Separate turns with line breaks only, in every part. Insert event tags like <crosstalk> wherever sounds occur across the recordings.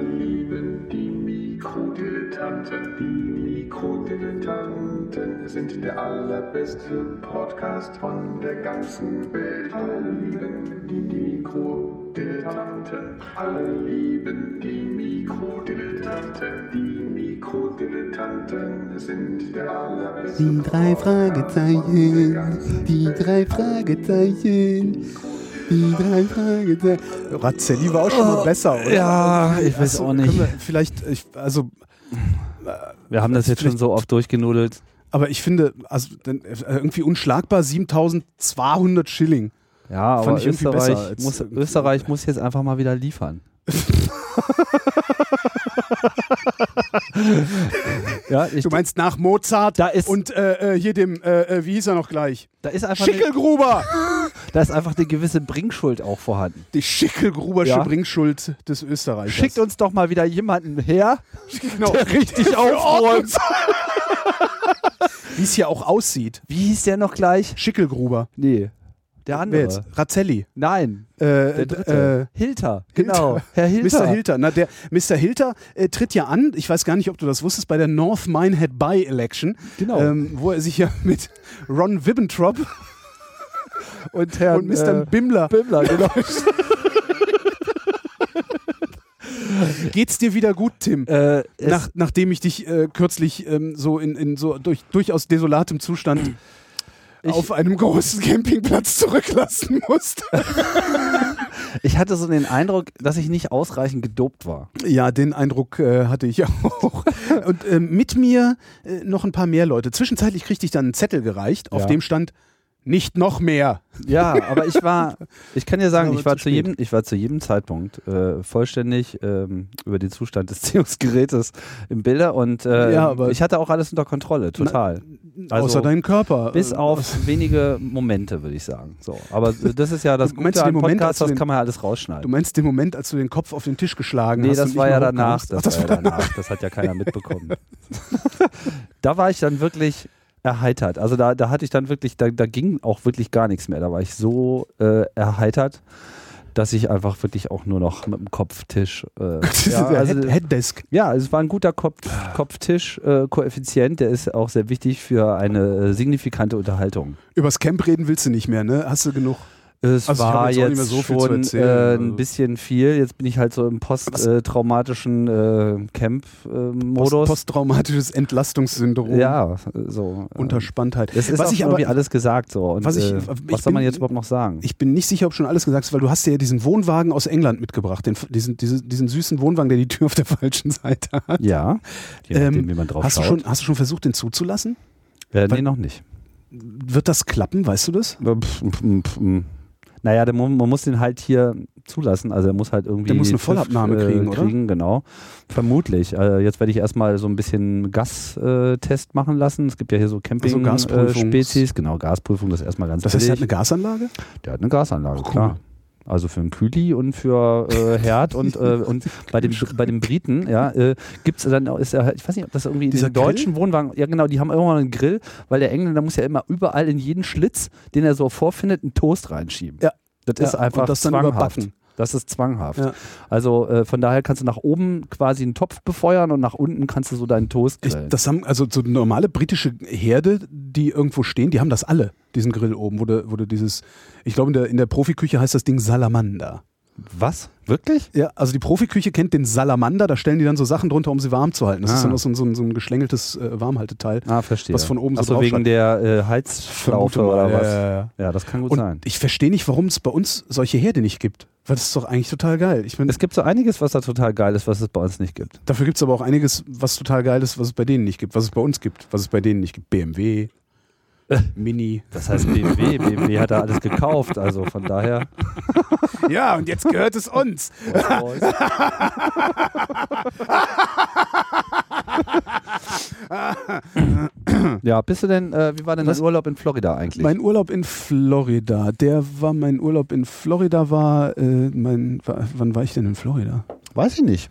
Lieben die Mikrodilettanten. Die Mikrodilettanten sind der allerbeste Podcast von der ganzen Welt. Alle lieben die Mikrodilettanten. Alle lieben die Mikrodilettanten. Die Mikrodilettanten sind der allerbeste
Die drei
Podcast von der
Fragezeichen,
ganzen
die
Welt.
drei Fragezeichen, die drei Fragezeichen.
Razzelli war auch schon mal besser, oder?
Oh, Ja, ich weiß
Achso,
auch nicht.
können wir Vielleicht, ich, also,
Wir haben das jetzt schon so oft durchgenudelt.
aber ich finde, also dann, äh, irgendwie unschlagbar 7200 Schilling.
Ja,
Fand
aber
ich irgendwie
Österreich,
besser als
muss,
irgendwie-
Österreich muss jetzt einfach mal wieder <laughs> liefern. ja, ich,
Du meinst nach Mozart
Da ist-
und äh, äh, hier dem, äh, äh, wie hieß er noch gleich?
da, ist einfach eine,
Schickelgruber!
<laughs> da ist einfach eine gewisse Bringschuld auch vorhanden.
Die Schickelgrubersche
Ja.
Bringschuld des Österreichers.
Schickt uns doch mal wieder jemanden her,
genau,
der
<laughs>
richtig aufräumt.
wie es hier auch aussieht.
Wie hieß der noch gleich?
Schickelgruber.
Nee, der
Wer
andere.
jetzt? Razzelli.
Nein,
Äh,
der dritte. äh, Hilter, genau. <laughs> Herr Hilter.
Mr. Hilter. Na, der Mr. Hilter äh, tritt ja an, ich weiß gar nicht, ob du das wusstest, bei der North Minehead By-Election,
Genau.
ähm, wo er sich ja <laughs> mit Ron Wibbentrop
Und, Herrn,
und Mr.
Äh,
Bimmler.
Bimmler, genau.
Geht's dir wieder gut, Tim?
<laughs> äh, es-
Nach, nachdem ich dich äh, kürzlich ähm, so in, in so durch, durchaus desolatem Zustand
Ich-
auf einem großen Campingplatz zurücklassen musste.
ich hatte so den Eindruck, dass ich nicht ausreichend gedopt war.
Ja, den Eindruck äh, hatte ich <laughs> auch. Und ähm, mit mir äh, noch ein paar mehr Leute. Zwischenzeitlich kriegte ich dann einen Zettel gereicht, auf
Ja.
dem stand nicht noch mehr.
Ja, aber ich war, <laughs> ich kann dir sagen,
Aber
ich war
zu
zu jedem, ich war zu jedem Zeitpunkt äh, vollständig ähm, über den Zustand des <laughs> Ziehungsgerätes im Bilder und äh,
Ja, aber-
ich hatte auch alles unter Kontrolle, total. Also,
außer deinen Körper.
bis
Äh, <laughs>
auf wenige Momente, würde ich sagen. So, aber das ist ja das
Du meinst
Gute an
den Moment, als
Podcast,
du
das
den-
kann man ja alles
Du
rausschneiden.
meinst den Moment, als du den Kopf auf den Tisch geschlagen
Nee,
hast? und
das
nicht
war
mehr
ja danach.
hochkamst?
Das,
Ach, das
war ja danach. Das hat ja keiner
<laughs>
mitbekommen. da war ich dann wirklich erheitert. Also da, da hatte ich dann wirklich, da, da ging auch wirklich gar nichts mehr. Da war ich so äh, erheitert, dass ich einfach wirklich auch nur noch mit dem Kopftisch.
<laughs>
Äh, ja,
der
also,
Head Headdesk.
ja, es war ein guter Kopf, Kopftisch-Koeffizient. der ist auch sehr wichtig für eine äh, signifikante Unterhaltung.
Übers Camp reden willst du nicht mehr, ne? Hast du genug?
Es
Also ich hab
war
jetzt auch
jetzt,
nicht mehr so viel zu
schon
erzählen,
äh,
also.
ein bisschen viel. Jetzt bin ich halt so im posttraumatischen äh,
Post
Camp-Modus.
posttraumatisches Entlastungssyndrom.
ja, so. äh,
Unterspanntheit.
Es ist
was
auch
ich
schon
aber
irgendwie alles gesagt so. Und,
was ich-
äh,
ich
was soll man
bin-
jetzt überhaupt noch sagen?
Ich bin nicht sicher, ob schon alles gesagt ist, weil du hast dir ja diesen Wohnwagen aus England mitgebracht, den, diesen, diesen, diesen süßen Wohnwagen, der die Tür auf der falschen Seite hat.
ja, je nachdem,
Ähm,
wie man drauf
hast, du
schaut.
schon, hast du schon versucht, den zuzulassen?
äh, nee,
weil-
noch nicht.
Wird das klappen, weißt du das?
Äh, pf, pf, pf, pf. Naja, der, mu- man muss den halt hier zulassen. Also er muss halt irgendwie.
Der muss eine
TÜV,
Vollabnahme kriegen, oder?
Kriegen, genau. Vermutlich. Äh, jetzt werde ich erstmal so ein bisschen Gastest äh, Test machen lassen. Es gibt ja hier so
Gasprüfungs-
Camping-Spezies. genau, Gasprüfung, das ist erstmal ganz
Also Das heißt, er hat
billig.
eine Gasanlage?
der hat eine Gasanlage,
Ach, cool.
klar. Also für einen Kühli und für
<laughs>
äh, Herd und, äh, und bei, dem, bei dem Briten, ja, äh, gibt's dann, auch- ist ja, halt, ich weiß nicht, ob das irgendwie in
Dieser
den deutschen Wohnwagen, ja genau, die haben irgendwann einen Grill, weil der Engländer muss ja immer überall in jeden Schlitz, den er so vorfindet, einen Toast reinschieben.
Ja.
Das ist
Ja,
einfach
und das dann
zwanghaft.
überbacken.
Das ist zwanghaft.
Ja.
Also äh, von daher kannst du nach oben quasi einen Topf befeuern und nach unten kannst du so deinen Toast
Ich,
grillen.
das haben, also so normale britische Herde, die irgendwo stehen, die haben das alle, diesen Grill oben, wo du, wo du dieses, ich glaube, in der, in der Profiküche heißt das Ding Salamander.
Was? Wirklich?
Ja, also die Profiküche kennt den Salamander, da stellen die dann so Sachen drunter, um sie warm zu halten. Das
Ah.
ist dann auch so, ein- so, ein, so ein geschlängeltes äh, Warmhalteteil.
Ah, verstehe.
Was von oben so
Ach so
drauf
wegen
stand.
der äh,
Vermute
Heizflaute
mal,
oder
ja,
was?
ja, ja.
Ja, das kann gut
Und
sein.
ich verstehe nicht, warum es bei uns solche Herde nicht gibt. Weil das ist doch eigentlich total geil. Ich meine,
Es gibt so einiges, was da total geil ist, was es bei uns nicht gibt.
dafür gibt es aber auch einiges, was total geil ist, was es bei denen nicht gibt, was es bei uns gibt, was es bei denen nicht
<laughs>
gibt. BMW, Mini.
Das <laughs> heißt BMW. BMW hat da alles gekauft, also von daher.
Ja, und jetzt gehört es uns.
ja, bist du denn, äh, wie war denn dein Urlaub in Florida eigentlich?
Mein Urlaub in Florida, der war, mein Urlaub in Florida war, äh, mein, wa- wann war ich denn in Florida?
Weiß ich nicht.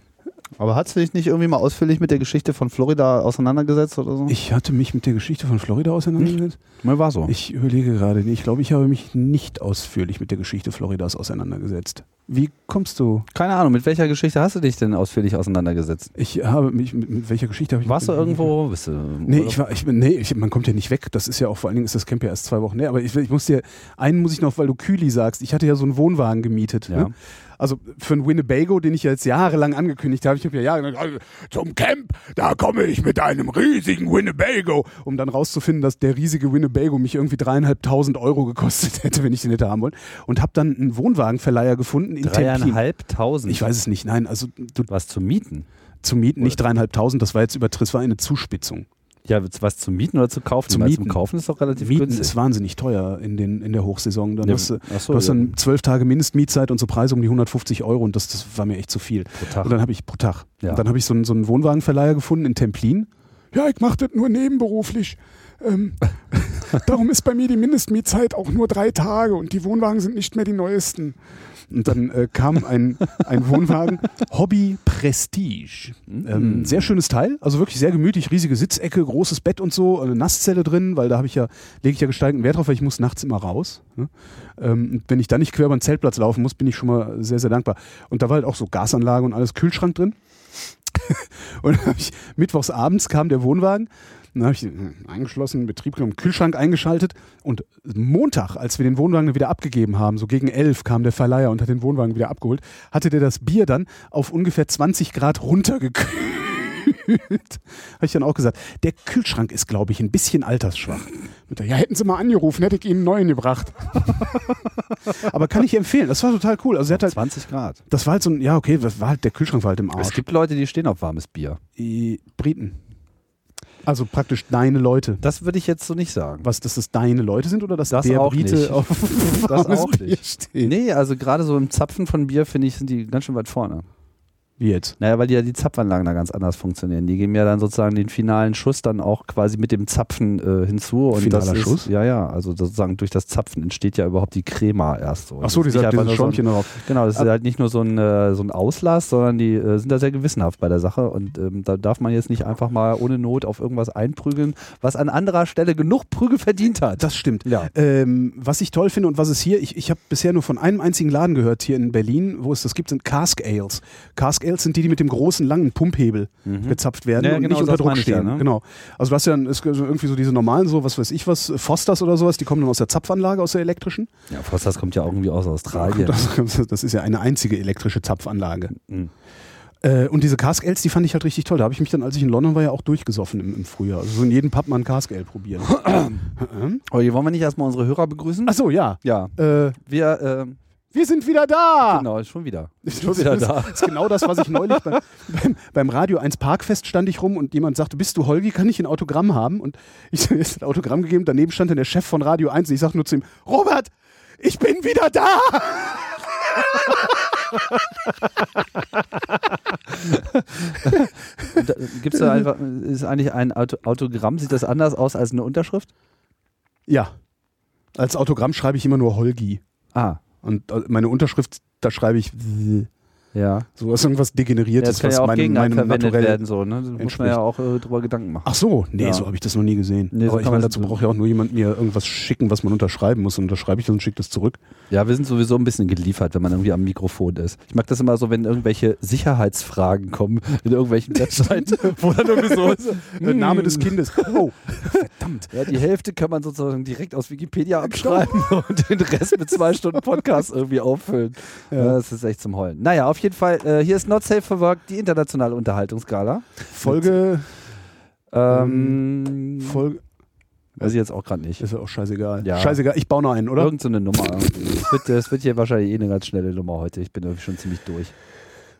Aber hast du dich nicht irgendwie mal ausführlich mit der Geschichte von Florida auseinandergesetzt oder so?
Ich hatte mich mit der Geschichte von Florida auseinandergesetzt.
Mir war so.
Ich überlege gerade, nee, ich glaube, ich habe mich nicht ausführlich mit der Geschichte Floridas auseinandergesetzt. Wie kommst du?
Keine Ahnung, mit welcher Geschichte hast du dich denn ausführlich auseinandergesetzt? Mhm.
Ich habe mich, mit, mit welcher Geschichte habe ich
Warst du
mich-
irgendwo? Bist du
Nee, ich war, ich, bin- nee ich, man kommt ja nicht weg. Das ist ja auch, vor allen Dingen ist das Camp ja erst zwei Wochen. Nee, aber ich, ich muss dir, einen muss ich noch, weil du Kühli sagst. Ich hatte ja so einen Wohnwagen gemietet.
Ja.
Ne? Also für einen Winnebago, den ich ja jetzt jahrelang angekündigt habe. Ich habe ja jahrelang gesagt, zum Camp, da komme ich mit einem riesigen Winnebago. Um dann rauszufinden, dass der riesige Winnebago mich irgendwie dreieinhalbtausend Euro gekostet <laughs> hätte, wenn ich den hätte haben wollen. Und habe dann einen Wohnwagenverleiher gefunden in Tempin.
dreieinhalbtausend.
Ich weiß es nicht. Nein, also du,
was zu mieten.
zu mieten nicht dreieinhalbtausend. Das war jetzt übertritt, das war eine Zuspitzung.
Ja, was zu mieten oder zu kaufen?
Zu
Weil
mieten.
Zum Kaufen ist doch relativ
Mieten
günstig.
ist wahnsinnig teuer in, den, in der Hochsaison. Dann
Ja,
hast du,
ach so,
du hast
ja.
dann zwölf Tage Mindestmietzeit und so Preise um die 150 Euro und das, das war mir echt zu viel. Pro
Tag.
Und dann habe ich pro Tag.
Ja.
Und dann habe ich so einen, so einen Wohnwagenverleiher gefunden in Templin. Ja, ich mache das nur nebenberuflich. Ähm, <laughs> darum ist bei mir die Mindestmietzeit auch nur drei Tage und die Wohnwagen sind nicht mehr die neuesten. Und dann äh, kam ein, ein Wohnwagen, <laughs> Hobby Prestige. Ähm, sehr schönes Teil, also wirklich sehr gemütlich, riesige Sitzecke, großes Bett und so, eine Nasszelle drin, weil da habe ich ja, lege ich ja gesteigerten Wert drauf, weil ich muss nachts immer raus. Ne? Ähm, und wenn ich dann nicht quer über den Zeltplatz laufen muss, bin ich schon mal sehr, sehr dankbar. Und da war halt auch so Gasanlage und alles Kühlschrank drin. Und dann hab ich, mittwochs abends kam der Wohnwagen. Dann habe ich ihn angeschlossen, Betrieb genommen, Kühlschrank eingeschaltet. Und Montag, als wir den Wohnwagen wieder abgegeben haben, so gegen elf kam der Verleiher und hat den Wohnwagen wieder abgeholt, hatte der das Bier dann auf ungefähr 20 Grad runtergekühlt. <laughs> habe ich dann auch gesagt, der Kühlschrank ist, glaube ich, ein bisschen altersschwach. Mit der, ja, hätten Sie mal angerufen, hätte ich Ihnen einen neuen gebracht. <laughs> Aber kann ich empfehlen, das war total cool. Also, er hat halt,
20 Grad.
das war halt so ein, ja, okay, das war halt, der Kühlschrank war halt im Arsch.
Es gibt Leute, die stehen auf warmes Bier.
I- Briten. Also praktisch deine Leute.
Das würde ich jetzt so nicht sagen.
Was, dass das deine Leute sind oder dass
Das
der
auch
Brite
nicht. <laughs>
auf <laughs>
Das
warmes
auch
Bier
nicht.
steht?
Nee, also gerade so im Zapfen von Bier, finde ich, sind die ganz schön weit vorne.
Wie jetzt?
Naja, weil die ja die Zapfanlagen da ganz anders funktionieren. Die geben ja dann sozusagen den finalen Schuss dann auch quasi mit dem Zapfen äh, hinzu. Und
Finaler
das ist,
Schuss?
Ja, ja. Also sozusagen durch das Zapfen entsteht ja überhaupt die Crema erst. Und
Ach so,
das ist
dieser,
nicht einfach
dieser
nur so ein-
Schäumchen darauf.
Genau, das ist halt nicht nur so ein, äh, so ein Auslass, sondern die äh, sind da sehr gewissenhaft bei der Sache und ähm, da darf man jetzt nicht einfach mal ohne Not auf irgendwas einprügeln, was an anderer Stelle genug Prügel verdient hat.
Das stimmt.
<laughs> Ja.
Ähm, was ich toll finde und was es hier, ich, ich habe bisher nur von einem einzigen Laden gehört hier in Berlin, wo es das gibt, sind Cask Ales. Cask Ales sind die, die mit dem großen langen Pumphebel gezapft werden
Ja,
und
genau,
nicht unter
das
Druck
meine ich ja,
stehen.
ne?
Genau. Also du hast ja dann- es gibt so irgendwie so diese normalen, so was weiß ich was, Fosters oder sowas, die kommen dann aus der Zapfanlage, aus der elektrischen.
ja, Fosters kommt ja irgendwie aus Australien.
Das, das ist ja eine einzige elektrische Zapfanlage.
Mhm.
Äh, und diese Cask Ales, die fand ich halt richtig toll. Da habe ich mich dann, als ich in London war, ja auch durchgesoffen im, im Frühjahr. Also so in jedem Pub mal ein Cask Ale probieren.
Oh, hier wollen wir nicht erstmal unsere Hörer begrüßen?
Achso, ja.
Ja,
Äh,
wir, ähm,
wir sind wieder da!
genau, schon wieder.
Schon wieder da. Das ist genau das, was ich neulich beim, beim, beim Radio 1 Parkfest stand ich rum und jemand sagte, bist du Holgi, kann ich ein Autogramm haben? Und ich <laughs> habe jetzt ein Autogramm gegeben, daneben stand dann der Chef von Radio 1 und ich sagte nur zu ihm, Robert, ich bin wieder da!
Und, äh, Gibt's da einfach, ist eigentlich ein Auto Autogramm, sieht das anders aus als eine Unterschrift?
Ja. Als Autogramm schreibe ich immer nur Holgi.
Ah,
Und äh, meine Unterschrift, da schreibe ich
ja.
so was irgendwas
ja
Degeneriertes,
das kann
was
ja auch
meinem,
gegen einen
meinem
verwendet
Naturell
werden, so, ne? Da muss man
entspricht.
ja auch äh, drüber Gedanken machen.
Ach so, nee,
Ja.
so habe ich das noch nie gesehen.
Nee, so
Aber ich
kann
meine,
man-
dazu braucht ja auch nur jemand mir irgendwas schicken, was man unterschreiben muss. Und unterschreibe ich das und schicke das zurück.
Ja, wir sind sowieso ein bisschen geliefert, wenn man irgendwie am Mikrofon ist. Ich mag das immer so, wenn irgendwelche Sicherheitsfragen kommen in <laughs> irgendwelchen Webseiten, wo dann irgendwie so
Der Äh, Name des Kindes.
<laughs>
Oh, verdammt.
Ja, die Hälfte kann man sozusagen direkt aus Wikipedia abschreiben <laughs> und den Rest mit zwei Stunden Podcast irgendwie auffüllen. Ja. Das ist echt zum Heulen. Naja, auf jeden Fall, äh, hier ist Not Safe for Work, die internationale Unterhaltungsgala.
Folge,
Ähm,
Folge,
weiß ich jetzt auch gerade nicht.
ist ja auch scheißegal.
Ja.
Scheißegal, ich baue noch einen, oder?
Irgend so eine Nummer. irgendwie. Es wird, es wird hier wahrscheinlich eh eine ganz schnelle Nummer heute. Ich bin irgendwie schon ziemlich durch.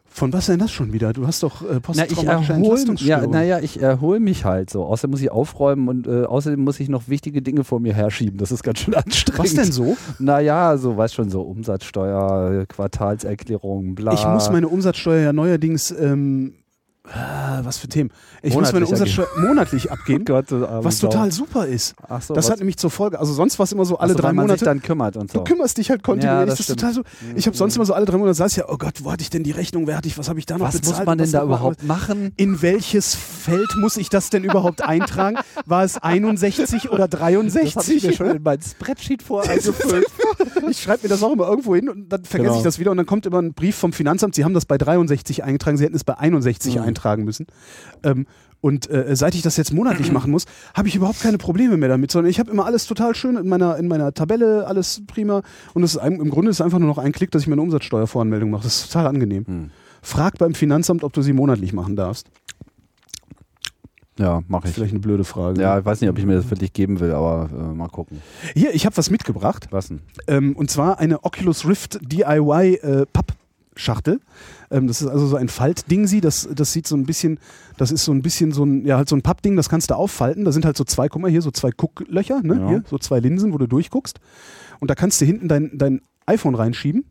Von was denn das schon wieder? Du hast doch äh,
Na, ich
posttraumatische
erhol, ja,
Entlastungsstörung.
naja, ich erhole mich halt so. Außerdem muss ich aufräumen und äh, außerdem muss ich noch wichtige Dinge vor mir herschieben. Das ist ganz schön <laughs> anstrengend.
was denn so?
Naja, so, weiß schon, so Umsatzsteuer, äh, Quartalserklärung, bla.
Ich muss meine Umsatzsteuer ja neuerdings ähm, äh, Ah, was für Themen. Ich muss meine
Monatlich
Umsatzsteuer monatlich abgeben,
Oh <laughs> Gott, du arme
was
Sau.
total super ist.
Ach so,
das
was-
hat nämlich zur Folge, also sonst war es immer so alle
Ach so,
drei
weil man
Monate.
sich dann kümmert und so.
Du kümmerst dich halt kontinuierlich.
Ja, das
das ist
stimmt. Mhm,
total so. Ich habe sonst immer so alle drei Monate saß ja, oh Gott, wo hatte ich denn die Rechnung? Wer hatte ich? Was habe ich da noch
was
bezahlt?
muss man denn da
noch war-
überhaupt machen?
In welches Feld muss ich das denn überhaupt eintragen?
<laughs>
War es 61 oder 63?
Das habe ich mir schon in mein Spreadsheet <laughs> vor eingefüllt.
Ich schreibe mir das auch immer irgendwo hin und dann vergesse
Genau.
ich das wieder und dann kommt immer ein Brief vom Finanzamt, sie haben das bei 63 eingetragen, sie hätten es bei 61
Mhm.
eintragen müssen. Ähm, und äh, seit ich das jetzt monatlich machen muss, habe ich überhaupt keine Probleme mehr damit, sondern ich habe immer alles total schön in meiner, in meiner Tabelle, alles prima. Und es ist ein, im Grunde ist es einfach nur noch ein Klick, dass ich meine Umsatzsteuervoranmeldung mache. Das ist total angenehm.
Hm.
Frag beim Finanzamt, ob du sie monatlich machen darfst.
ja, mache
Das ist vielleicht eine blöde Frage.
Ja, ich weiß nicht, ob ich mir das wirklich geben will, aber äh, mal gucken.
Hier, ich habe was mitgebracht.
Was denn?
Ähm, und zwar eine Oculus Rift DIY äh, Pappschachtel. Ähm, das ist also so ein Faltding, sie. Das, das sieht so ein bisschen, das ist so ein bisschen so ein, ja, halt so ein Pappding, das kannst du auffalten. Da sind halt so zwei, guck mal hier, so zwei Gucklöcher, ne?
Ja.
Hier, so zwei Linsen, wo du durchguckst. Und da kannst du hinten dein, dein iPhone reinschieben.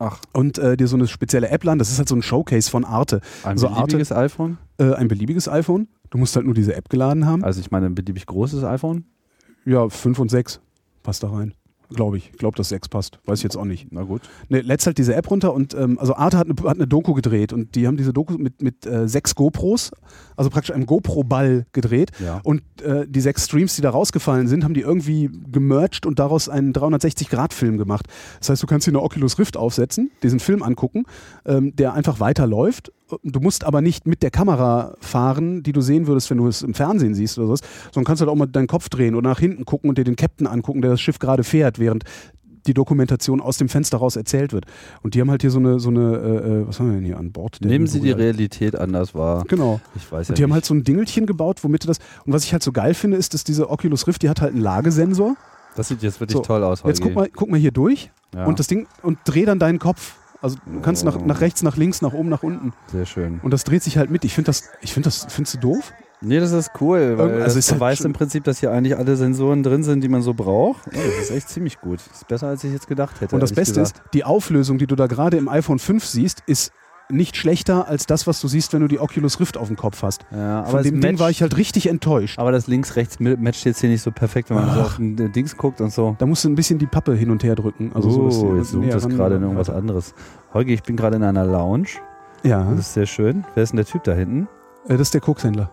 Ach.
Und äh, dir so eine spezielle App laden. Das ist halt so ein Showcase von Arte.
Ein
so Arte,
beliebiges iPhone?
äh, ein beliebiges iPhone. Du musst halt nur diese App geladen haben.
Also ich meine ein beliebig großes iPhone?
Ja, 5 und 6 passt da rein. Glaube ich. Glaube, dass 6 passt. Weiß ich jetzt auch nicht.
Na gut.
ne, lädst halt diese App runter und ähm, also Arte hat eine, hat eine Doku gedreht und die haben diese Doku mit, mit äh, sechs GoPros, also praktisch einem GoPro-Ball gedreht
Ja.
und äh, die sechs Streams, die da rausgefallen sind, haben die irgendwie gemerged und daraus einen 360-Grad-Film gemacht. Das heißt, du kannst dir eine Oculus Rift aufsetzen, diesen Film angucken, ähm, der einfach weiterläuft. Du musst aber nicht mit der Kamera fahren, die du sehen würdest, wenn du es im Fernsehen siehst oder sowas, sondern kannst halt auch mal deinen Kopf drehen oder nach hinten gucken und dir den Captain angucken, der das Schiff gerade fährt, während die Dokumentation aus dem Fenster raus erzählt wird. Und die haben halt hier so eine, so eine äh, äh, was haben wir denn hier an Bord? Der
Nehmen Sie die
Nuria.
Realität anders wahr.
Genau.
Ich weiß ja
Und die haben halt
nicht.
so ein Dingelchen gebaut, womit du das. Und was ich halt so geil finde, ist, dass diese Oculus Rift, die hat halt einen Lagesensor.
das sieht jetzt wirklich
halt So,
toll aus.
Jetzt
Holgi.
guck mal, guck mal hier durch
Ja,
und das Ding und dreh dann deinen Kopf. Also du kannst nach,
Oh.
nach rechts, nach links, nach oben, nach unten.
sehr schön.
Und das dreht sich halt mit. Ich finde das, ich finde das, findest du doof?
Nee, das ist cool, weil
Irgend- also
also
ist
das
halt
beweist
schon-
im Prinzip, dass hier eigentlich alle Sensoren drin sind, die man so braucht. Oh, das ist echt ziemlich gut. Das ist besser, als ich jetzt gedacht hätte.
Und das
ehrlich
Beste
gesagt.
ist, die Auflösung, die du da gerade im iPhone 5 siehst, ist nicht schlechter als das, was du siehst, wenn du die Oculus Rift auf dem Kopf hast.
Ja, aber
Von
es
dem Ding
matcht-
war ich halt richtig enttäuscht.
Aber das links-rechts mi- matcht jetzt hier nicht so perfekt, wenn man so auf den äh, Dings guckt und so.
Da musst du ein bisschen die Pappe hin und her drücken. Also so,
oh,
dass die
jetzt zoomt
näher
das
ran-
gerade in irgendwas anderes. Holgi, ich bin gerade in einer Lounge.
Ja,
Das ist sehr schön. Wer ist denn der Typ da hinten?
äh, das ist der Kokshändler.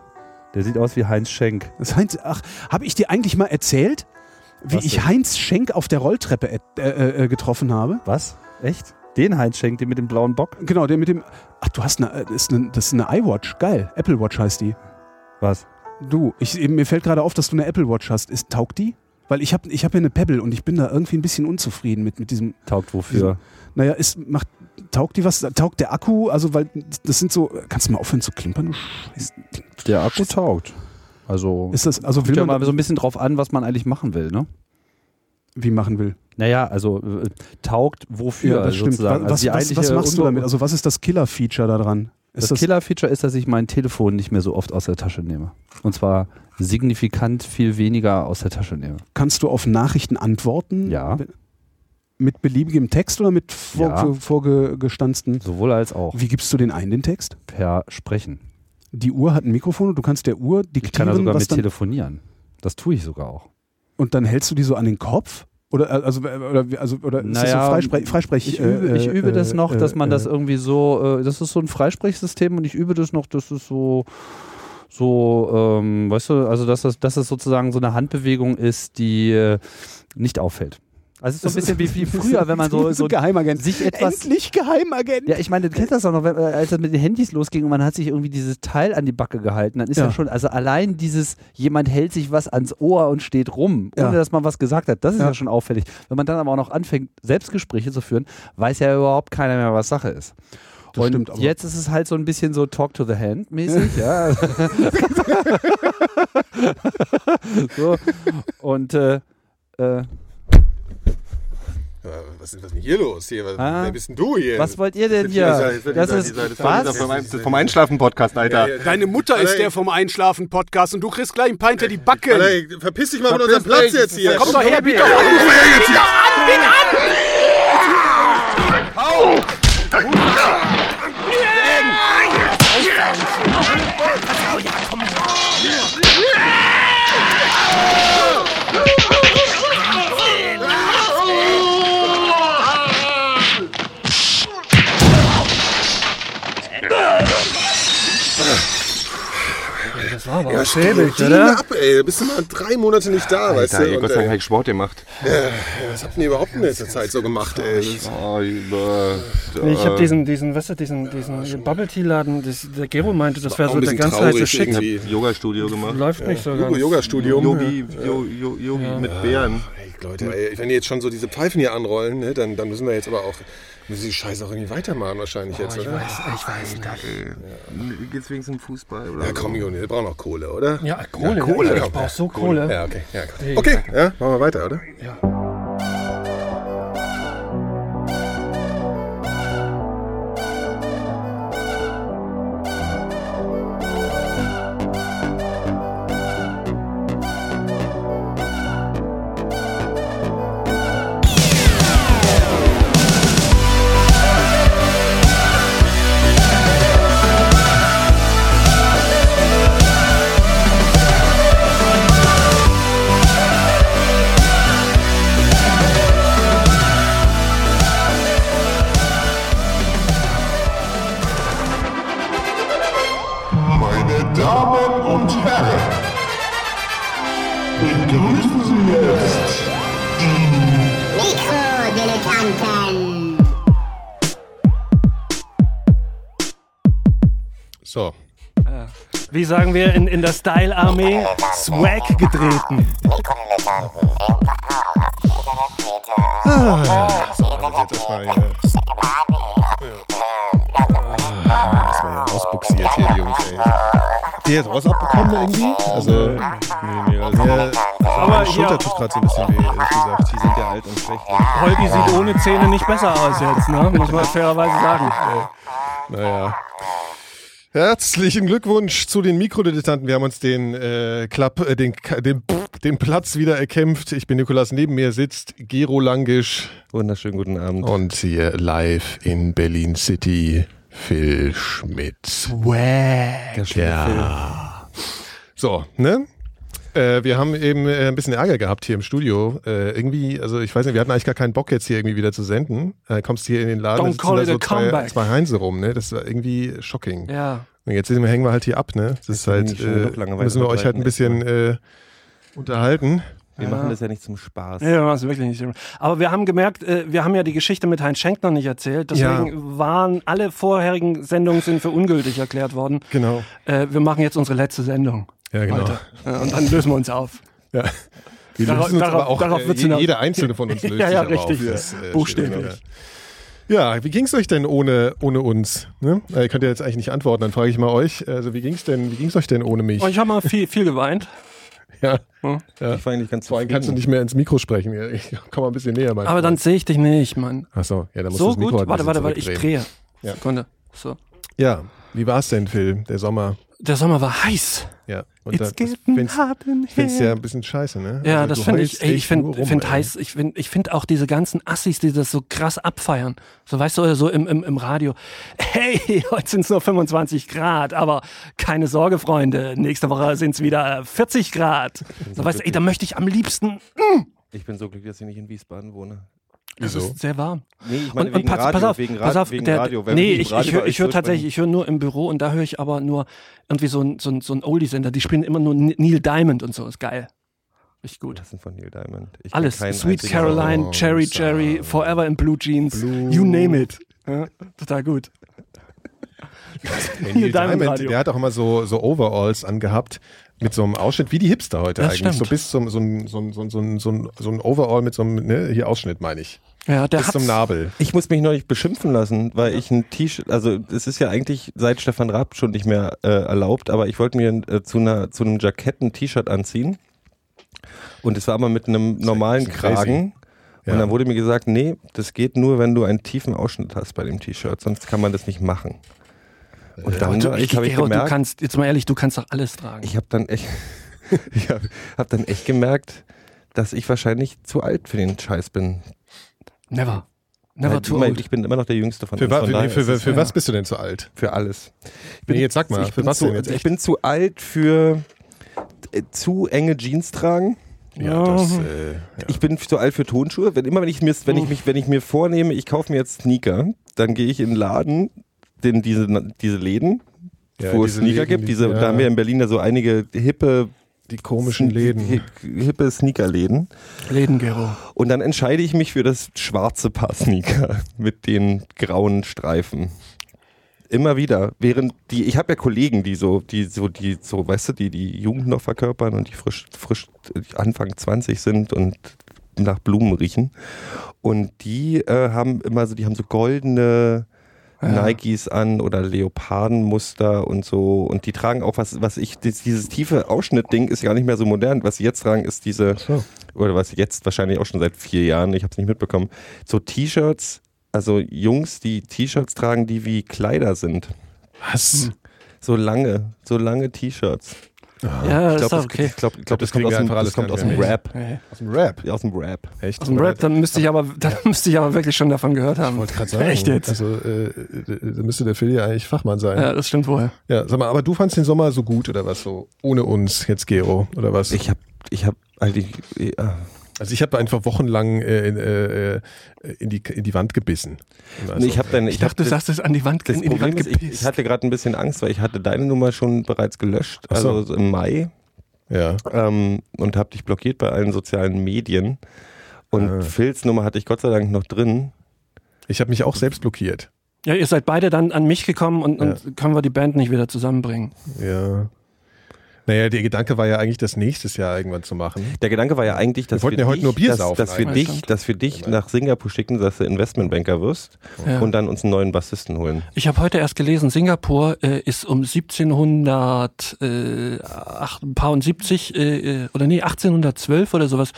Der sieht aus wie Heinz Schenk.
Das Heinz, ach, habe ich dir eigentlich mal erzählt, wie
Was
ich
denn?
Heinz Schenk auf der Rolltreppe äh, äh, äh, getroffen habe?
Was? Echt? Den Heinz Schenk, den mit dem blauen Bock?
Genau, der mit dem. Ach, du hast eine. äh, Ist eine das ist eine iWatch. Geil. Apple Watch heißt die.
Was?
Du, ich, eben, mir fällt gerade auf, dass du eine Apple Watch hast. Ist, taugt die? Weil ich habe ich hab ja eine Pebble und ich bin da irgendwie ein bisschen unzufrieden mit, mit diesem.
Taugt wofür?
Naja, ist, macht, taugt die was? Taugt der Akku? Also, weil das sind so. Kannst du mal aufhören zu klimpern? Du Scheiß.
Der Akku taugt. Also.
Ist das. Also,
Kommt
will
ja
man.
mal so ein bisschen drauf an, was man eigentlich machen will, ne?
Wie machen will.
Naja, also äh, taugt wofür sozusagen. also die
Was, was, was, was
eigentliche
machst du
Unbe-
damit? Also, was ist das Killer-Feature da dran?
das
Ist das,
Killer-Feature ist, dass ich mein Telefon nicht mehr so oft aus der Tasche nehme. Und zwar signifikant viel weniger aus der Tasche nehme.
Kannst du auf Nachrichten antworten?
Ja.
Mit beliebigem Text oder mit vor,
Ja.
vorgestanzten?
Sowohl als auch
Wie gibst du den ein, den Text?
per Sprechen.
Die Uhr hat ein Mikrofon und du kannst der Uhr diktieren,
Ich kann da sogar
was
mit
dann,
telefonieren. Das tue ich sogar auch.
und dann hältst du die so an den Kopf? Oder, äh, also, äh, oder, wie- also, oder ist das so
Naja,
Freisprech? Freisprech
Ich übe,
äh,
ich übe
äh,
das noch,
äh,
dass man das
äh,
irgendwie so, äh, das ist so ein Freisprechsystem und ich übe das noch, dass es so, so, ähm, weißt du, also dass das, dass es sozusagen so eine Handbewegung ist, die äh, nicht auffällt. Also es ist so ein bisschen wie,
<laughs>
wie früher, wenn man so, so
Geheimagent.
sich etwas
Endlich Geheimagent.
Ja, ich meine, du kennst das auch noch, wenn, äh, als das mit den Handys losging und man hat sich irgendwie dieses Teil an die Backe gehalten, dann ist ja,
Ja.
schon, also allein dieses, jemand hält sich was ans Ohr und steht rum, ohne
Ja.
dass man was gesagt hat, das ist ja.
Ja.
schon auffällig. Wenn man dann aber auch noch anfängt, Selbstgespräche zu führen, weiß ja überhaupt keiner mehr, was Sache ist.
Das
und
stimmt aber.
jetzt ist es halt so ein bisschen so Talk to the Hand mäßig, ja. so. Und äh, äh,
Aber Was ist was ist denn hier los? Hier, was,
Ah.
Wer bist denn du hier?
was wollt ihr denn
Ja,
hier?
ja,
Das
ja,
ist
ja, ja,
was?
ja, ja,
Das ist Vom Einschlafen-Podcast, Alter.
Deine Mutter
ist der
vom Einschlafen-Podcast und du kriegst gleich einen Pint in die
Alter, verpiss dich mal von unserem Platz jetzt hier.
doch her, bitte.
Au!
Das war aber
Ja, schäbig, ab, ey. Bist du mal drei Monate nicht da, weißt
Alter,
du?
ey, Gott
Und,
sei Dank habe
äh,
ich Sport gemacht.
was habt ihr überhaupt in letzter Zeit so gemacht, ey? Das-
Oh, über,
Nee, ich habe diesen, diesen, weißt du, diesen, diesen Bubble Tea Laden, das, der Gero meinte, das wäre
auch
so
ein
der
bisschen
ganz heiße
traurig
Shit.
irgendwie.
Yoga-Studio gemacht.
Läuft nicht so ganz.
Yoga-Studium.
Yogi, Yo- Yo- Yogi mit Bären.
Ey, Leute, ey, wenn die jetzt schon so diese Pfeifen hier anrollen, ne, dann, dann müssen wir jetzt aber auch, müssen die Scheiße auch irgendwie weitermachen wahrscheinlich jetzt, oder?
Ich weiß nicht.
Geht's wegen zum Fußball? Oder
Ja, komm, Juni, wir brauchen auch Kohle, oder?
Ja, Kohle.
Kohle.
Ich brauch so Kohle.
Ja, okay. Ja, gut. okay, ja, machen wir weiter, oder?
Meine Damen und Herren, begrüßen Sie jetzt
Mikrodilettanten.
So.
Wie sagen wir in, in der Style-Armee? Swag getreten.
Jetzt mal, ja. Das war ja ausbuxiert hier, die Jungs, ey.
Habt ihr jetzt was abbekommen irgendwie? Also, nee, nee, also, ja,
Aber
meine Schulter
hier,
tut gerade so ein bisschen weh, ehrlich gesagt. Die sind ja alt und schlecht.
Holgi sieht ohne Zähne nicht besser aus jetzt, ne? muss man fairerweise sagen.
Naja. Herzlichen Glückwunsch zu den Mikrodilettanten. Wir haben uns den äh, Klapp, äh, den, Ka- den, den Platz wieder erkämpft. Ich bin Nikolas, neben mir sitzt Gero Langisch
Wunderschönen guten Abend.
und hier live in Berlin City Phil Schmidt. Ja. So, ne? Äh, wir haben eben äh, ein bisschen Ärger gehabt hier im Studio. Äh, irgendwie, also ich weiß nicht, wir hatten eigentlich gar keinen Bock jetzt hier irgendwie wieder zu senden. Äh, kommst hier in den Laden,
Don't
da sitzen
call
da
it
so
a
zwei,
comeback.
zwei Heinze rum, ne? Das war irgendwie shocking.
Ja.
Und jetzt sind wir- hängen wir halt hier ab, ne? Das ist halt,
nicht schon
äh,
genug Langeweile
müssen wir euch halt ein bisschen äh, unterhalten.
Wir machen das ja nicht zum Spaß.
Nee, wir machen es wirklich nicht. Aber wir haben gemerkt, äh, wir haben ja die Geschichte mit Heinz Schenk noch nicht erzählt. Deswegen waren alle vorherigen Sendungen sind für ungültig erklärt worden.
Genau.
Äh, wir machen jetzt unsere letzte Sendung.
Ja, genau.
Heute. Ja, und dann lösen wir uns auf.
Ja. Wir
Darauf-
lösen uns
darauf-
aber auch,
darauf
äh,
wird's
je-
hinaus.
jeder einzelne von uns löst
Ja, ja,
sich aber
richtig.
auf. Das, äh,
Buchstäblich.
steht immer. Ja, wie ging's euch denn ohne, ohne uns? Ne? Äh, ihr könnt ja jetzt eigentlich nicht antworten, dann frage ich mal euch. Also wie ging's denn, wie ging's euch denn ohne mich?
Und ich habe mal viel, viel geweint.
ja.
Ich war eigentlich ganz
Vor allem kannst du nicht mehr ins Mikro sprechen. Ja, Ich <laughs> komm mal ein bisschen näher, mein
Aber dann
Freund.
sehe ich dich nicht, Mann.
Ach so, ja, dann musst du
So
das Mikro
gut.
halt ein
Warte,
bisschen
warte, warte. Ich
zurückdrehen.
drehe.
Ja.
Sekunde. So.
Ja, wie war's denn, Phil, der Sommer?
Der Sommer war heiß.
Ja. Und
It's
da, das
getting
find's-
hot in
find's ja
here.
ein bisschen scheiße, ne?
Ja,
Also
das
du
finde
heulst
ich, ey, ich
echt nur
finde
rum,
find
ey.
heiß, ich finde ich find auch diese ganzen Assis, die das so krass abfeiern. So weißt du, oder so im, im, im Radio. Hey, <laughs> heute sind es nur 25 Grad, aber keine Sorge, Freunde. Nächste Woche sind es wieder 40 Grad. So weißt du, ey, da möchte ich am liebsten.
Ich bin so glücklich, dass ich nicht in Wiesbaden wohne.
Es ist sehr warm.
Nee, ich
Und, und pass, pass auf,
wegen, Ra
pass auf,
wegen
der,
Radio.
nee,
wir
ich,
im Radio
ich höre
bei euch
ich hör
so
tatsächlich, ich höre nur im Büro und da höre ich aber nur irgendwie so ein, so ein, so ein Oldie-Sender. Die spielen immer nur N- Neil Diamond und so, ist geil. Richtig
sprechen,
gut.
das sind von Neil Diamond. Ich
Alles,
kenn keinen
Sweet
einzigen
Caroline,
Song.
Cherry Jerry, Forever in Blue Jeans, you name it. Ja, total gut.
<laughs>
Hey,
Neil
Neil
Diamond
Diamond,
Radio.
der hat auch immer so, so Overalls angehabt mit so einem Ausschnitt, wie die Hipster heute
Das
eigentlich. So
stimmt.
bis zum so ein, so ein, so ein, so ein, so ein, so ein Overall mit so einem, ne, hier Ausschnitt meine ich.
Ja, der
Bis zum
hat's.
Nabel.
Ich muss mich neulich beschimpfen lassen, weil ich ein T-Shirt, also es ist ja eigentlich seit Stefan Raab schon nicht mehr äh, erlaubt, aber ich wollte mir äh, zu, einer, zu einem Jackett ein T-Shirt anziehen und es war aber mit einem normalen
bisschen crazy.
Kragen
Ja.
und dann wurde mir gesagt, nee, das geht nur, wenn du einen tiefen Ausschnitt hast bei dem T-Shirt, sonst kann man das nicht machen. Und dann
Du,
habe ich, Äh, hab ich
Gero, du
gemerkt,
kannst, jetzt mal ehrlich, du kannst doch alles tragen.
ich habe dann echt, <laughs> ich habe hab dann echt gemerkt, dass ich wahrscheinlich zu alt für den Scheiß bin.
Never. Never
Weil
too
immer-
old.
ich bin immer noch der Jüngste von
Für,
uns,
wa-
von
für,
daher
nee, für,
ist
für,
es-
für
ja.
was bist du denn zu alt?
für alles. Ich
Nee, jetzt sag mal,
ich
für
bin
was
zu,
denn jetzt
Ich
echt?
bin zu alt für äh, zu enge Jeans tragen.
Ja, das,
<laughs>
äh, ja.
Ich bin zu alt für Tonschuhe. Wenn immer wenn ich mir, wenn ich mich, wenn ich mir vornehme, ich kaufe mir jetzt Sneaker, dann gehe ich in den Laden, den, diese, diese Läden,
Ja,
wo es
diese
Sneaker
Läden,
gibt.
die-
Diese,
ja.
Da haben wir in Berlin da so einige hippe,
Die komischen Läden.
hi- hippe Sneakerläden.
Lädengero.
Und dann entscheide ich mich für das schwarze Paar Sneaker <laughs> mit den grauen Streifen. Immer wieder, während die, ich habe ja Kollegen, die so, die so, die so, weißt du, die die Jugend noch verkörpern und die frisch, frisch Anfang 20 sind und nach Blumen riechen. Und die äh, haben immer so, die haben so goldene Nikes an oder Leopardenmuster und so. Und die tragen auch was, was ich, dies- dieses tiefe Ausschnittding ist gar nicht mehr so modern. Was sie jetzt tragen, ist diese, oder was jetzt wahrscheinlich auch schon seit vier Jahren, ich habe es nicht mitbekommen, so T-Shirts, also Jungs, die T-Shirts tragen, die wie Kleider sind.
Was?
So lange, so lange T-Shirts.
Ja,
Ich
ist
glaube,
doch
das,
okay.
ich glaub, ich glaub,
Das
das,
kriegen
kommt
wir
aus dem,
einfach alles
das kommt
gar
aus
nicht
dem
mehr
Rap.
Nee.
Aus dem Rap.
Ja, aus dem Rap.
Echt?
Aus dem Rap, dann müsste ich aber, dann müsste ich aber wirklich schon davon gehört haben.
Wollte gerade sagen.
<laughs> Echt jetzt?
Also, äh, da müsste der Phil ja eigentlich Fachmann sein.
Ja, das stimmt wohl.
Ja, sag mal, aber du fandst den Sommer so gut oder was? So ohne uns jetzt, Gero, oder was?
Ich habe, ich habe eigentlich, ja.
also ich habe einfach wochenlang äh, in, äh, in, die, in die Wand gebissen. Also,
nee, ich habe dann,
Ich dachte, du
das-
sagst es an die Wand,
Das
in die
Problem
Wand
ist, ich, ich
gepisst.
hatte gerade ein bisschen Angst, weil ich hatte deine Nummer schon bereits gelöscht,
Ach so.
also so im Mai,
Ja.
ähm, und habe dich blockiert bei allen sozialen Medien. Und
Ah.
Phils Nummer hatte ich Gott sei Dank noch drin.
Ich habe mich auch selbst blockiert.
Ja, ihr seid beide dann an mich gekommen und, und können wir die Band nicht wieder zusammenbringen.
Ja. Naja, der Gedanke war ja eigentlich, das nächstes Jahr irgendwann zu machen.
Der Gedanke war ja eigentlich, dass
Wir wollten ja heute
dich,
nur Bier
dass,
saufen
dass wir
eigentlich.
dich, dass wir dich nach Singapur schicken, dass du Investmentbanker wirst
Ja.
und dann uns einen neuen Bassisten holen.
Ich habe heute erst gelesen, Singapur äh, ist um äh, 1778 äh, äh, oder nee 1812 oder sowas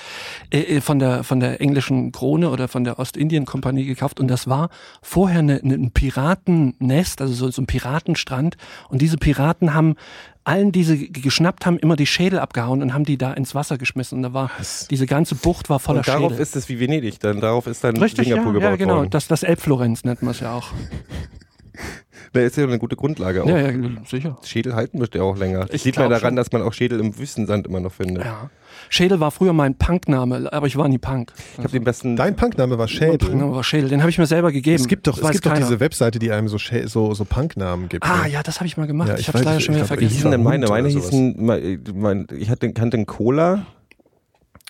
äh, äh, von der von der englischen Krone oder von der Ostindien-Kompanie gekauft und das war vorher ne, ne, ein Piratennest, also so, so ein Piratenstrand und diese Piraten haben allen, die sie g- geschnappt haben, immer die Schädel abgehauen und haben die da ins Wasser geschmissen und da war diese ganze Bucht war voller
Und darauf
Schädel.
ist es wie Venedig, dann darauf ist dann
Richtig, ja,
Singapur gebaut
ja, genau.
worden.
Das, das Elbflorenz nennt man es ja auch.
Da ist ja eine gute Grundlage auch.
Ja, ja, sicher.
Schädel halten müsste ja auch länger. Das
Ich
sieht man
glaub
daran,
schon.
dass man auch Schädel im Wüstensand immer noch findet.
Ja. Schädel war früher mein Punkname, aber ich war nie Punk.
Ich habe den besten
Dein Punkname war Schädel.
Punkname war Schädel, den habe ich mir selber gegeben.
Es gibt doch,
Das
es
weiß
gibt doch
keiner.
diese Webseite, die einem so, Schä- so, so Punknamen gibt. ne?
Ah, ja, das habe ich mal gemacht.
Ja,
ich
ich
habe
weiß,
es leider
ich-
schon wieder
ich glaub,
Wie hießen
vergessen.
denn meine?
Hund
Meine
oder sowas.
hießen, mein, mein, ich hatte, kannte einen Cola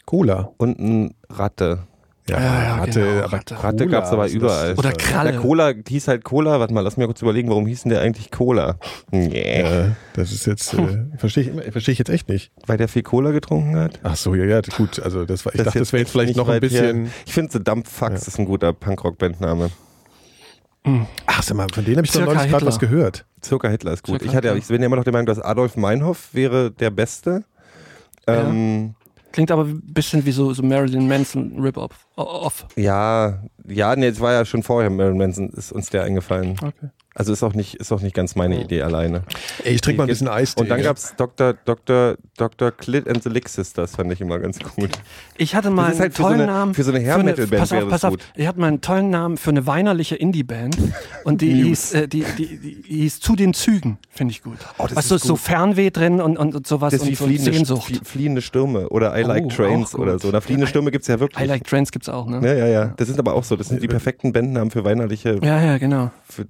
Cola.
und einen Ratte.
Ja,
Ja, ja,
Ratte,
genau,
aber
Ratte.
Ratte
Cola,
gab's aber
was ist
überall.
das?
Oder
Der
Kralle.
Cola hieß halt Cola. Warte mal, lass mir kurz überlegen, warum hieß denn der eigentlich Cola? Nee.
Ja, das ist jetzt, äh, verstehe ich, immer- versteh ich jetzt echt nicht.
Weil der viel Cola getrunken hat?
Ach so, ja, ja, gut. Also das war, ich dachte, das wäre jetzt vielleicht
nicht
noch ein
weit her.
bisschen.
Ich finde, The Dump Fucks ist ein guter Punkrock-Bandname.
Ach, sag mal, von denen habe ich doch
Circa
neulich gerade
Hitler.
was gehört.
Circa Hitler ist gut.
Circa
ich, hatte, ja-
Hitler.
ich bin ja immer noch der Meinung, dass Adolf Meinhof wäre der Beste. Ähm,
Klingt aber ein bisschen wie so, so Marilyn Manson Rip-Off. O- Off.
ja, ja, nee, es war ja schon vorher Marilyn Manson, ist uns der eingefallen.
Okay.
Also ist auch nicht, ist auch nicht ganz meine Idee alleine.
Ey, ich trinke mal ein bisschen Eis.
Und dann gab's Dr. Dr. Dr. Clit and the Lick Sisters, fand ich immer ganz gut.
Ich hatte mal
Das ist
einen
halt für so
tollen
eine-
Namen.
für so eine Hair-Metal-Band
Pass
wäre
auf,
das
pass auf.
gut.
Ich hatte mal einen tollen Namen für eine weinerliche
<laughs>
Indie-Band. Und die hieß, äh, die, die, die, die hieß Zu den Zügen, finde ich gut.
Oh, das
weißt
ist
du, ist so
gut.
Fernweh drin und, und, und sowas
Das ist
und
wie
so eine
fliehende,
Sehnsucht.
flie- fliehende Stürme oder I Like
Oh,
Trains
auch gut.
oder so. Na, fliehende Stürme gibt's ja wirklich.
I Like Trends gibt's auch, ne?
ja, ja, ja. Das sind aber auch so. Das sind die perfekten Bandnamen für weinerliche.
Ja, ja, genau.
Für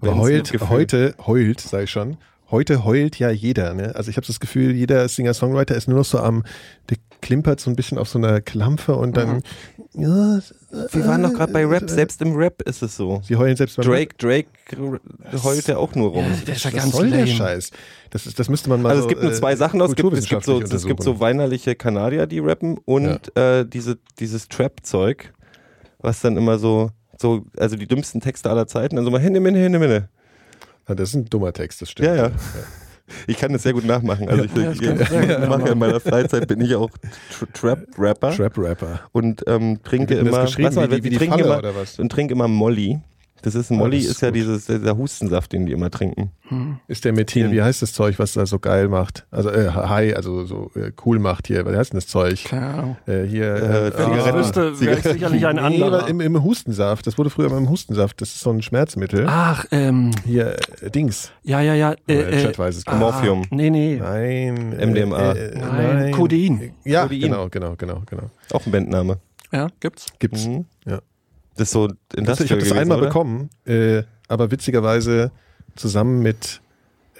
Aber
Bands
heult,
mit Gefühl.
heute, heult, sag ich schon. Heute heult ja jeder. Ne? Also ich habe das Gefühl, jeder Singer-Songwriter ist nur noch so am, der klimpert so ein bisschen auf so einer Klampfe und dann, ja,
Mhm. Wir waren doch gerade bei Rap. Selbst im Rap ist es so.
sie heulen selbst beim
Drake, Drake r- heult ja auch nur rum.
Der ist ja
Was
ganz
soll der
lame.
Scheiß? Das, ist, das müsste man mal
Also
so,
es gibt nur
äh,
zwei Sachen aus. Es gibt, es, gibt so,
kulturwissenschaftlich
es gibt
untersuchen.
so weinerliche Kanadier, die rappen und äh, diese, dieses Trap-Zeug, was dann immer so, so, also die dümmsten Texte aller Zeiten, also mal hinne, minne, hinne, minne.
Ah, das ist ein dummer Text, das stimmt.
Ja, ja. Ich kann das sehr gut nachmachen. Also ich, ich, ich mache in meiner Freizeit bin ich auch Tr Trap-Rapper
Trap-Rapper.
und ähm, trinke
Wie wird denn das
immer,
geschrieben?
mal,
Wie die-
wir
wie die
trinken
Falle
immer
oder was? Ah,
und trinke immer Molly. Das ist Molly
das
ist,
ist
ja
gut.
dieses dieser Hustensaft, den die immer trinken.
Ist der Methyl, wie heißt das Zeug, was da so geil macht? Also äh, high, also so äh, cool macht hier. Was heißt denn das Zeug?
Keine Ahnung.
Äh, hier
Äh,
äh,
Wenn ich
Zigaretten.
das wüsste, wäre ich
Zigaretten.
sicherlich ein
Nee,
anderer.
aber im, im Hustensaft. Das wurde früher immer im Hustensaft. Das ist so ein Schmerzmittel.
Ach, ähm,
Hier, äh, Dings.
ja, ja, ja. Äh,
Äh,
äh,
Chat weiß es.
Morphium.
Nee, nee.
Nein. äh,
MDMA.
äh,
Nein, Codein.
Ja,
Codein.
genau, genau, genau, genau.
Auch ein Bandname.
Ja, gibt's.
Gibt's.
Mhm.
Ja.
Das ist so
Das, ich
Industrial
habe das
gewesen,
einmal
oder?
bekommen, äh, aber witzigerweise zusammen mit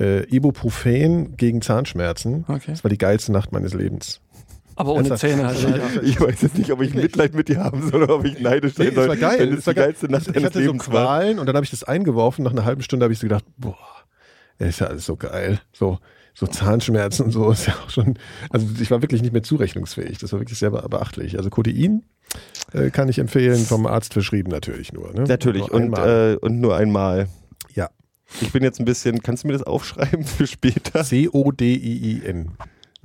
äh, Ibuprofen gegen Zahnschmerzen.
Okay.
Das war die geilste Nacht meines Lebens.
Aber ohne
Ernsthaft?
Zähne halt. Ja.
Ich weiß jetzt nicht, ob ich Mitleid mit dir haben soll oder ob ich neidisch sein
Nee,
soll.
das war geil.
Wenn es
das war
die
geil.
geilste Nacht
ich, ich
deines
hatte
Lebens
so
war.
Qualen und dann habe ich das eingeworfen. Nach einer halben Stunde habe ich so gedacht, boah, das ist ja alles so geil. So, so Zahnschmerzen und so ist ja auch schon. Also ich war wirklich nicht mehr zurechnungsfähig. Das war wirklich sehr be- beachtlich. Also Codein äh, kann ich empfehlen, vom Arzt verschrieben natürlich nur. Ne?
Natürlich,
Nur
und,
einmal.
äh, und nur einmal.
ja.
Ich bin jetzt ein bisschen, kannst du mir das aufschreiben für
<laughs>
äh,
später?
C-O-D-I-I-N.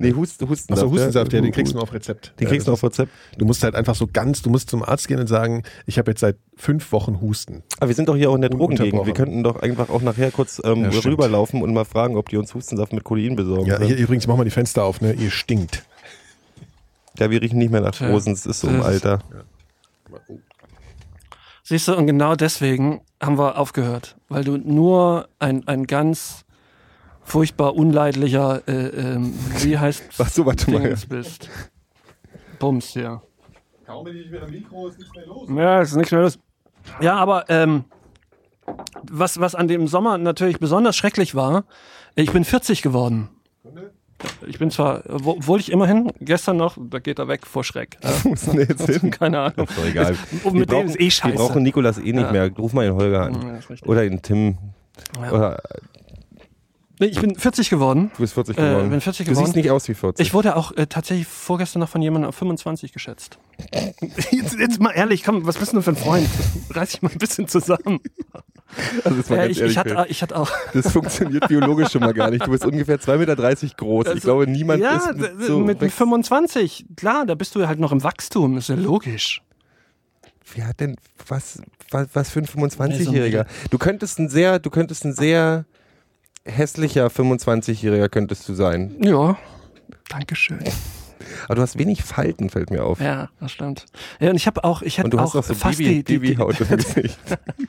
Nee, Hust, Hustensaft. ne?
Achso, Hustensaft, ja, den
Hu-
kriegst du nur auf Rezept.
Den
Ja,
kriegst du
das
auf Rezept.
ist- Du musst halt einfach so ganz, du musst zum Arzt gehen und sagen, ich habe jetzt seit fünf Wochen Husten.
Aber wir sind doch hier auch in der
Un-
Drogengegend. Wir
unterbrochen.
könnten doch einfach auch nachher kurz ähm,
Ja, stimmt.
rüberlaufen und mal fragen, ob die uns Hustensaft mit Kodein besorgen.
Ja,
können.
hier, übrigens, mach mal die Fenster auf, ne? Ihr stinkt.
ja, wir riechen nicht mehr nach
Tja.
Rosen, es ist so im
Das ist-
Alter.
Siehst du, und genau deswegen haben wir aufgehört. Weil du nur ein, ein ganz furchtbar unleidlicher, äh, ähm, wie heißt
Ach <laughs> so, warte mal.
Dings bist. Bums, ja.
Kaum bin ich wieder am Mikro, ist nichts mehr los.
Ja, ist nichts mehr los. Ja, aber ähm, was, was an dem Sommer natürlich besonders schrecklich war, ich bin 40 geworden. Ich bin zwar, wo- obwohl ich immerhin gestern noch, da geht er weg vor Schreck. Ja. <laughs>
Wo ist denn der jetzt hin?
Keine Ahnung.
Ist doch egal.
Und
wir
mit dem
brauchen,
ist eh scheiße.
wir brauchen Nikolas eh nicht
Ja. Mhm.
mehr. Ruf mal den Holger an.
Ja, ist richtig.
Oder den Tim.
Ja.
Oder
Nee, ich bin 40 geworden.
du bist 40
Äh,
geworden.
bin 40
du
geworden.
siehst nicht aus wie 40.
Ich wurde auch äh, tatsächlich vorgestern noch von jemandem auf 25 geschätzt. <laughs> Jetzt, jetzt mal ehrlich, komm, was bist du denn für ein Freund? Reiß dich mal ein bisschen zusammen.
also jetzt mal
Ja, äh,
ganz
ich,
ehrlich,
ich, hatte, ich hatte auch.
Das funktioniert biologisch schon mal gar nicht. Du bist ungefähr 2,30 Meter groß. ich glaube, <laughs> niemand
Also, ja,
ist
d-
mit
d-
so
mit
wächst-
25, klar, da bist du halt noch im Wachstum, ist ja logisch.
Wer hat denn was was, was
Also
für ein 25-Jähriger? Du könntest ein sehr du könntest ein sehr hässlicher 25-Jähriger könntest du sein.
Ja. Dankeschön.
Aber du hast wenig Falten, fällt mir auf.
Ja, das stimmt. Ja, und ich habe auch, ich
Und
hätte
du
auch
hast auch so
fast
Baby,
die, die, die, <laughs>
Babyhaut im Gesicht.
ich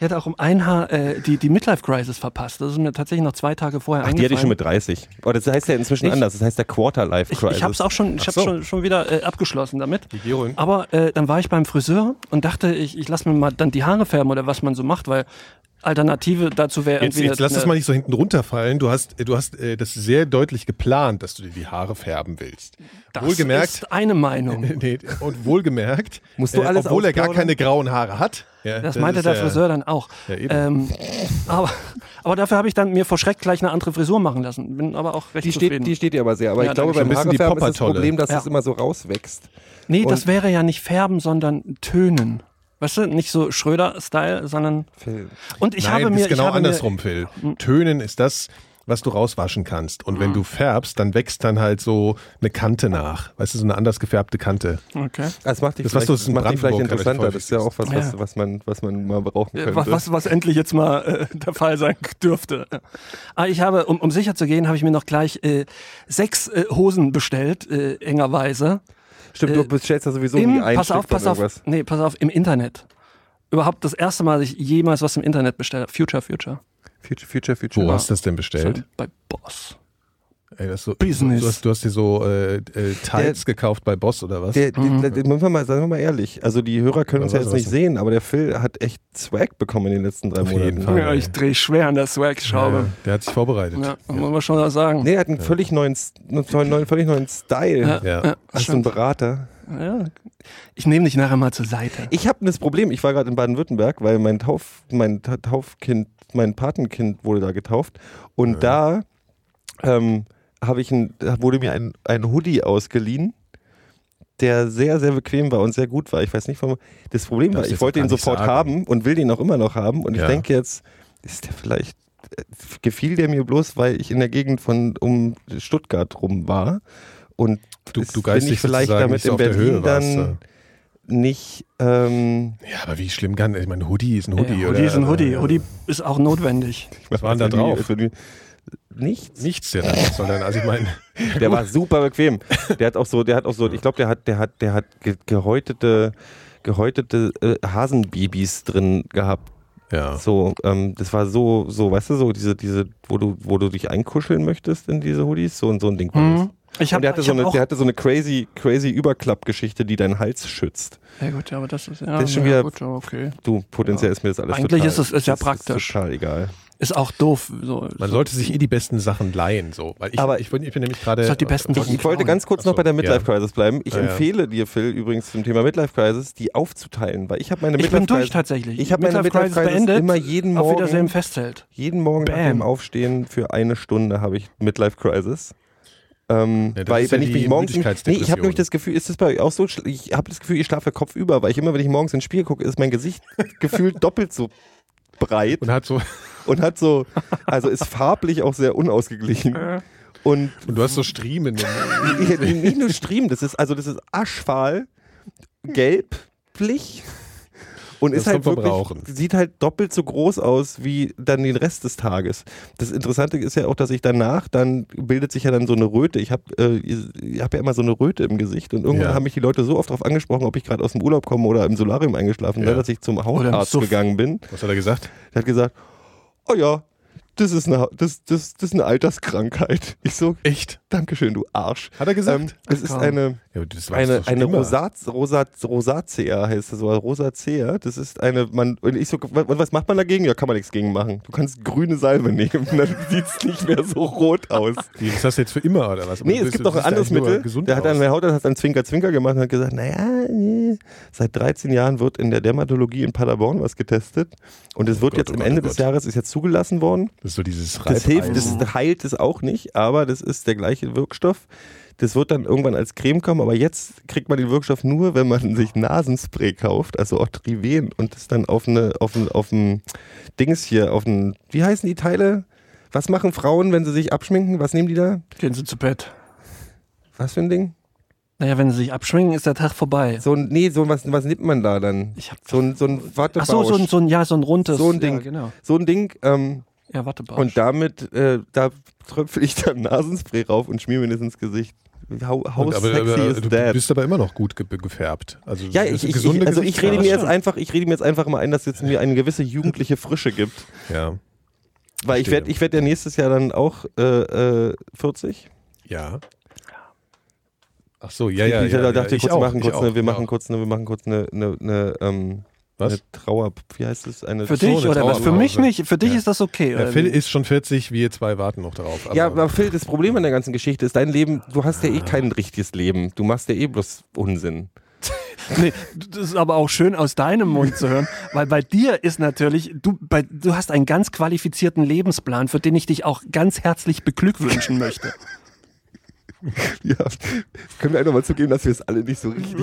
hätte auch um ein Haar äh, die, die Midlife Crisis verpasst. Das ist mir tatsächlich noch zwei Tage vorher
Ach, die hatte ich schon
eingefallen.
mit 30. Oh, das heißt ja inzwischen
Ich-
anders. Das heißt der Quarter-Life
ich,
Crisis.
ich habe es auch schon, ich
Ach
hab's
so.
schon, schon wieder äh, abgeschlossen damit.
Regierung.
Aber äh, dann war ich beim Friseur und dachte, ich, ich lasse mir mal dann die Haare färben oder was man so macht, weil Alternative dazu wäre
Jetzt,
irgendwie.
jetzt lass
eine-
es mal nicht so hinten runterfallen. Du hast, du hast äh, das sehr deutlich geplant, dass du dir die Haare färben
<laughs>
willst.
das
wohlgemerkt.
ist
<laughs>
eine Meinung.
Nee, und wohlgemerkt, äh,
Musst du alles
obwohl er gar
ausplaudern?
keine grauen Haare hat. Ja,
Das, meinte
ist,
der
äh,
Friseur dann auch.
ja, eben.
ähm, aber, aber dafür habe ich dann mir vor Schreck gleich eine andere Frisur machen lassen. Bin aber auch recht
Die
zufrieden.
steht, die steht dir aber sehr. Aber
Ja,
ich glaube,
danke
beim
schön. Ein bisschen die
Haarfärben ist das
Poppertolle.
Problem, dass
Ja.
es immer so rauswächst.
nee, das
und-
wäre ja nicht färben, sondern tönen. Weißt du, nicht so Schröder-Style, sondern. Und ich
Nein,
habe
das
mir. Hm.
ist genau
ich habe
andersrum,
Mir,
Phil. Tönen ist das, was du rauswaschen kannst. Und
Hm.
wenn du färbst, dann wächst dann halt so eine Kante nach. Weißt du, so eine anders gefärbte Kante.
okay.
Das macht dich
Das, was
vielleicht,
du aus
das macht dich vielleicht
Brandenburg
interessanter.
relativ
Das ist ja auch was, was,
Ja.
was, man, was man mal brauchen
Äh,
könnte.
wa- Was, was endlich jetzt mal äh, der Fall sein dürfte. Aber ich habe, um, um sicher zu gehen, habe ich mir noch gleich äh, sechs äh, Hosen bestellt, äh, engerweise.
Stimmt, du
äh,
bestellst ja sowieso nie
Im,
ein
pass
Stück
auf, pass
von
auf.
irgendwas.
Nee, pass auf, im Internet. Überhaupt das erste Mal, dass ich jemals was im Internet bestellt habe. Future, Future.
Future, Future, Future.
Wo hast du das denn bestellt?
So, bei Boss.
Ey, das ist so,
Business.
Du hast, du hast dir so äh, äh, Tights gekauft bei Boss oder was?
Der, der, der, müssen wir mal, seien wir mal ehrlich, also die Hörer können uns ja
Ja,
jetzt
was
nicht
ist
sehen, aber der Phil hat echt Swag bekommen in den letzten drei
Auf jeden
Monaten.
Fall. Ja, ich
drehe schwer an der Swag-Schraube.
der hat sich vorbereitet.
Ja, muss man schon sagen.
Nee, er hat einen völlig neuen, S- einen tollen neuen, völlig neuen Style.
Ja.
Ja.
Ja,
Hast du einen Berater?
ja. Ich nehme dich nachher mal zur Seite.
Ich habe das Problem, ich war gerade in Baden-Württemberg, weil mein Tauf, mein Ta- Taufkind, mein Patenkind wurde da getauft und da ähm, habe ich ein, da wurde mir ein, ein Hoodie ausgeliehen, der sehr sehr bequem war und sehr gut war. Ich weiß nicht, warum. Das Problem war,
Darfst du
ich
jetzt
wollte
auch
ihn
gar nicht
sofort
sagen.
haben und will den auch immer noch haben und ich
Ja.
denke jetzt, ist der vielleicht äh, gefiel der mir bloß, weil ich in der Gegend von um Stuttgart rum war und
Du,
ist-
du geistig
bin ich vielleicht
sozusagen nicht
damit
so
in
auf der Höhe
Berlin
warst.
dann nicht ähm,
ja. Ja, aber wie schlimm kann ich meine Hoodie ist ein Hoodie,
ja,
oder?
Hoodie ist ein Hoodie.
Ja.
Hoodie ist auch notwendig.
Was war denn da drauf?
Nichts.
Nichts ja, was soll denn, also ich meine,
Der
<laughs>
war super bequem. Der hat auch so, der hat auch so, ich glaube, der hat, der hat, der hat ge gehäutete, gehäutete äh, Hasenbabys drin gehabt.
ja.
So, ähm, das war so, so, weißt du, so diese, diese, wo du, wo du dich einkuscheln möchtest in diese Hoodies, so und so ein Ding. war das.
Mhm. Ich
Und
habe
der hatte,
ich
so eine,
hab
der
auch,
hatte so eine crazy, crazy Überklappgeschichte, die deinen Hals schützt.
Ja gut, aber das ist ja,
Das ist schon
ja
wieder-
gut, ja, okay.
Du, potenziell ist mir das alles
Eigentlich
total,
ist es- ist ja
das
praktisch.
total egal.
Ist auch doof. So,
Man sollte sich eh die besten Sachen leihen, so. Weil ich,
Aber-
ich, bin, ich bin nämlich gerade.
Ist halt die besten Sachen.
Ich wollte ganz kurz
Ach
noch
so,
bei der Midlife
ja.
Crisis bleiben. Ich
Ja, ja.
empfehle dir, Phil, übrigens zum Thema Midlife Crisis, die aufzuteilen, weil ich habe meine
ich
Midlife
bin durch
Crisis
tatsächlich.
Ich habe meine Midlife Crisis
beendet.
immer jeden
Auf
Morgen,
Wiedersehen im Festzelt.
jeden Morgen nach
Bam.
dem Aufstehen für eine Stunde habe ich Midlife Crisis. Ähm,
Ja, das
weil
ist ja
wenn ich
die
mich morgens nee, ich
Müdigkeitsdepression.
habe nämlich das Gefühl, ist das bei euch auch so? Ich habe das Gefühl, ich schlafe kopfüber, weil ich immer, wenn ich morgens ins Spiegel gucke, ist mein Gesicht gefühlt doppelt so breit
Und hat so.
und hat so, also ist farblich auch sehr unausgeglichen. Und
Und du hast so Striemen. im-
ich, nicht nur Striemen, das ist also das ist aschfahl, gelblich und
Das
ist halt
kommt vom
wirklich
Rauchen.
sieht halt doppelt so groß aus wie dann den Rest des Tages. Das Interessante ist ja auch, dass ich danach dann bildet sich ja dann so eine Röte. Ich habe äh, ich hab ja immer so eine Röte im Gesicht und irgendwann
Ja.
haben mich die Leute so oft darauf angesprochen, ob ich gerade aus dem Urlaub komme oder im Solarium eingeschlafen sei,
Ja.
dass ich zum
im
Hautarzt
Suff.
gegangen bin.
Was hat er gesagt?
Der hat gesagt, oh ja, das ist eine, Ha- das, das, das ist eine Alterskrankheit. Ich so,
Echt?
Dankeschön, du Arsch.
Hat er gesagt?
Ähm, es ist eine,
ja, aber das war
eine,
doch
eine
schlimmer.
Rosaz, Rosaz, Rosacea heißt das, so Rosacea. Das ist eine, man, und ich so, wa- was macht man dagegen? Ja, kann man nichts gegen machen. Du kannst grüne Salbe nehmen, <laughs> dann sieht es nicht mehr so rot aus.
Wie, Ist das jetzt für immer oder was?
Nee,
Oder
es
bist
gibt
du-
noch ein
siehst du
anderes
eigentlich nur
Mittel.
Gesund
Der hat dann,
aus?
der Hautarzt hat dann Zwinker, Zwinker gemacht und hat gesagt, naja, nee, seit 13 Jahren wird in der Dermatologie in Paderborn was getestet. Und es wird
Gott,
jetzt
oh
am
Gott,
Ende
oh
des
Gott.
Jahres, ist jetzt zugelassen worden.
Das ist so dieses
Das
Reibeisen.
hilft, das heilt es auch nicht, aber das ist der gleiche Wirkstoff. Das wird dann irgendwann als Creme kommen, aber jetzt kriegt man den Wirkstoff nur, wenn man sich Nasenspray kauft, also auch Triven und das dann auf eine, auf ein, auf ein Dings hier, auf ein, wie heißen die Teile? Was machen Frauen, wenn sie sich abschminken? Was nehmen die da?
Gehen Sie zu Bett.
Was für ein Ding?
Naja, wenn Sie sich abschwingen, ist der Tag vorbei.
So ein, nee, so ein- was, was nimmt man da dann?
Ich hab-
so ein, so ein
Ach so,
Wattebausch.
so ein, so ein, ja, so ein rundes.
So ein Ding.
Ja, genau.
so ein Ding, ähm,
Ja, warte mal.
und damit, äh, da tröpfel ich dann Nasenspray rauf und schmier mir das ins Gesicht. How, how
Und aber,
sexy
aber,
is
du
that?
bist aber immer noch gut ge gefärbt. Also,
Ja,
das
ich, ich,
gesunde
ich, also ich rede
Gesichtsfarbe.
mir jetzt einfach, ich rede mir jetzt einfach mal ein, dass es mir eine gewisse jugendliche Frische gibt.
Ja.
Weil ich werde
Verstehe.
ich werd ja nächstes Jahr dann auch äh, äh, 40.
Ja. Ach so, ja, ja.
ich
ja, ja,
dachte,
ich
kurz, wir
auch,
machen
ich
kurz,
auch,
eine, wir
ich
machen
auch.
kurz eine, wir machen kurz eine, eine, eine, ähm,
Was?
eine Trauer, wie heißt es? Eine
für
so
dich
eine
oder was? Für
Trauerpause.
mich nicht. Für dich ist das okay.
Ja,
oder
Phil
wie?
ist schon 40, wir zwei warten noch darauf.
ähm, ja, aber Phil, das Problem an der ganzen Geschichte ist, dein Leben, du hast ja eh kein richtiges Leben. Du machst ja eh bloß Unsinn.
Nee, das ist aber auch schön aus deinem Mund zu hören, <laughs> weil bei dir ist natürlich, du, bei, du hast einen ganz qualifizierten Lebensplan, für den ich dich auch ganz herzlich beglückwünschen möchte.
Ja, <laughs> können wir einfach mal zugeben, dass wir es alle nicht so richtig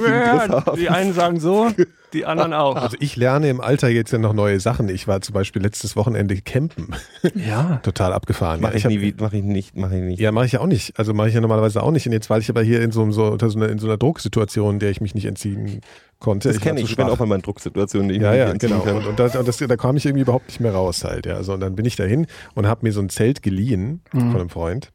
die einen sagen so, die anderen auch.
also ich lerne im Alter jetzt ja noch neue Sachen. Ich war zum Beispiel letztes Wochenende campen. <laughs>
Ja.
Total abgefahren.
Mach
ja,
ich,
hab-
nie, wie- mach ich nicht, mach ich nicht.
Ja, mache ich ja auch nicht. Also mache ich ja normalerweise auch nicht. Und jetzt war ich aber hier in so, einem- so, unter so, einer, in so einer Drucksituation, der ich mich nicht entziehen konnte.
Das
war
kenne
zu
ich. Ich bin
schwach.
auch in meinen Drucksituationen, die ich
Ja,
mich
ja,
entziehen
genau.
kann.
Und, und, das, und das, da kam ich irgendwie überhaupt nicht mehr raus halt. Ja. Also, und dann bin ich dahin und habe mir so ein Zelt geliehen von einem Freund.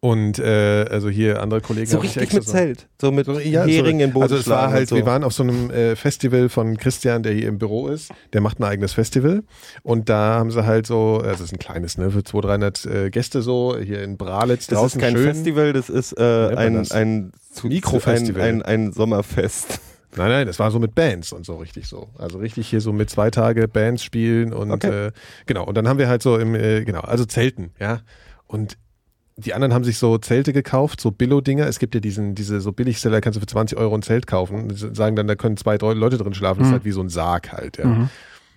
Und äh, also hier andere Kollegen
So
haben sich
richtig
extra
mit Zelt. So mit
so- ja, so-
Hering in Boden
Also es war
schlagen
halt,
und so.
wir waren auf so einem äh, Festival von Christian, der hier im Büro ist. Der macht ein eigenes Festival und da haben sie halt so, also es ist ein kleines, ne, für 200, 300 äh, Gäste so, hier in Bralitz
das ist
draußen
kein
schön.
Festival, das ist
nennt
äh,
man
ein,
das?
ein, zu-
Mikrofestival.
Ein, ein, ein Sommerfest.
Nein, nein, das war so mit Bands und so richtig so. Also richtig hier so mit zwei Tage Bands spielen und
Okay.
äh, genau. Und dann haben wir halt so im, äh, genau, also Zelten, ja. Und die anderen haben sich so Zelte gekauft, so Billo-Dinger. Es gibt ja diesen, diese so Billigseller, kannst du für 20 Euro ein Zelt kaufen. Die Sagen dann, da können zwei drei Leute drin schlafen.
Mhm.
Das ist halt wie so ein Sarg halt, ja.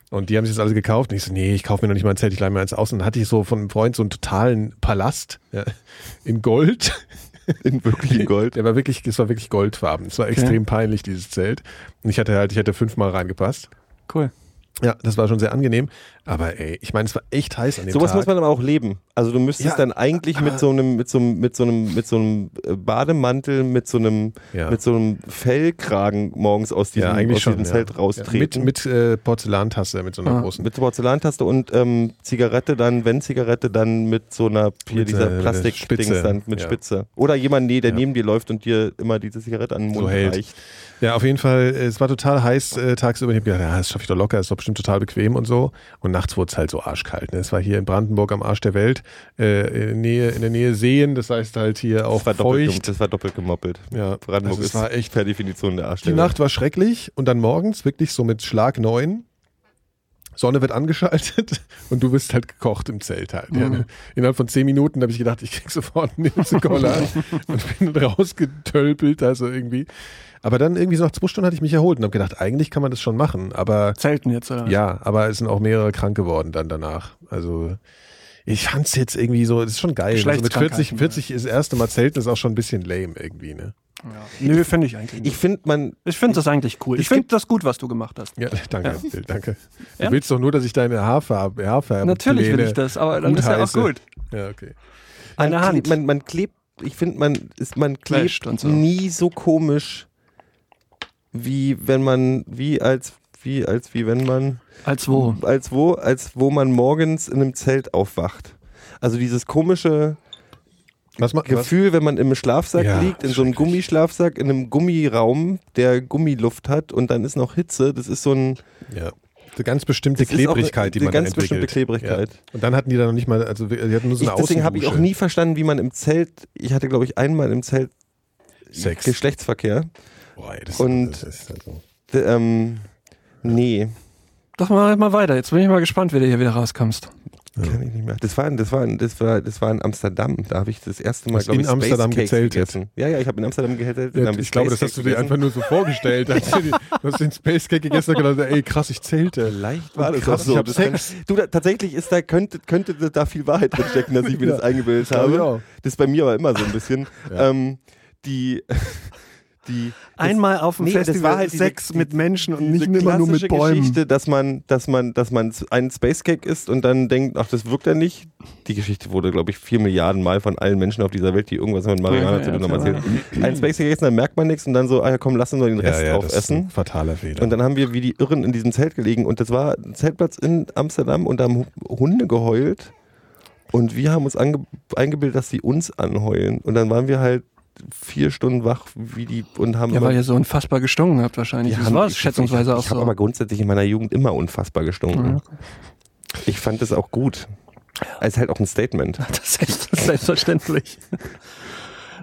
Und die haben sich das alles gekauft. Und ich so, nee, ich kaufe mir noch nicht mal ein Zelt, ich leih mir eins aus. Und dann hatte ich so von einem Freund so einen totalen Palast ja, in Gold.
<laughs> In wirklichem Gold.
Der war wirklich, es war wirklich goldfarben. Es war extrem peinlich, dieses Zelt. Und ich hatte halt, ich hätte fünfmal reingepasst.
Cool.
Ja, das war schon sehr angenehm. Aber ey, ich meine, es war echt heiß an dem
Sowas
Tag.
muss man aber auch leben. Also du müsstest
Ja, Ah.
dann eigentlich mit so einem, mit so einem, mit so einem, mit so einem äh, Bademantel, mit so einem,
Ja.
mit so einem Fellkragen morgens aus diesem,
ja, eigentlich
aus
schon,
diesem
ja.
Zelt
Ja,
raustreten.
mit mit äh, Porzellantasse, mit so einer großen.
Mit Porzellantaste und ähm, Zigarette dann, wenn Zigarette, dann mit so einer, hier
Mit,
dieser
äh,
Plastikdings
Spitze,
dann mit
ja.
Spitze. Oder jemand, nee, der
Ja.
neben dir läuft und dir immer diese Zigarette an den
So
Mund
hält.
reicht.
Ja, auf jeden Fall, äh, es war total heiß äh, tagsüber. Ich habe gedacht, ja, das schaffe ich doch locker, ist doch bestimmt total bequem und so. Und nachts wurde es halt so arschkalt. Ne? Es war hier in Brandenburg am Arsch der Welt, äh, in, Nähe, in der Nähe Seen, das heißt halt hier auch
Das war, doppelt, gem-
feucht.
das war doppelt gemoppelt.
Ja,
um Brandenburg
also es
ist
war echt
per Definition der
Die
Arschstelle.
Nacht war schrecklich und dann morgens wirklich so mit Schlag neun Sonne wird angeschaltet <laughs> und du wirst halt gekocht im Zelt halt. Ja, ne? Innerhalb von zehn Minuten habe ich gedacht, ich krieg sofort einen Koller und bin rausgetölpelt, also irgendwie. Aber dann irgendwie so nach zwei Stunden hatte ich mich erholt und habe gedacht, eigentlich kann man das schon machen, aber
Zelten jetzt, oder? was?
ja, aber es sind auch mehrere krank geworden dann danach. Also ich fand's jetzt irgendwie so, das ist schon geil. Also mit 40,
Geschlechtskrankheiten,
40 ist das erste Mal Zelten ist auch schon ein bisschen lame irgendwie, ne?
Ja. Nö, finde ich eigentlich
Ich
nicht.
finde, man,
Ich finde das eigentlich cool. Ich
Es
finde das gut, was du gemacht hast.
Ja, <laughs> danke, Bill, danke. Du
Ja.
willst doch nur, dass ich deine Haarfarbe, Haarfarbe
Natürlich will ich das, aber dann ist ja auch
gutheiße.
gut.
Ja, okay.
man,
Eine Hand.
klebt- man, man klebt, ich finde, man, ist, man
Clasht
klebt
und so.
nie so komisch, wie wenn man, wie als, wie als, wie wenn man,
Als wo?
als wo, als wo man morgens in einem Zelt aufwacht. Also dieses komische
Was macht was?
Gefühl, wenn man im Schlafsack
Ja,
liegt, in so einem Gummischlafsack, in einem Gummiraum, der Gummiluft hat und dann ist noch Hitze, das ist so ein
Ja. Eine ganz bestimmte
Das ist auch
Klebrigkeit, die
eine
man
ganz
entwickelt.
bestimmte Klebrigkeit.
Ja. Und dann hatten die da noch nicht mal, also wir- die hatten nur so
ich,
eine
deswegen habe ich auch
Außendusche.
nie verstanden, wie man im Zelt, ich hatte glaube ich einmal im Zelt
Sex.
Geschlechtsverkehr.
Boah, ey, das,
Und-
das ist halt so.
D ähm, nee,
Doch mal, mal weiter. Jetzt bin ich mal gespannt, wie du hier wieder rauskommst.
kann ich nicht mehr. Das war in, das war in, das war, das war in Amsterdam. Da habe ich das erste Mal
Hast
glaube
in
ich
Amsterdam
Space Cakes
gezeltet?
gegessen. Ja, ja, ich habe in Amsterdam gezeltet. dann
ja,
hab
ich glaube,
Space
das hast du
Cakes
dir einfach nur so vorgestellt. Da hast du, die, du hast den Space Cake gegessen und gedacht, ey krass, ich zählte.
Vielleicht war das auch
Krass,
so.
ich hab
Das
Sex.
kann- Du, da, tatsächlich ist da könnte, könnte da viel Wahrheit drin stecken, dass
<laughs>
ich mir das eingebildet
glaub ich auch.
habe. Das ist bei mir aber immer so ein bisschen. Ähm, die, <laughs> die
Einmal auf dem
Nee, das
Festival
war halt diese-
Sex mit Menschen und nicht
diese
immer nur
klassische
mit Bäumen.
Geschichte, dass man, dass man, dass man einen Space Cake isst und dann denkt, ach, das wirkt ja nicht. Die Geschichte wurde, glaube ich, vier Milliarden Mal von allen Menschen auf dieser Welt, die irgendwas mit Marihuana
Ja,
zu
ja,
tun haben,
klar.
erzählt. Einen Space Cake essen, dann merkt man nichts und dann so, ah ja, komm, lass uns doch den Rest
das ist ein
aufessen.
fataler Fehler.
Und dann haben wir wie die Irren in diesem Zelt gelegen und das war ein Zeltplatz in Amsterdam und da haben Hunde geheult und wir haben uns ange eingebildet, dass sie uns anheulen und dann waren wir halt vier Stunden wach wie die und haben
Ja,
immer-
weil ihr so unfassbar gestungen habt wahrscheinlich.
wir
das
haben-
war
ich-
es schätzungsweise
ich,
auch
ich, Ich habe
so.
aber grundsätzlich in meiner Jugend immer unfassbar gestunken.
Ja.
Ich fand das auch gut. Es ist halt auch ein Statement.
<laughs> Das ist selbstverständlich.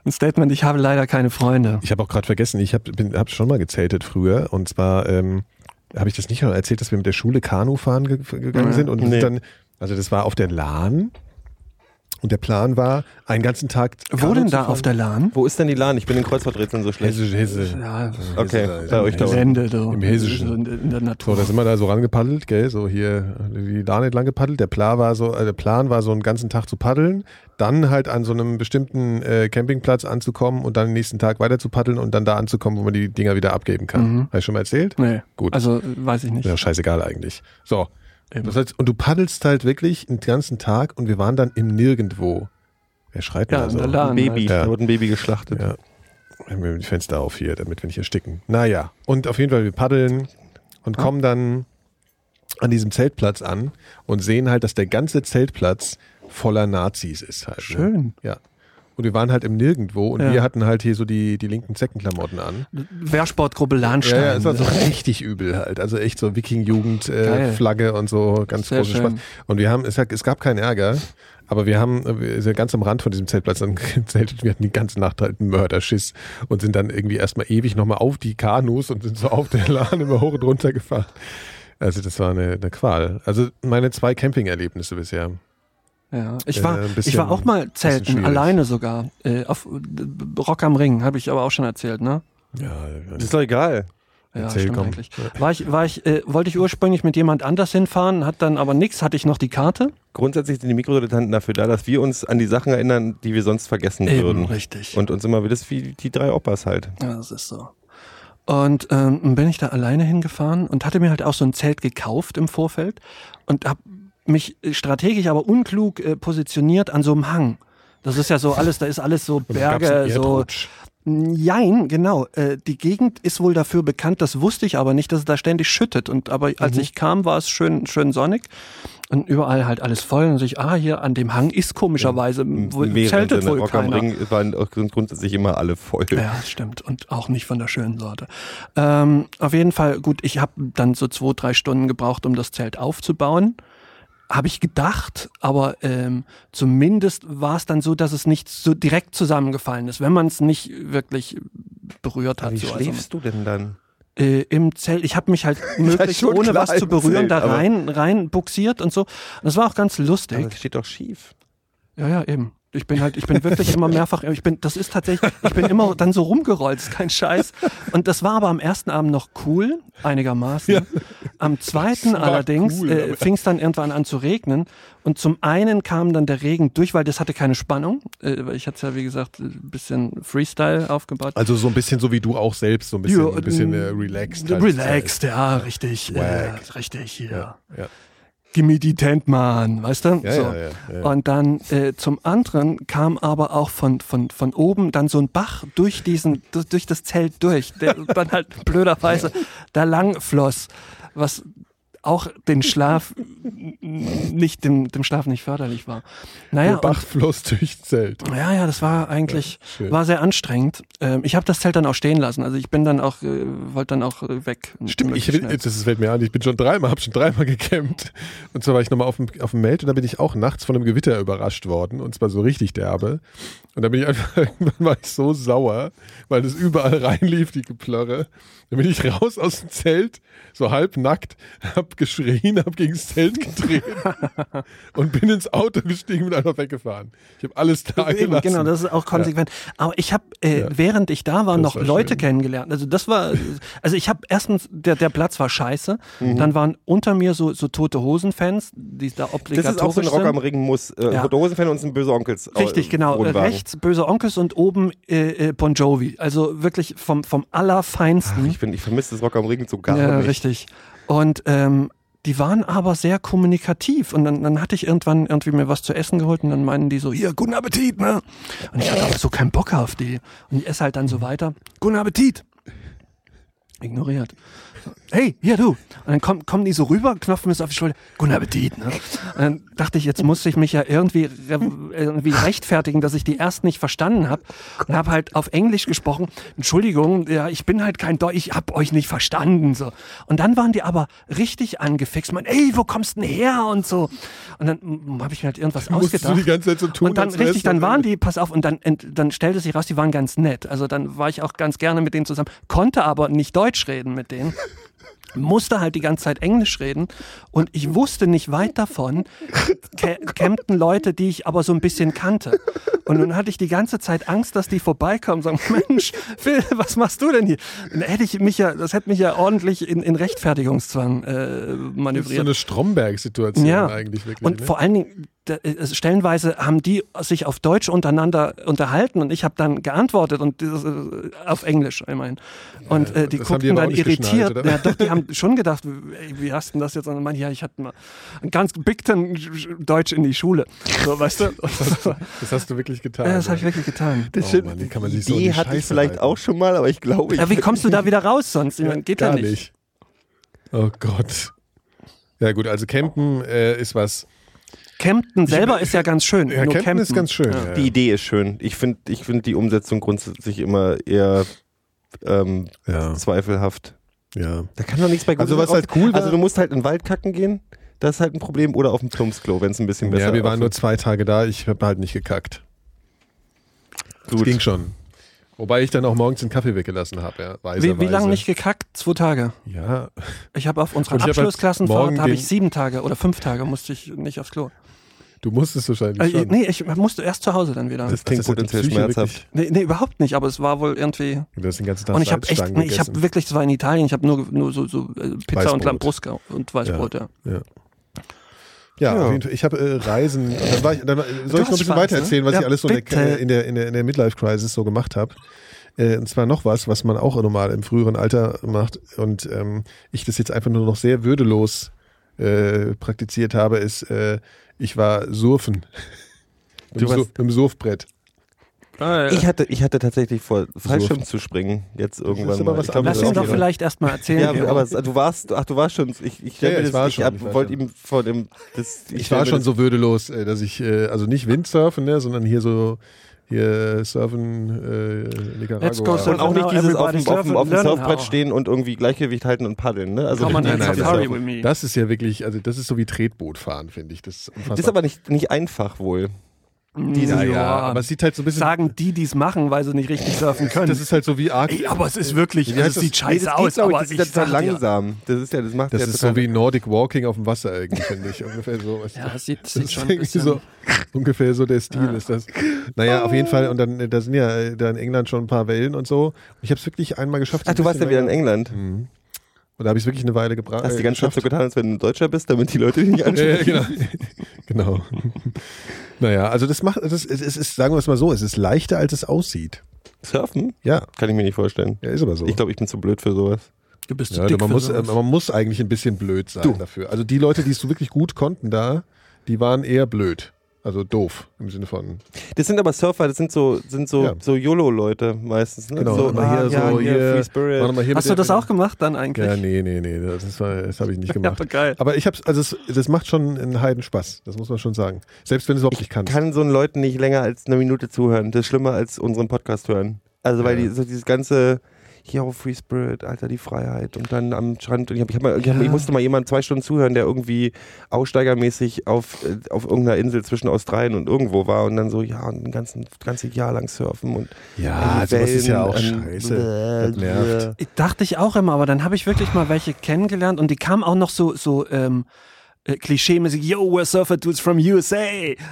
Ein Statement, ich habe leider keine Freunde.
Ich habe auch gerade vergessen, ich habe hab schon mal gezeltet früher und zwar ähm, habe ich das nicht schon erzählt, dass wir mit der Schule Kanu fahren ge gegangen sind und wir
Nee.
sind dann, also das war auf der Lahn und der Plan war, einen ganzen Tag.
Wo denn da auf der Lahn?
Wo ist denn die LAN? Ich bin in Kreuzworträtseln so schlecht.
Hesse, Hesse.
Ja,
Okay, bei euch da unten.
Gelände, so.
Im Hessischen.
So in, in der
So,
Natur.
da sind wir da so rangepaddelt, gell, so hier die Lahn entlang gepaddelt. Der Plan war so, äh, der Plan war so einen ganzen Tag zu paddeln, dann halt an so einem bestimmten äh, Campingplatz anzukommen und dann den nächsten Tag weiter zu paddeln und dann da anzukommen, wo man die Dinger wieder abgeben kann.
Mhm.
Habe ich schon mal erzählt?
nee,
Gut.
also weiß ich nicht.
Ja, scheißegal eigentlich. So.
Eben.
Das heißt, und du paddelst halt wirklich den ganzen Tag und wir waren dann im Nirgendwo. Wer schreit denn
Ja,
da
in
so?
der
Da
Lahn.
Ein Baby.
Ja.
Da wurde ein Baby geschlachtet.
Ja. Haben wir die Fenster auf hier, damit wir nicht ersticken. Naja, und auf jeden Fall, wir paddeln und kommen dann an diesem Zeltplatz an und sehen halt, dass der ganze Zeltplatz voller Nazis ist halt. Ne?
also Schön.
Ja. Und wir waren halt im Nirgendwo und
Ja.
wir hatten halt hier so die, die linken Zeckenklamotten an.
Wehrsportgruppe Lahnstein.
Ja, ja, es war so richtig übel halt. Also echt so Viking-Jugend-Flagge äh,
ne? Geil.
Flagge und so, ganz
Sehr
großen Spaß.
schön.
Und wir haben, es, hat- es gab keinen Ärger, aber wir haben äh, wir sind ganz am Rand von diesem Zeltplatz dann <laughs> gezeltet. Wir hatten die ganze Nacht halt einen Mörderschiss und sind dann irgendwie erstmal ewig nochmal auf die Kanus und sind so auf der Lahn immer hoch und runter gefahren. Also das war eine, eine Qual. Also meine zwei Camping-Erlebnisse bisher.
Ja, ich war,
Äh, ein bisschen-
ich war auch mal
bisschen
zelten,
schwierig.
alleine sogar. Äh, auf äh, Rock am Ring, habe ich aber auch schon erzählt, ne?
Ja,
Das ist doch egal.
Ja,
Erzähl,
stimmt
komm.
eigentlich. War ich, war ich, äh, wollte ich ursprünglich mit jemand anders hinfahren, hat dann aber nichts, hatte ich noch die Karte.
Grundsätzlich sind die Mikrodilettanten dafür da, dass wir uns an die Sachen erinnern, die wir sonst vergessen würden.
richtig.
Und uns immer wieder, das ist wie die drei Opas halt.
Ja, das ist so. Und ähm, bin ich da alleine hingefahren und hatte mir halt auch so ein Zelt gekauft im Vorfeld und habe mich strategisch aber unklug äh, positioniert an so einem Hang. Das ist ja so alles, da ist alles so Berge, so Jein, genau. Äh, die Gegend ist wohl dafür bekannt, das wusste ich aber nicht, dass es da ständig schüttet. Und aber als
Mhm.
ich kam, war es schön, schön sonnig und überall halt alles voll. Und sich, ah, hier an dem Hang ist komischerweise wohl
Mehrere
zeltet
Sinne.
wohl
Rock am
keiner.
Ring waren auch grundsätzlich immer alle voll.
Ja, das stimmt. Und auch nicht von der schönen Sorte. Ähm, auf jeden Fall, gut, ich habe dann so zwei, drei Stunden gebraucht, um das Zelt aufzubauen. Habe ich gedacht, aber ähm, zumindest war es dann so, dass es nicht so direkt zusammengefallen ist, wenn man es nicht wirklich berührt hat.
Wie
so. also
schläfst du denn dann?
äh, im Zelt. Ich habe
<laughs>
mich halt möglichst
schon
ohne
klar,
was zu
im
berühren
Zelt,
da
aber-
rein, rein buxiert und so. Und das war auch ganz lustig.
Das steht doch schief.
Ja, ja, eben. Ich bin halt, ich bin wirklich immer mehrfach, ich bin, das ist tatsächlich, ich bin immer dann so rumgerollt, ist kein Scheiß. Und das war aber am ersten Abend noch cool, einigermaßen. Am zweiten
war
allerdings
cool,
äh,
aber-
fing es dann irgendwann an zu regnen. Und zum einen kam dann der Regen durch, weil das hatte keine Spannung. Äh, weil ich hatte ja, wie gesagt, ein bisschen Freestyle aufgebaut.
Also so ein bisschen so wie du auch selbst, so ein bisschen,
Ja,
ein bisschen äh,
ähm,
relaxed. halt.
Relaxed, ja, richtig, äh,
Wack.
richtig, hier.
Ja, ja.
gemeditent, Mann, weißt du?
Ja,
so.
ja, ja, ja.
Und dann äh, zum anderen kam aber auch von, von, von oben dann so ein Bach durch diesen, durch, durch das Zelt durch,
<laughs>
der dann halt blöderweise da lang floss, was auch den Schlaf nicht, dem, dem Schlaf nicht förderlich war. Naja,
Der
und-
Bach floss <laughs> durchs Zelt.
ja, ja, das war eigentlich,
schön.
war sehr anstrengend. Ähm, ich habe das Zelt dann auch stehen lassen. Also ich bin dann auch, äh, wollte dann auch äh, weg.
Stimmt, ich
Möglichst
will,
schnell.
das fällt mir an, ich bin schon dreimal, habe schon dreimal <laughs> gecampt. Und zwar war ich nochmal auf dem, auf dem Meld und da bin ich auch nachts von einem Gewitter überrascht worden. Und zwar so richtig derbe. Und da bin ich einfach, <laughs> irgendwann war ich so sauer, weil das überall <laughs> reinlief, die Geplörre. Da bin ich raus aus dem Zelt, so halbnackt, hab geschrien, hab gegen das Zelt
<laughs>
getreten und bin ins Auto gestiegen und einfach weggefahren. Ich habe alles da
Eben,
gelassen.
Genau, das ist auch konsequent. Aber ich habe, äh,
Ja.
während ich da war,
Das
noch
war
Leute
schön.
kennengelernt. Also das war, also ich habe erstens, der, der Platz war scheiße. Dann waren unter mir so, so tote Hosen-Fans, die da obligatorisch
Das ist auch so ein Rock am
sind.
Ring muss. Äh,
Ja.
Rote Hosenfan und ein böse Onkels. äh,
Richtig, genau.
Wohnwagen.
Rechts böse Onkels und oben äh, äh, Bon Jovi. Also wirklich vom, vom Allerfeinsten.
Ich, bin- ich vermisse das Rock am Ring so gar
ja,
nicht.
richtig. Und ähm, die waren aber sehr kommunikativ. Und dann, dann hatte ich irgendwann irgendwie mir was zu essen geholt und dann meinen die so, hier, guten Appetit, ne? Und ich hatte aber so keinen Bock auf die. Und ich esse halt dann so weiter. Guten Appetit! Ignoriert. Hey, hier du. Und dann komm, kommen die so rüber, knopfen es auf die Schulter. Guten Appetit. Ne? Und dann dachte ich, jetzt muss ich mich ja irgendwie, re- irgendwie rechtfertigen, dass ich die erst nicht verstanden habe. Und habe halt auf Englisch gesprochen. Entschuldigung, ja, ich bin halt kein Deutsch, ich hab euch nicht verstanden. so. Und dann waren die aber richtig angefixt. Man, ey, wo kommst denn her? Und so. Und dann habe ich mir halt irgendwas
Musstest
ausgedacht.
du die ganze Zeit so tun,
Und dann
als wärst
richtig,
du-
dann waren die, pass auf, und dann, ent- dann stellte sich raus, die waren ganz nett. Also dann war ich auch ganz gerne mit denen zusammen, konnte aber nicht Deutsch reden mit denen. Musste halt die ganze Zeit Englisch reden und ich wusste nicht weit davon, ca- campten Leute, die ich aber so ein bisschen kannte. Und nun hatte ich die ganze Zeit Angst, dass die vorbeikommen und sagen: Mensch, Phil, was machst du denn hier? Dann hätte ich mich ja, das hätte mich ja ordentlich in, in Rechtfertigungszwang äh,
Das ist so
manövriert.
eine Stromberg-Situation
Ja.
eigentlich wirklich.
Und
ne?
vor allen Dingen, da, äh, stellenweise haben die sich auf Deutsch untereinander unterhalten und ich habe dann geantwortet und dieses, äh, auf Englisch immerhin. Und äh, die
das haben die
guckten
aber auch
dann
nicht geschnallt,
irritiert.
oder?
Ja, doch, die haben schon gedacht, ey, wie hast du denn das jetzt? Und dann meinte ich, ja, ich hatte mal einen ganz gebickten Deutsch in die Schule.
<laughs>
So, weißt du? ja,
Das hast du wirklich getan.
das habe ich
ja.
wirklich getan.
Das
Oh
stimmt.
Mann, wie kann man
die
sich so in die
Idee hatte ich
Scheiße
vielleicht
reiten?
auch schon mal, aber ich glaube, ich
Ja, wie kommst du da wieder raus sonst? Ich meine, geht ja
Gar
nicht.
nicht. Oh Gott. Ja gut, also Campen äh, ist was.
Campen selber ist ja ganz schön.
Ja,
nur
Campen, ist ganz schön. Ja.
Die Idee ist schön. Ich finde ich find die Umsetzung grundsätzlich immer eher ähm,
Ja.
zweifelhaft.
Ja.
Da kann doch nichts bei
Also was
raus-
halt cool war-
Also du musst halt in den Wald kacken gehen, das ist halt ein Problem. Oder auf dem Plumpsklo, wenn es ein bisschen besser
ja, wir waren nur
aussieht.
zwei Tage da. Ich habe halt nicht gekackt. Das
Gut.
ging schon. Wobei ich dann auch morgens den Kaffee weggelassen habe. Ja,
Wie, wie
weiserweise.
lange nicht gekackt? Zwei Tage.
Ja,
Ich habe auf
Und
unserer
ich hab halt
Abschlussklassenfahrt
morgen
habe
den-
ich sieben Tage oder fünf Tage musste ich nicht aufs Klo.
du musstest wahrscheinlich
Äh,
schon.
nee, ich musste erst zu Hause dann wieder.
Das klingt
hat die
potenziell
Psyche
schmerzhaft.
wirklich-
Nee, nee, überhaupt nicht, aber es war wohl irgendwie.
Du hast den ganzen Tag
und ich habe echt,
Salzstangen
nee, ich habe
gegessen.
wirklich, es war in Italien, ich habe nur, nur so, so äh, Pizza
Weißbrot.
und Lambrusca und Weißbrot, ja.
Ja,
Ja.
Auf jeden Fall. ich habe äh, Reisen. Dann war ich, dann, war- soll ich noch ein
hast
bisschen
Spaß,
weiter erzählen, was
ne?
ich
Ja,
alles so in
bitte.
der, äh, in der, in der, in der Midlife-Crisis so gemacht habe? Äh, und zwar noch was, was man auch normal im früheren Alter macht und ähm, ich das jetzt einfach nur noch sehr würdelos äh, praktiziert habe, ist, äh, ich war surfen. Mit dem
warst-
Sur- mit dem Surfbrett.
Ich hatte, ich hatte tatsächlich vor, Fallschirm
äh, So.
zu springen, jetzt irgendwann
aber
mal.
was
ich glaub,
anderes.
Lass
das
ihn
ist
doch
auch-
vielleicht erstmal erzählen.
Ja,
Gero.
aber es- du warst, ach, du warst schon, ich, ich, stell
Ja,
mir
ich
das-
war
ich,
schon,
ab-
ich war
wollte
schon.
ihm vor dem, das,
Ich,
stell
war
mir
schon
das-
so würdelos, äh, dass ich, äh, also nicht Windsurfen, ne, sondern hier so, hier surfen, äh, Nicaragua.
Let's go surfen.
Und auch nicht
Now
dieses auf
everybody
dem, auf
surfen
dem, auf dem
learn
Surfbrett
how.
stehen und irgendwie Gleichgewicht halten und paddeln, ne? Also,
Come on,
Nein, nein,
Safari
das-
with me.
Das ist ja wirklich, also das ist so wie Tretboot fahren, finde ich. Das ist unfassbar.
das ist aber nicht, nicht einfach wohl.
Diese
Ja, ja, aber es sieht halt so ein bisschen-
Sagen die, die es machen, weil sie nicht richtig surfen können.
Das ist halt so wie Arc.
Ey, aber es ist wirklich, also es sieht scheiße
das
aus, aber
das
Also ich
ist ja
halt
total
sag dir-
langsam. Das ist ja, das macht
Das
ja
ist
total-
so wie Nordic Walking auf dem Wasser irgendwie, finde ich. Ungefähr so. weißt du?
Ja, das sieht,
Das
sieht
ist
schon ein
irgendwie
bisschen.
so, ungefähr so der Stil ist das. Naja, auf jeden Fall. Und dann, äh, da sind ja äh, da in England schon ein paar Wellen und so. Und ich habe es wirklich einmal geschafft. so
Ach,
ein
du warst ja
bisschen
wieder in
länger. Mhm.
England.
Und da habe ich es wirklich eine Weile gebracht.
Hast die ganze Zeit so getan, als wenn du ein Deutscher bist, damit die Leute dich
<laughs>
nicht
Ja, ja,
ansprechen.
genau. genau. Naja, also das macht, das, es, es ist, sagen wir es mal so, es ist leichter, als es aussieht.
Surfen?
Ja,
Kann ich mir nicht vorstellen.
ja ist aber so.
Ich glaube, ich bin zu blöd für sowas.
Du bist zu
ja,
dick
man,
für
muss, äh,
sowas.
man muss eigentlich ein bisschen blöd sein dafür. Also die Leute, die es so wirklich gut konnten da, die waren eher blöd. Also doof im Sinne von.
Das sind aber Surfer, das sind so, sind so,
Ja.
so YOLO-Leute meistens. Ne?
Genau,
so,
mal hier
ja,
so, hier,
Free Spirit.
warte mal, hier
Hast du
mit
das
der-
auch gemacht dann eigentlich?
Ja, nee, nee, nee, das, ist- das habe ich
<laughs>
nicht gemacht.
aber geil.
Aber ich hab's, also es, das macht schon einen Heiden Spaß, das muss man schon sagen. Selbst wenn du es überhaupt nicht kannst.
kann so einen Leuten nicht länger als eine Minute zuhören. Das ist schlimmer als unseren Podcast hören. Also, weil
Ja.
die, so dieses ganze, hier auf Free Spirit, Alter, die Freiheit und dann am Strand. Und ich, hab, ich, hab mal, ich, hab, ich musste mal jemand zwei Stunden zuhören, der irgendwie aussteigermäßig auf, äh, auf irgendeiner Insel zwischen Australien und irgendwo war und dann so, ja, und ein ganzen, ganzes Jahr lang surfen und.
ja,
also
sowas ist ja auch scheiße. Das nervt.
Ich- Dachte ich auch immer, aber dann habe ich wirklich mal welche kennengelernt und die kamen auch noch so, so ähm, äh, klischeemäßig, yo, we're surfer dudes from USA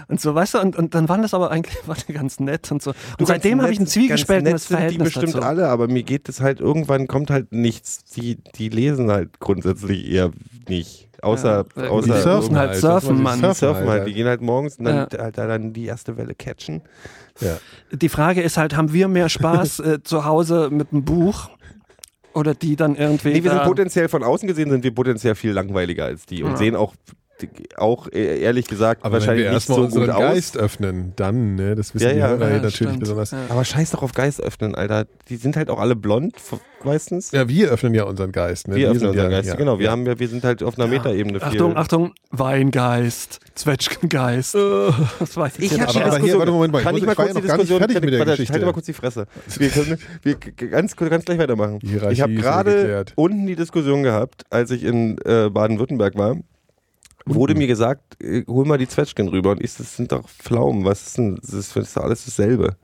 und so, weißt du, und, und dann waren das aber eigentlich <laughs> waren die ganz nett und so. Und seitdem habe ich ein
Zwiegespälten
zwiegespältiges
sind die
Verhältnis
bestimmt
dazu.
alle, aber mir geht es halt irgendwann kommt halt nichts. Die, die lesen halt grundsätzlich eher nicht. Außer,
Ja,
außer
die
Die
surfen halt,
das war die
surfen, Mann.
Die surfen halt, die gehen halt morgens und dann,
Ja.
Alter, dann die erste Welle catchen.
Ja.
Die Frage ist halt, haben wir mehr
<laughs>
Spaß äh, zu Hause mit einem Buch oder die dann irgendwie
Nee, wir sind
da-
potenziell von außen gesehen sind wir potenziell viel langweiliger als die und sehen auch auch äh, ehrlich gesagt
Aber wenn
wahrscheinlich
wir
nicht
erstmal
so gut
unseren
aus.
Geist öffnen, dann, ne, das wissen
Ja,
die
ja.
Hörer
Ja,
natürlich
stimmt.
besonders. Ja.
Aber scheiß doch auf Geist öffnen, Alter. Die sind halt auch alle blond f- meistens.
wir öffnen ja unseren Geist. Ne?
Wir öffnen
sind
unseren Geist,
ja,
genau. Wir, haben ja, wir sind halt auf einer Metaebene viel.
Achtung, Achtung, Weingeist, Zwetschgengeist. Das weiß ich,
Oh. Ich
aber- aber
jetzt nicht.
habe die Diskussion.
hier, warte, Moment mal, ich
kann ich
muss-
mal
ich war ja noch
kurz die
gar nicht
Diskussion
fertig mit der
warte,
Geschichte.
Halt mal kurz die Fresse.
<laughs>
Wir können, wir ganz, ganz gleich weitermachen.
Hierarchie
ich habe
ist
gerade
geklärt.
unten die Diskussion gehabt, als ich in äh, Baden-Württemberg war. Wurde mir gesagt, äh, hol mal die Zwetschgen rüber. Und ich, das sind doch Pflaumen. Was ist denn? Das ist, das ist doch alles dasselbe.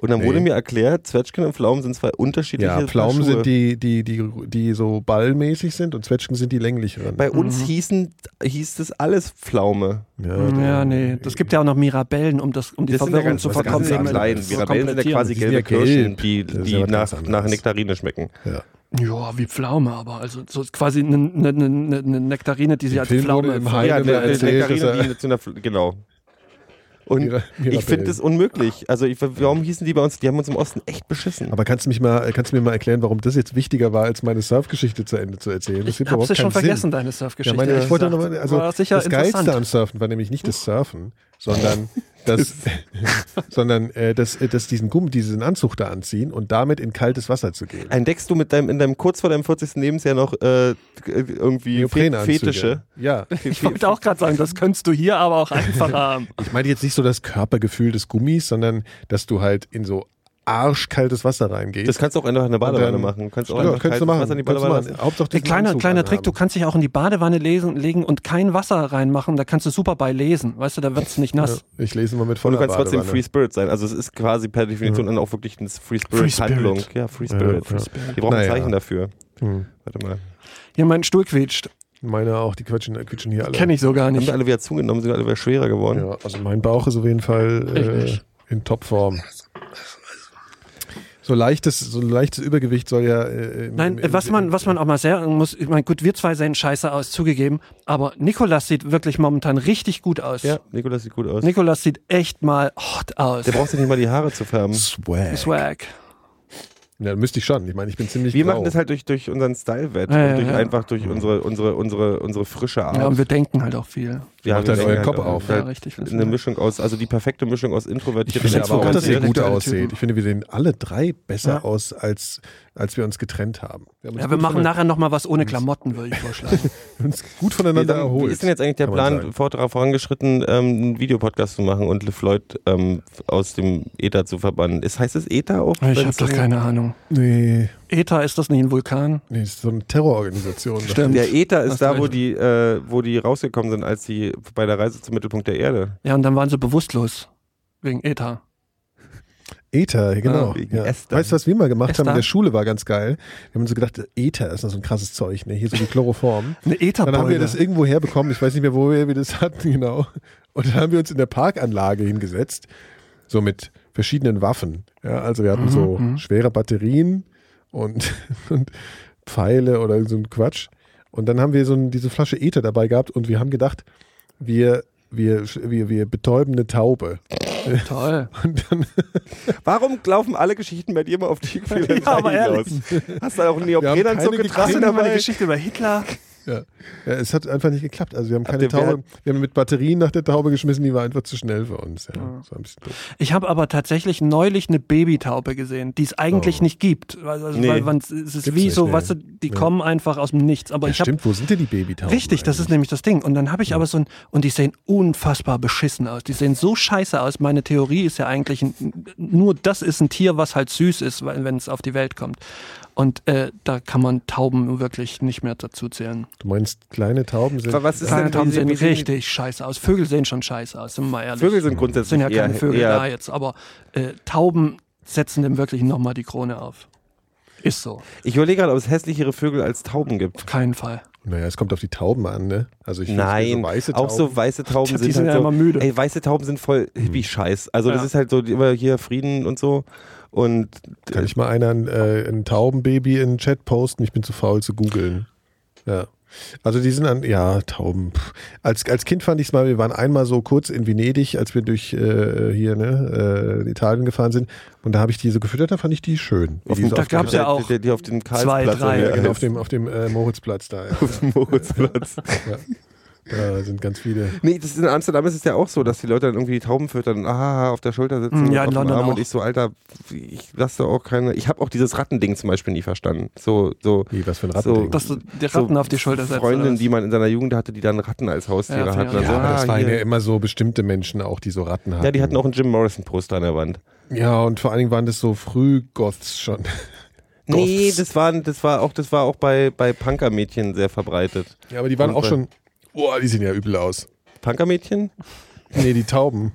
Und dann
Nee.
wurde mir erklärt, Zwetschgen und Pflaumen sind zwei unterschiedliche
Ja, Pflaumen
Paar Schuhe.
sind die, die, die, die so ballmäßig sind und Zwetschgen sind die länglicheren.
Bei uns hießen, hieß das alles Pflaume.
ähm,
Ja, nee. Das gibt ja auch noch Mirabellen, um, das, um die
Das sind ja
Verwirrung
ganz,
zu
was ganz
verkommen.
kleinen. Mirabellen sind ja quasi
Die sind ja
gelbe Kirschen,
gelb.
die,
Das ist
die
ja was ganz
nach, nach
anderes.
Nektarine schmecken.
ja.
Ja, wie Pflaume, aber also so ist quasi eine ne, ne, ne, ne Nektarine, die sie als
Film
Pflaume
wurde im
ver-
Heim-
Ja,
Eine
eine, eine
erzählt, dass
Nektarine,
er-
die zu einer, Fl- genau. Und
Mira-
ich finde
Mirabelle.
das unmöglich. Also ich, warum hießen die bei uns? Die haben uns im Osten echt beschissen.
Aber kannst du, mich mal, kannst du mir mal erklären, warum das jetzt wichtiger war, als meine Surfgeschichte zu Ende zu erzählen? Das
Ich hab sie schon vergessen, deine
Ja,
Surfgeschichte.
meine, ich
ehrlich
wollte
gesagt.
nochmal, also
War sicher
das
interessant.
Geilste am Surfen war nämlich nicht das Surfen,
<laughs>
sondern das, <laughs> sondern äh, das, äh, das diesen Gumm, diesen Anzug da anziehen und damit in kaltes Wasser zu gehen.
Entdeckst du mit deinem, in deinem kurz vor deinem 40. Lebensjahr noch äh, irgendwie Fe
Neoprenanzüge.
Fetische? <laughs>
Ja,
Ich wollte auch gerade sagen, das könntest du hier aber
<laughs>
auch einfach haben.
ich meine jetzt nicht so das Körpergefühl des Gummis, sondern dass du halt in so arschkaltes Wasser reingehst.
Das kannst du auch einfach in der Badewanne
dann-
machen. Du kannst auch
ja,
einfach
kannst du
kaltes
machen.
Wasser in die
kannst du
Badewanne
machen.
lassen.
Hauptsache
Ey,
diesen
kleiner,
Anzug
kleiner
anhaben.
Trick, du kannst dich auch in die Badewanne lesen, legen und kein Wasser reinmachen, da kannst du super bei lesen. Weißt du, da wird's nicht
Ja,
nass.
ich lese mal mit
Und
voller
du kannst trotzdem
Badewanne.
Free Spirit sein. Also es ist quasi per Definition dann auch wirklich eine
Free
Free
Spirit.
Spirit-Handlung. ja, Free Spirit.
Ja, ja.
Wir brauchen
Naja.
ein Zeichen dafür.
Hm.
Warte mal.
Hier mein Stuhl quietscht.
Meine auch, die quetschen, äh, quetschen hier alle.
Kenne ich so gar
Haben
nicht.
wir alle wieder zugenommen, sind alle wieder schwerer geworden.
Ja, also mein Bauch ist auf jeden Fall äh, in Topform. So leichtes, so leichtes Übergewicht soll ja. Äh, im-
Nein,
im- im-
was man, was man auch mal sagen muss, ich meine, gut, wir zwei sehen scheiße aus, zugegeben, aber Nikolas sieht wirklich momentan richtig gut aus.
Ja, Nikolas sieht gut aus.
Nikolas sieht echt mal hot aus.
Der braucht sich nicht mal die Haare zu färben.
Swag.
Swag.
Ja, müsste ich schon. Ich meine, ich bin ziemlich.
Wir
grau.
machen das halt durch, durch unseren Style-Wett
Ja,
und
ja,
durch
ja.
einfach durch unsere, unsere, unsere, unsere frische Art.
Ja, und wir denken halt auch viel.
Ja,
Macht
wir
halt
denken
euren Kopf auf.
Ja,
Halt
richtig.
eine Mischung aus, also die perfekte Mischung aus introvertiert
Ich finde
und
aber auch, dass ihr
extrovertiert.
gut
intellektuelle
ausseht.
Typen.
Ich finde, wir sehen alle drei besser
Ja.
aus, als, als wir uns getrennt haben. haben uns
Ja, wir
gut
machen
voneinander-
nachher nochmal was ohne Klamotten, würde ich vorschlagen.
uns gut
Nee,
voneinander
dann, wie
erholt.
ist denn jetzt eigentlich der
kann man
Plan
sagen.
vor, vorangeschritten, ähm, einen Videopodcast zu machen und LeFloid ähm, aus dem Ether zu verbannen? Ist, heißt es Ether auch?
Ich habe
wenn's
doch
so-
keine Ahnung.
Nee,
Eta, ist das nicht ein Vulkan?
nee, das ist so eine Terrororganisation.
Stimmt.
Der Ether ist
Hast
da,
recht.
wo die, äh, wo die rausgekommen sind, als sie bei der Reise zum Mittelpunkt der Erde.
Ja, und dann waren sie bewusstlos. Wegen ETA.
Ether, genau.
Ah, wegen
ja. Weißt
Ester.
du, was wir mal gemacht haben
Ester?
in der Schule war ganz geil. Wir haben uns so gedacht, Ether ist noch so ein krasses Zeug, ne? Hier so die Chloroform.
Eine
Dann haben wir das
ETA-Beule.
irgendwo herbekommen. Ich weiß nicht mehr, wo wir wir das hatten, genau. Und dann haben wir uns in der Parkanlage hingesetzt. So mit verschiedenen Waffen. Ja, also wir hatten so schwere Batterien und, <laughs> und Pfeile oder so ein Quatsch. Und dann haben wir so ein, diese Flasche Ether dabei gehabt und wir haben gedacht, wir, wir, wir, wir betäuben eine Taube.
Toll.
Und dann
Warum laufen alle Geschichten bei dir mal
<laughs>
auf die Quelle
aber ehrlich.
Hast du auch einen Neoprenanzug
keine
getragen?
gekriegt.
Hast du da mal eine
dabei?
Geschichte über Hitler?
Ja. ja, es hat einfach nicht geklappt. Also wir haben keine
ihr wer-
Taube, wir haben mit Batterien nach der Taube geschmissen, die war einfach zu schnell für uns. Ja,
Ah.
Das war ein bisschen doof.
Ich habe aber tatsächlich neulich eine Babytaube gesehen, die es eigentlich nicht gibt. Also, also,
Nee.
weil man, es ist
Oh. Gibt's
wie
nicht,
so,
nee.
weißt du, die kommen einfach aus dem Nichts. Aber
Ja,
ich habe
stimmt, wo sind denn die Babytauben?
Richtig, das ist
eigentlich?
nämlich das Ding. Und dann habe ich aber so ein, und die sehen unfassbar beschissen aus. Die sehen so scheiße aus. Meine Theorie ist ja eigentlich, n- nur das ist ein Tier, was halt süß ist, weil- wenn es auf die Welt kommt. Und äh, da kann man Tauben wirklich nicht mehr dazu zählen.
Du meinst kleine Tauben sind.
Aber was ist
Kleine
denn
Tauben
wie-
sehen
wie- wie-
richtig scheiße aus. Vögel sehen schon scheiße aus, sind wir mal ehrlich.
Vögel sind grundsätzlich
sind ja keine
eher,
Vögel
eher
da jetzt, aber äh, Tauben setzen dem wirklich nochmal die Krone auf. Ist so.
Ich überlege gerade, ob es hässlichere Vögel als Tauben gibt.
Auf keinen Fall.
Naja, es kommt auf die Tauben an, ne? Also ich finde,
Nein,
so weiße Tauben.
auch so weiße Tauben
Die
sind,
sind
halt
ja
so,
immer müde.
Ey, weiße Tauben sind voll Hippie-Scheiß. Also das
Ja.
ist halt so die- immer hier Frieden und so. Und
Kann ich mal einer ein, äh, ein Taubenbaby in den Chat posten? Ich bin zu faul zu googeln. Ja. Also die sind an, ja, Tauben. Pff. Als, als Kind fand ich es mal, wir waren einmal so kurz in Venedig, als wir durch äh, hier, ne, äh, Italien gefahren sind. Und da habe ich die so gefüttert, da fand ich die schön. Wie die so
dem-
Da gab's ja auch
die, die auf dem
zwei,
Karlsplatz
drei.
oder-
Ja, genau, auf dem, auf dem äh, Moritzplatz da.
<laughs>
Ja.
auf dem Moritzplatz.
Da sind ganz viele.
Nee, das ist in Amsterdam ist es ja auch so, dass die Leute dann irgendwie die Tauben füttern und ah, auf der Schulter sitzen
Mm,
und
ja, in
auf dem
London
Arm
auch.
und ich so, Alter, ich lasse auch keine. Ich habe auch dieses Rattending zum Beispiel nie verstanden. So, so
Wie, was für ein
So,
Rattending.
dass du die Ratten
so
auf die Schulter setzt. oder
Freundin,
was?
die man in seiner Jugend hatte, die dann Ratten als Haustiere
Ja,
hatten.
ja,
Also,
ja, aber
ah,
das waren
hier.
ja immer so bestimmte Menschen auch, die so Ratten hatten.
ja, die hatten auch einen Jim Morrison-Poster an der Wand.
Ja, und vor allen Dingen waren das so Frühgoths schon. <laughs>
Nee,
Goths.
das waren, das war auch, das war auch bei, bei Punker-Mädchen sehr verbreitet.
Ja, aber die waren
Und
auch
bei-
schon. Boah, die sehen ja übel aus.
Punker-Mädchen?
Nee, die Tauben.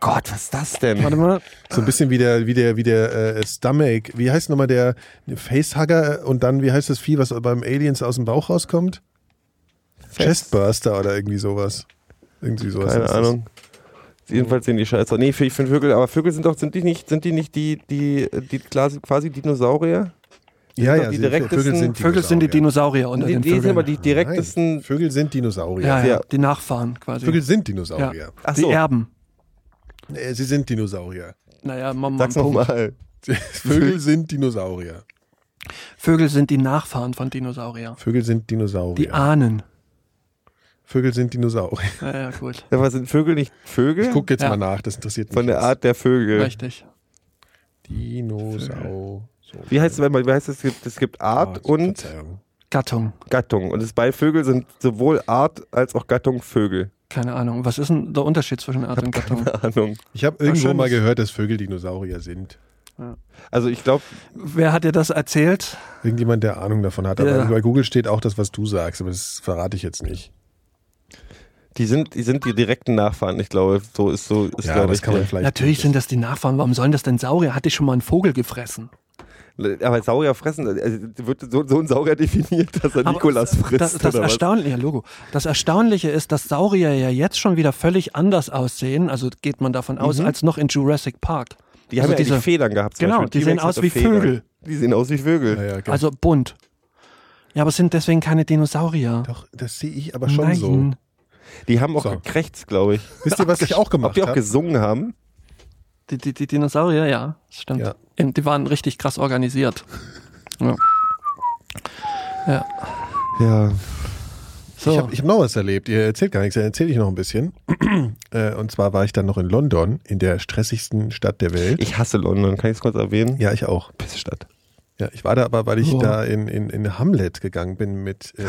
Gott, was ist das denn?
Warte mal.
So ein bisschen wie der, wie der, wie der äh, Stomach. Wie heißt nochmal der Facehugger und dann, wie heißt das Vieh, was beim Aliens aus dem Bauch rauskommt? Chestburster oder irgendwie sowas. Irgendwie sowas.
Keine
ist das.
Ahnung. Jedenfalls sehen die scheiße. aus. Nee, ich finde Vögel, aber Vögel sind doch, sind die nicht, sind die nicht die, die, die quasi quasi Dinosaurier?
Ja,
doch
ja,
die
sie-
direktesten-
Vögel sind die
Dinosaurier.
Dinosaurier unter
Nee,
den
die sind
Vögeln.
aber die
Nein,
direktesten.
Vögel sind Dinosaurier.
ja, ja,
ja.
die Nachfahren quasi.
Vögel sind Dinosaurier.
Ach
Die
so,
Erben.
Äh, sie sind Dinosaurier. <laughs>
Naja, Mama.
sag's nochmal.
Vögel sind Dinosaurier.
Vögel sind die Nachfahren von Dinosauriern.
Vögel sind
Die
Dinosaurier.
Ahnen.
Vögel sind Dinosaurier.
Ja, ja, gut.
Aber sind Vögel nicht Vögel?
Ich gucke jetzt
Ja.
mal nach, das interessiert mich.
Von der
jetzt.
Art der Vögel.
Richtig.
Dinosaurier.
Wie heißt es, wenn man, wie heißt es, es gibt, es gibt
Ah,
Art und
Verzeihung.
Gattung.
Gattung. Und es bei Vögel sind sowohl Art als auch Gattung Vögel. <laughs>
Keine Ahnung. Was ist denn der Unterschied zwischen Art und Gattung?
Keine Ahnung.
Ich habe irgendwo mal gehört, dass Vögel Dinosaurier sind.
Also ich glaube,
Wer hat dir das erzählt?
Irgendjemand, der Ahnung davon hat. Aber
Ja.
bei Google steht auch das, was du sagst, aber das verrate ich jetzt nicht.
die sind, die sind die direkten Nachfahren. Ich glaube, so ist so ist
ja,
glaube
das
ich,
kann man
der-
vielleicht.
Natürlich sind das die Nachfahren. Warum sollen das denn Saurier? Hat dich schon mal ein Vogel gefressen?
äh, Aber Saurier fressen, also wird so, so ein Saurier <laughs> definiert, dass er
Aber
Nikolas frisst
Das, das
oder was?
Erstaunliche, ja, Logo. Das Erstaunliche ist, dass Saurier ja jetzt schon wieder völlig anders aussehen, also geht man davon aus, als noch in Jurassic Park.
Die haben
also
ja diese Federn gehabt. zum
Genau,
Beispiel.
die
T-Rex
sehen aus
hatte
wie
Federn.
Vögel.
Die sehen aus wie Vögel.
Ja, ja, genau.
Also bunt. Ja, aber es sind deswegen keine Dinosaurier.
Doch, das sehe ich aber schon
Nein.
so.
Die haben auch
So.
gekrächzt, glaube ich.
Wisst ihr, was ich auch
Ob
gemacht
die auch
habe?
gesungen haben?
Die, die, die Dinosaurier, ja, das stimmt.
Ja.
Ähm, Die waren richtig krass organisiert. Ja. ja.
Ja.
So.
Ich habe ich hab noch was erlebt. Ihr erzählt gar nichts, dann erzähle ich noch ein bisschen. <clears throat> Äh, Und zwar war ich dann noch in London, in der stressigsten Stadt der Welt.
Ich hasse London, kann ich es kurz erwähnen?
ja, ich auch.
Pissstadt.
Ja, ich war da aber, weil ich
Oh. Ah,
da in, in, in Hamlet gegangen bin mit äh,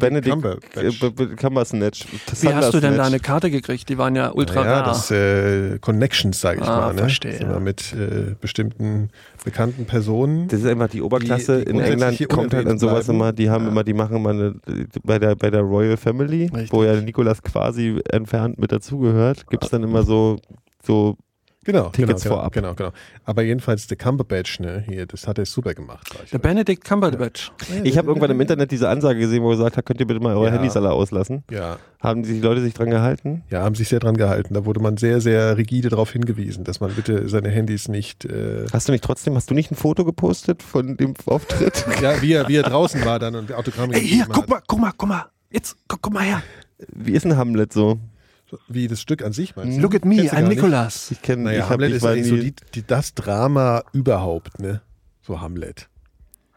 Benedict,
Benedict
Cumberbatch.
äh, B- B- Cumberbatch.
Wie hast du denn da
Cumberbatch.
eine Karte gekriegt? Die waren ja ultra
ja,
rar.
das äh, Connections, sage ich
Ah,
mal. Ne?
verstehe.
Sind wir mit äh, bestimmten bekannten Personen.
Das ist einfach die Oberklasse
Die- die
in England,
grundsätzlich
kommt halt
unerwähnt
in sowas
bleiben.
immer, die haben immer, die machen immer eine, bei der, bei der Royal Family,
Richtig.
wo ja Nikolas quasi entfernt mit dazugehört, gibt es dann immer so so
Genau,
Tickets
genau,
vorab.
Genau, genau. Aber jedenfalls der Cumberbatch, ne, hier, das hat er super gemacht. gleich.
Der Benedict Cumberbatch.
Ich habe irgendwann im Internet diese Ansage gesehen, wo gesagt hat, könnt ihr bitte mal eure
Ja.
Handys alle auslassen.
ja,
Haben die Leute sich dran gehalten?
ja, haben sich sehr dran gehalten. Da wurde man sehr, sehr rigide darauf hingewiesen, dass man bitte seine Handys nicht. Äh,
Hast du nicht trotzdem, hast du nicht ein Foto gepostet von dem
<laughs>
Auftritt?
ja, wie er, wie er draußen war dann und Autogramme
Ey, hier,
gegeben
guck
hat.
mal, guck mal, guck mal. Jetzt, guck, guck mal her.
Wie ist ein Hamlet so?
Wie das Stück an sich, meinst du?
Look at
Kennst
me,
du gar
I'm
nicht?
Nicolas.
Ich kenne,
Naja,
ich hab-
Hamlet
ich
ist
war
eigentlich so
nie-
die, die, das Drama überhaupt, ne? So Hamlet.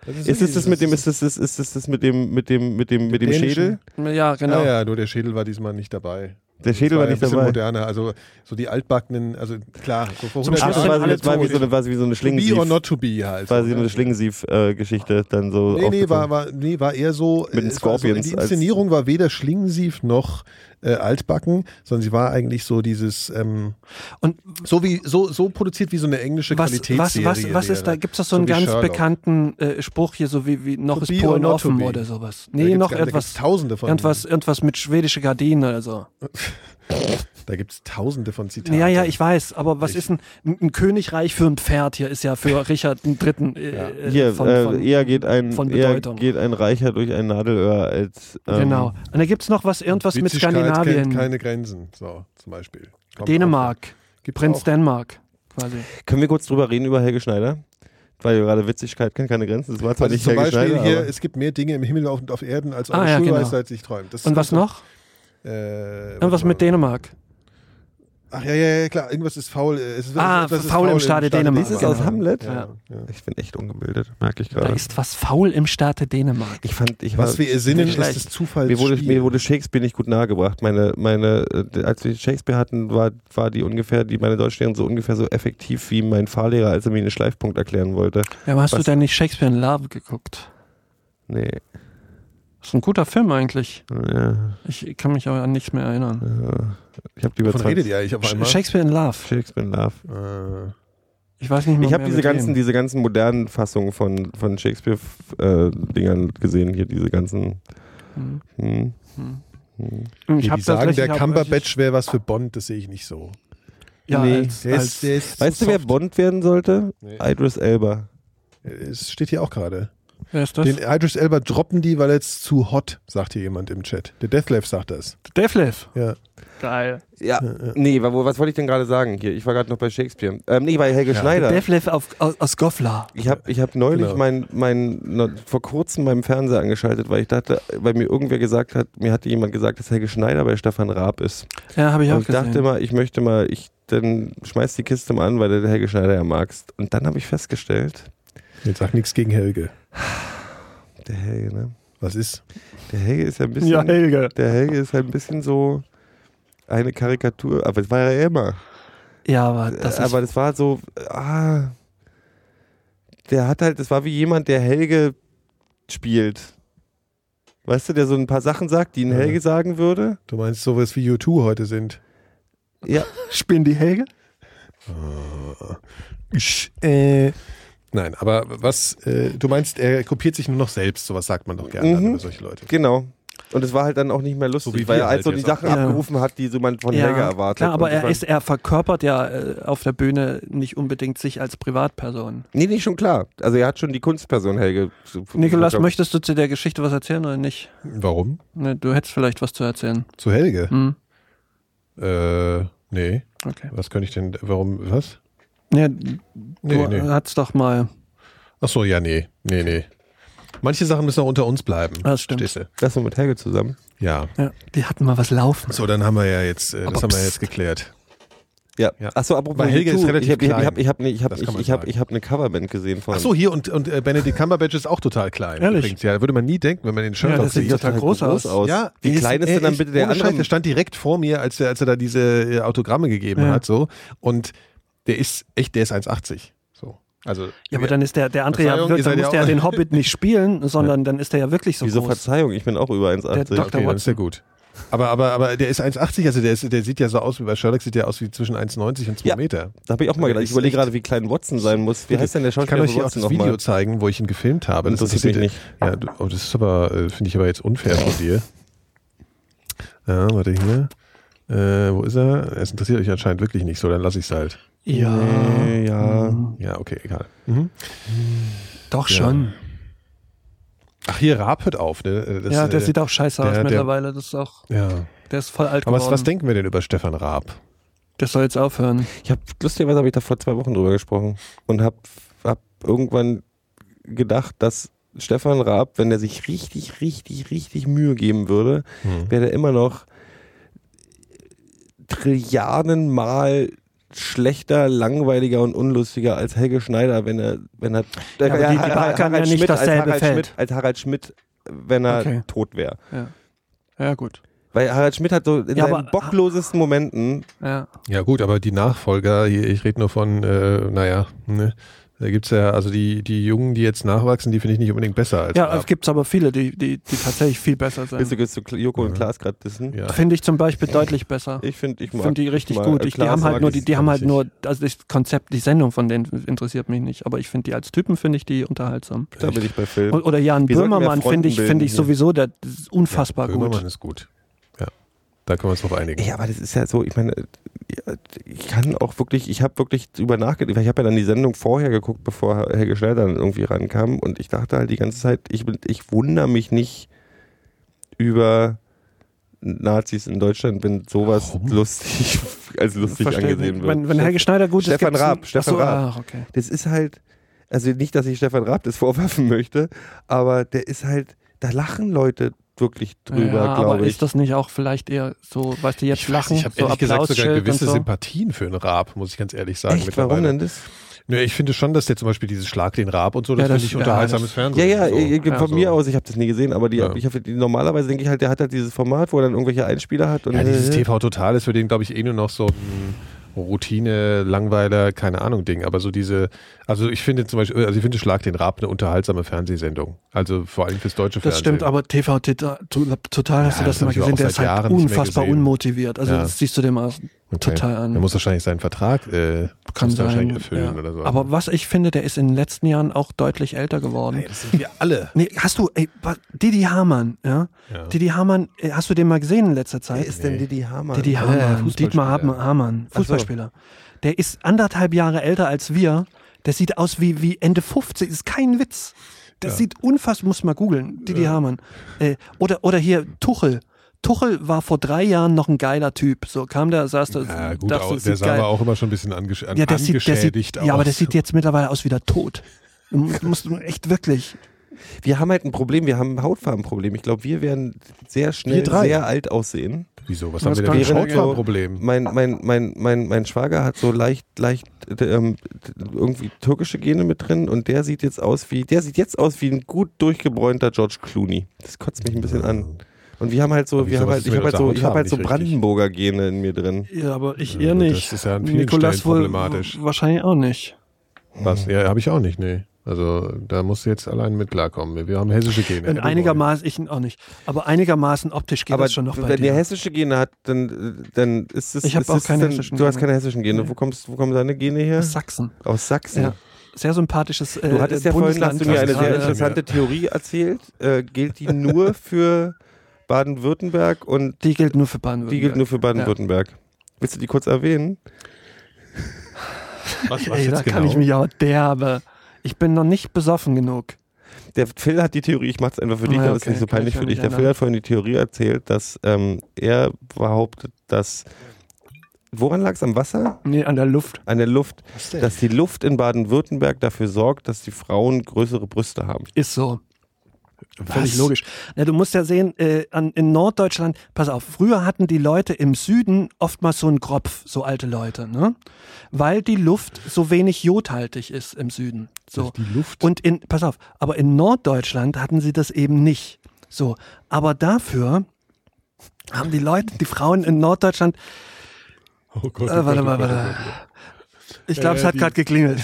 Das
Ist es das mit dem,
ist
ist es das, ist es das mit dem, mit dem, mit dem, mit dem
Dänischen?
Schädel?
Ja, genau.
Genau. ja, nur der Schädel war diesmal nicht dabei.
Der
Das
Schädel war
ja
nicht
ein bisschen
dabei.
moderner, also so die altbackenen, also klar, so vor
Zum
100
Ach, das
Schluss
war,
Jahren.
so- das war wie so eine, war wie so
To
eine
be or
Schlingensief.
not to be halt.
War so eine Schlingensief-Geschichte dann so.
Nee, nee
aufgezogen.
war, war, nee, war eher so.
Mit den
es war
Scorpions
So, die
als-
Inszenierung war weder Schlingensief noch äh, Altbacken, sondern sie war eigentlich so dieses. Ähm,
Und
so, wie, so, so produziert wie so eine englische
was, was,
Qualitätsserie.
was, was ist da?
wäre.
Gibt es doch so einen
wie
ganz
Sherlock.
bekannten äh, Spruch hier, so wie, wie noch
To
ist
be or
Polen
not to
offen
be.
oder sowas?
Da
Nee,
gibt's
noch
ganz- Da
irgendwas,
gibt's tausende von.
irgendwas, irgendwas mit schwedische Gardinen oder so.
<laughs> Da gibt es tausende von Zitaten.
Ja, ja, ich weiß, aber was
Ich-
ist ein, ein Königreich für ein Pferd hier? Ist
<laughs>
ja für Richard III. Äh,
Hier,
von,
äh,
von,
eher, geht ein,
von
eher
Bedeutung.
geht ein Reicher durch ein Nadelöhr als. Ähm,
genau. Und da gibt es noch was, irgendwas mit
Witzigkeit
Skandinavien.
kennt keine Grenzen, so zum Beispiel. Kommt
Dänemark,
auch. Gibt's
Prinz
auch.
Dänemark quasi.
Können wir kurz drüber reden über Helge Schneider? Weil gerade Witzigkeit kennt keine Grenzen. Das war zwar
Also
nicht
zum
Helge
Beispiel
Schneider.
hier,
aber
es gibt mehr Dinge im Himmel und auf Erden, als
Ah,
eure
ja,
Schulweisheit sich träumt. Das ist
Und was
so-
noch?
Äh,
Irgendwas mit Dänemark.
Ach ja, ja, ja, klar, irgendwas ist faul. äh, Es ist,
Ah,
etwas ist
faul im Staate Dänemark.
ist es aus
Genau.
Hamlet?
Ja, ja.
Ich bin echt ungebildet, merke ich
Da
gerade.
ist was faul im Staate Dänemark.
Ich fand, ich
Was
war-
wir ersinnen, ist
Nicht schlecht.
das Zufall.
mir wurde, mir wurde Shakespeare nicht gut nahegebracht. Meine, meine, äh, als wir Shakespeare hatten, war, war die ungefähr, die meine Deutschlehrerin so ungefähr so effektiv wie mein Fahrlehrer, als er mir den Schleifpunkt erklären wollte.
Ja, aber hast
Was-
du denn nicht Shakespeare in Love geguckt?
Nee.
Das ist ein guter Film eigentlich.
Hm. Ja,
Ich kann mich aber an nichts mehr erinnern.
ja. Ich habe die über
Wovon redet
20
ihr eigentlich auf
Sch-
einmal?
Shakespeare in Love.
Shakespeare in Love.
Äh,
Ich weiß nicht mehr.
Ich habe
mehr
diese
mit
ganzen,
wem.
diese ganzen modernen Fassungen von, von Shakespeare-Dingern gesehen, hier diese ganzen.
Hm.
Hm.
Hm.
Hm.
Ich hab
die sagen,
tatsächlich-
der
ich hab-
Cumberbatch wäre was für Bond, das sehe ich nicht so.
Ja,
Nee.
als,
Der
als,
ist, der ist
Weißt du, wer Bond werden sollte?
Nee.
Idris Elba.
Es steht hier auch gerade.
wer ist das?
Den Idris Elba droppen die, weil er jetzt zu hot, sagt hier jemand im Chat. Der Deathlev sagt das.
Deflev.
Ja.
Geil.
Ja, nee, wa- wo- was wollte ich denn gerade sagen hier? Ich war gerade noch bei Shakespeare. Ähm, nee, bei Helge Schneider.
Deflev auf, aus, aus Gofla.
Ich habe ich hab neulich
Genau.
mein, mein, na, vor kurzem meinen Fernseher angeschaltet, weil ich dachte, weil mir irgendwer gesagt hat, mir hatte jemand gesagt, dass Helge Schneider bei Stefan Raab ist.
Ja, habe ich
und
auch
ich
gesehen.
dachte mal, ich möchte mal, ich dann schmeiß die Kiste mal an, weil du den Helge Schneider ja magst. Und dann habe ich festgestellt,
Jetzt sagt nichts gegen Helge.
der Helge, ne?
Was ist?
Der Helge ist ja ein bisschen.
Helge.
Der Helge ist halt ein bisschen so eine Karikatur, aber es war ja immer.
Ja, aber das ist
Äh, aber das war so, ah, der hat halt, das war wie jemand, der Helge spielt. Weißt du, der so ein paar Sachen sagt, die ein
Ja.
Helge sagen würde?
Du meinst sowas wie U2 heute sind? <laughs>
Ja.
Spinn die Helge?
Ich, äh, Nein, aber was, äh, du meinst, er kopiert sich nur noch selbst, sowas sagt man doch gerne
Mhm.
dann über solche Leute.
Genau. Und es war halt dann auch nicht mehr lustig,
So wie
weil
wir
er halt
halt
so die
jetzt
Sachen
auch. Ja.
abgerufen hat, die so man von Helge erwartet.
Klar,
Und
aber
das
er
war-
ist, er verkörpert ja äh, auf der Bühne nicht unbedingt sich als Privatperson.
Nee, nee, schon klar. Also er hat schon die Kunstperson Helge. so-
Nikolas,
verkörpert.
möchtest du zu der Geschichte was erzählen oder nicht?
Warum?
Ne, du hättest vielleicht was zu erzählen.
Zu Helge?
Hm,
Äh, nee.
okay.
Was könnte ich denn, warum, was?
Ja, du äh,
Nee, nee.
hattest doch mal.
Ach so, ja, nee, nee, nee. Manche Sachen müssen auch unter uns bleiben.
Ah, Das stimmt.
Verstehst du?
Lass mal mit Helge zusammen.
Ja.
Ja, die hatten mal was laufen.
So, dann haben wir ja jetzt, äh,
Aber
das haben wir
pst.
jetzt geklärt.
Ja.
Ja.
Achso, apropos
Weil Helge
U2,
ist relativ
ich hab, ich hab,
klein.
Ich habe ich hab,
Das
ich
kann
hab,
man
ich hab,
sagen.
ich hab eine Coverband gesehen von
Ach so, hier und, und äh, Benedict Cumberbatch ist auch total klein.
Ehrlich?
Übrigens, ja, würde man nie denken, wenn man den Shirt
Ja,
ja,
das sieht
sieht.
total groß aus.
Ja, Wie
er
klein ist
er
denn dann bitte der
ohne
andere?
Scheiß, der stand direkt vor mir, als er, als er da diese äh, Autogramme gegeben
Ja.
hat, so. Und der ist echt, der ist 1,80. So. Also,
Ja, aber dann ist der, der andere ja,
Verzeihung, ihr
wir- dann
seid
muss
ja
der ja
auch-
den Hobbit nicht spielen, sondern dann ist der ja wirklich so
Wieso
groß.
Verzeihung? Ich bin auch über 1,80.
Der
ja,
Dr.
okay, dann ist der
Watson.
gut. Aber, aber, aber der ist 1,80, also der, ist, der sieht ja so aus wie bei Sherlock, sieht ja aus wie zwischen 1,90 und 2
Ja.
Meter.
Da habe ich auch mal gedacht,
Der
ich
ist
überlege
echt-
gerade, wie klein Watson sein muss. Wie heißt denn der
Ich kann
Schauspieler
euch
von
hier auch
Watson
das Video
nochmal?
zeigen, wo ich ihn gefilmt habe.
Interessiert mich nicht.
Ja, du, oh, das ist aber, äh, finde ich aber jetzt unfair von dir. Ja, warte hier. Äh, wo ist er? Es interessiert euch anscheinend wirklich nicht so, dann lasse ich es halt.
Ja.
Nee, ja.
Ja, okay, egal.
Doch schon.
Ach, hier Raab hört auf, ne? Das,
ja,
äh,
der sieht auch scheiße aus
der- der-
mittlerweile. Das ist auch,
Ja.
der ist voll alt
Aber was,
geworden.
was denken wir denn über Stefan Raab?
der soll jetzt aufhören.
Ich habe lustigerweise habe ich da vor zwei Wochen drüber gesprochen und habe hab irgendwann gedacht, dass Stefan Raab, wenn er sich richtig, richtig, richtig Mühe geben würde,
Hm.
wäre er immer noch Trilliardenmal schlechter, langweiliger und unlustiger als Helge Schneider, wenn er, wenn er,
Ja, aber die- die beackern ja nicht
als
dasselbe
Harald
Feld.
Schmidt, als Harald Schmidt, wenn er
Okay.
tot wäre.
Ja, gut.
Weil Harald Schmidt hat so in
Ja,
seinen
aber-
bocklosesten Momenten,
Ja.
Ja, gut, aber die Nachfolger, hier, ich rede nur von, äh, naja, ne? Da gibt's ja, also die, die Jungen, die jetzt nachwachsen, die finde ich nicht unbedingt besser als
Ja, es
Raab.
gibt aber viele, die, die, die tatsächlich viel besser
willst du,
sind.
willst du Joko und Klaas gerade dissen?
Ja.
Finde ich zum Beispiel deutlich besser.
Ich finde, ich
Ich
mag
finde die richtig
mag-
gut. Ich, die
Klaas
haben halt
mag
nur,
ich
die, die haben halt
nicht.
nur, also das Konzept, die Sendung von denen interessiert mich nicht, aber ich finde die als Typen finde ich die unterhaltsam.
Da bin ich bei Film.
O- Oder Jan
Wir sollten mehr
Böhmermann
Fronten
finde ich,
bilden
finde ich
hier.
sowieso der, das ist unfassbar
Böhmermann
gut.
ist gut. Ja, da können wir uns drauf einigen.
ja, aber das ist ja so, ich meine, ich kann auch wirklich, ich habe wirklich drüber nachgedacht, weil ich habe ja dann die Sendung vorher geguckt, bevor Helge Schneider dann irgendwie rankam und ich dachte halt die ganze Zeit, ich, bin- ich wundere mich nicht über Nazis in Deutschland, wenn sowas lustig, <laughs> als lustig
Verstehe ich
angesehen
nicht.
wird.
Wenn, wenn Helge Schneider gut ist,
Stefan
gibt's
Raab,
ein-
Stefan
Ach so,
Raab.
ah, okay.
das ist halt, also nicht, dass ich Stefan Raab das <laughs> vorwerfen möchte, aber der ist halt, da lachen Leute wirklich drüber,
ja, aber
glaube ich.
ist das nicht auch vielleicht eher so, weißt du, jetzt
Ich weiß
lachen,
nicht, ich habe
so
ehrlich gesagt sogar
Applausschild
gewisse
und so.
Sympathien für den Raab, muss ich ganz ehrlich sagen.
Echt, warum denn das?
Nö, ich finde schon, dass der zum Beispiel dieses Schlag den Raab und so, das,
Ja, das-
finde ich
ja,
unterhaltsames
das-
Fernsehen.
Ja, ja,
so.
ich- ich- von
Ja.
mir aus, ich habe das nie gesehen, aber die,
Ja.
ich hab, die, normalerweise denke ich halt, der hat halt dieses Format, wo er dann irgendwelche Einspieler hat. Und
Ja, dieses
äh,
TV Total ist für den, glaube ich, eh nur noch so ein Routine, Langweiler, keine Ahnung Ding. Aber so diese, also ich finde zum Beispiel, also ich finde Schlag den Raab eine unterhaltsame Fernsehsendung. Also vor allem fürs deutsche
Das
Fernsehen.
stimmt, aber TV Tita- to- total hast
Ja,
du
das
das,
hab
mal
ich aber
gesehen,
auch
der
seit
ist halt
Jahren nicht mehr
unfassbar
gesehen.
unmotiviert. Also
Ja.
das siehst du dem auch total an.
Er muss wahrscheinlich seinen Vertrag äh,
Kann
muss er
sein.
wahrscheinlich erfüllen
ja.
oder so.
Aber was ich finde, der ist in den letzten Jahren auch deutlich älter geworden.
das sind
<laughs>
wir alle.
Nee, hast du, ey, wa- Didi Hamann, ja?
Ja.
Didi Hamann, äh, hast du den mal gesehen in letzter
Wer
Zeit?
ist denn Didi Hamann?
Didi Hamann,
Fußballspieler.
Dietmar Hamann, Hamann, Fußballspieler. Der ist anderthalb Jahre älter als wir. Der sieht aus wie, wie Ende 50. Ist kein Witz. Das sieht unfassbar, muss mal googeln. Didi Hamann. Äh, oder, oder hier Tuchel. Tuchel war vor drei Jahren noch ein geiler Typ. So kam der, saß da.
Ja, gut,
dachte,
auch,
Äh, das
der
sieht
sah
geil.
aber auch immer schon ein bisschen angesch an-
Ja, der sieht, der
angeschädigt
sieht,
aus.
ja, aber der sieht jetzt mittlerweile aus wie der Tod. Du musst, musst du echt wirklich.
Wir haben halt ein Problem, wir haben ein Hautfarbenproblem. Ich glaube, wir werden sehr
Wir
schnell
drei.
sehr alt aussehen.
Wieso? Was
Ja,
haben
das
wir denn
kann
für
ich-
ein Problem?
Mein, mein, mein, mein, mein Schwager hat so leicht, leicht äh, ähm, irgendwie türkische Gene mit drin und der sieht jetzt aus wie, der sieht jetzt aus wie ein gut durchgebräunter George Clooney. Das kotzt mich ein bisschen an. Und wir haben halt so,
Aber
wir
wieso,
haben
was
halt,
ist
ich
mit
habe halt
unserer
so, ich habe
Hautfarbe
halt so
nicht richtig?
Brandenburger Gene in mir drin.
Ja, aber ich
Ja, eher gut, nicht. das ist ja an vielen Nikolas Stellen wohl problematisch.
wahrscheinlich auch nicht. Mhm.
Was? Ja, habe ich auch nicht, nee. Also da musst du jetzt allein mit klarkommen. Wir, wir haben hessische Gene.
In einigermaßen, ich auch nicht. Aber einigermaßen optisch geht
Aber
das schon noch bei
wenn
dir.
der hessische Gene hat, dann, äh, dann ist es.
Ich hab
ist
auch
es
keine
dann,
hessischen
Du hast
Gene.
keine hessischen Gene.
Nee.
Wo, kommst, wo kommen deine Gene her?
Aus Sachsen.
Aus Sachsen.
Ja. Sehr sympathisches äh,
Du hattest ja vorhin, hast
Bundesland. Also,
du mir eine
das
sehr
gerade-
interessante Theorie erzählt. Äh, gilt die
<laughs>
nur für Baden-Württemberg und
äh, die gilt nur für Baden-Württemberg.
die gilt nur für Baden-Württemberg. Willst du die kurz erwähnen?
Was, genau?
Ey, da
genau?
kann ich mich aber derbe. Ich bin noch nicht besoffen genug.
Der Phil hat die Theorie, ich mach's einfach für dich,
Ah,
das ist
okay,
nicht so
kann
peinlich
ich ja
für dich.
nicht
Der Phil
ändern.
hat vorhin die Theorie erzählt, dass ähm, er behauptet, dass. Woran lag's am Wasser?
Nee, an der Luft.
An der Luft, dass die Luft in Baden-Württemberg dafür sorgt, dass die Frauen größere Brüste haben.
Ist so. Völlig logisch. Na, du musst ja sehen, äh, an, in Norddeutschland, pass auf, früher hatten die Leute im Süden oftmals so einen Gropf, so alte Leute, ne? Weil die Luft so wenig jodhaltig ist im Süden. So. Also Die Luft. Und in, pass auf, aber in Norddeutschland hatten sie das eben nicht. So. Aber dafür haben die Leute, die Frauen in Norddeutschland.
Oh Gott,
Äh, warte mal, warte. Ich glaube, es
Äh,
hat
die-
gerade geklingelt.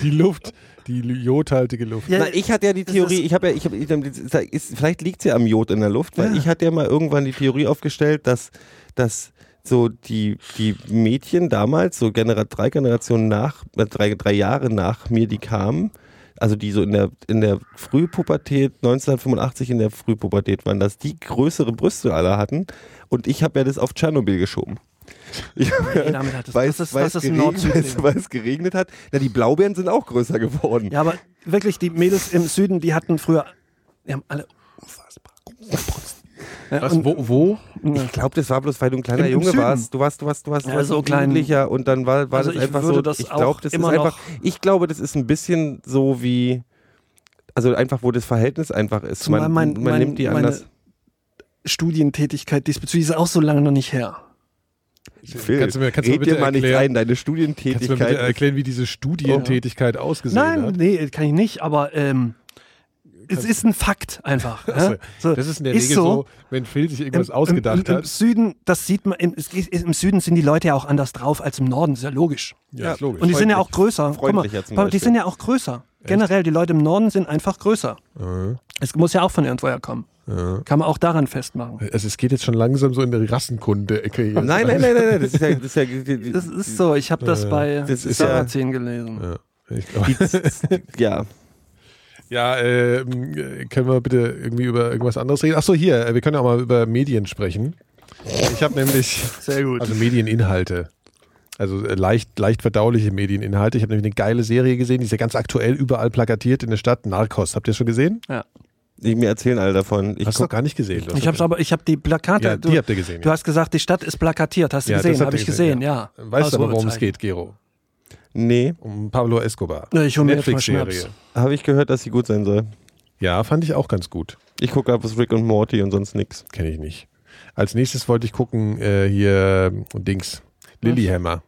Die Luft, die jodhaltige Luft.
<laughs> Ja,
Na, ich hatte ja die
das
Theorie,
ist-
ich habe ja, ich hab, ich, ist, vielleicht liegt sie am Jod in der Luft, weil
Ja.
ich hatte ja mal irgendwann die Theorie aufgestellt, dass, dass so die, die Mädchen damals, so Genera drei Generationen nach, äh, drei, drei Jahre nach mir, die kamen, also die so in der, in der Frühpubertät, 1985 in der Frühpubertät waren, dass die größere Brüste alle hatten. Und ich habe ja das auf Tschernobyl geschoben. <laughs> Ich
Nee, damit hat es-
weil
das
es-
ist-
weil
das
es
ist ein
geregnet-
Nord-Süd-Thema.
weil es geregnet hat. Na, die Blaubeeren sind auch größer geworden.
Ja, aber wirklich, die Mädels im Süden, die hatten früher, die haben alle unfassbar große Brüsten. Ja,
Was,
und-
wo, wo?
Ich glaube, das war bloß, weil du ein kleiner
Im- im
Junge
Süden.
warst. Du warst, du warst, du warst, du
Ja,
warst
so
ein
klein.
Jugendlicher und dann war, war
Also
das
ich
einfach
würde
so.
das
ich
auch
glaube, das ist
immer
einfach.
noch-
Ich glaube, das ist ein bisschen so wie, also einfach, wo das Verhältnis einfach ist.
Zumal
Man,
mein-
man
mein-
nimmt die
meine
anders.
Studientätigkeit diesbezüglich ist auch so lange noch nicht her.
Phil,
Kannst du mir- kannst du mir
red
bitte
dir mal nichts
erklären-
ein, deine
Kannst du mir bitte
Studientätigkeit.
erklären, wie diese Studientätigkeit ausgesehen
Nein,
hat?
nee, kann ich nicht, aber ähm, es ist ein Fakt einfach. ja? So,
Das ist in der Regel so, wenn Phil sich irgendwas ausgedacht
im, im, Im
hat.
Süden, das sieht man, im, es geht- im Süden sind die Leute ja auch anders drauf als im Norden, ist ja logisch.
Ja, ist logisch.
Und die sind ja auch größer. Guck mal,
Freundlicher zum
Paul, die
Beispiel.
sind ja auch größer. Generell, die Leute im Norden sind einfach größer. Es muss ja auch von irgendwoher kommen. Kann man auch daran festmachen.
Also es geht jetzt schon langsam so in die Rassenkunde-Ecke. hier.
Nein, nein, nein, nein, nein, das ist ja, das ist ja,
<laughs>
Das ist so, ich habe das bei
das ist ja-
Sarrazin gelesen.
Ich <laughs> glaub,
ja.
ja, ähm, äh, können wir bitte irgendwie über irgendwas anderes reden? Achso, hier, äh, wir können auch mal über Medien sprechen. Ich habe nämlich
<laughs> Sehr gut.
also Medieninhalte. Also äh, leicht, leicht verdauliche Medieninhalte. Ich habe nämlich eine geile Serie gesehen, die ist ja ganz aktuell überall plakatiert in der Stadt. Narcos, habt ihr das schon gesehen?
Ich, mir erzählen alle davon. Ich
Hast du noch gar nicht gesehen. oder?
ich habe aber, ich habe die Plakate.
ja,
du,
die habt ihr gesehen.
du hast gesagt, die Stadt ist plakatiert. Hast du
Ja, das
gesehen?
habt
Habe
ihr
ich
gesehen,
gesehen, ja.
Weißt du aber, worum es
Ausrufezeichen.
geht, Gero?
nee,
Um Pablo Escobar.
Ja, ich hol mir jetzt mal
Netflix-Serie.
Schnaps.
habe ich gehört, dass sie gut sein soll.
Ja, fand ich auch ganz gut.
Ich gucke ab, was Rick und Morty und sonst nix.
Kenne ich nicht. Als nächstes wollte ich gucken, äh, hier äh, Dings. Lilyhammer.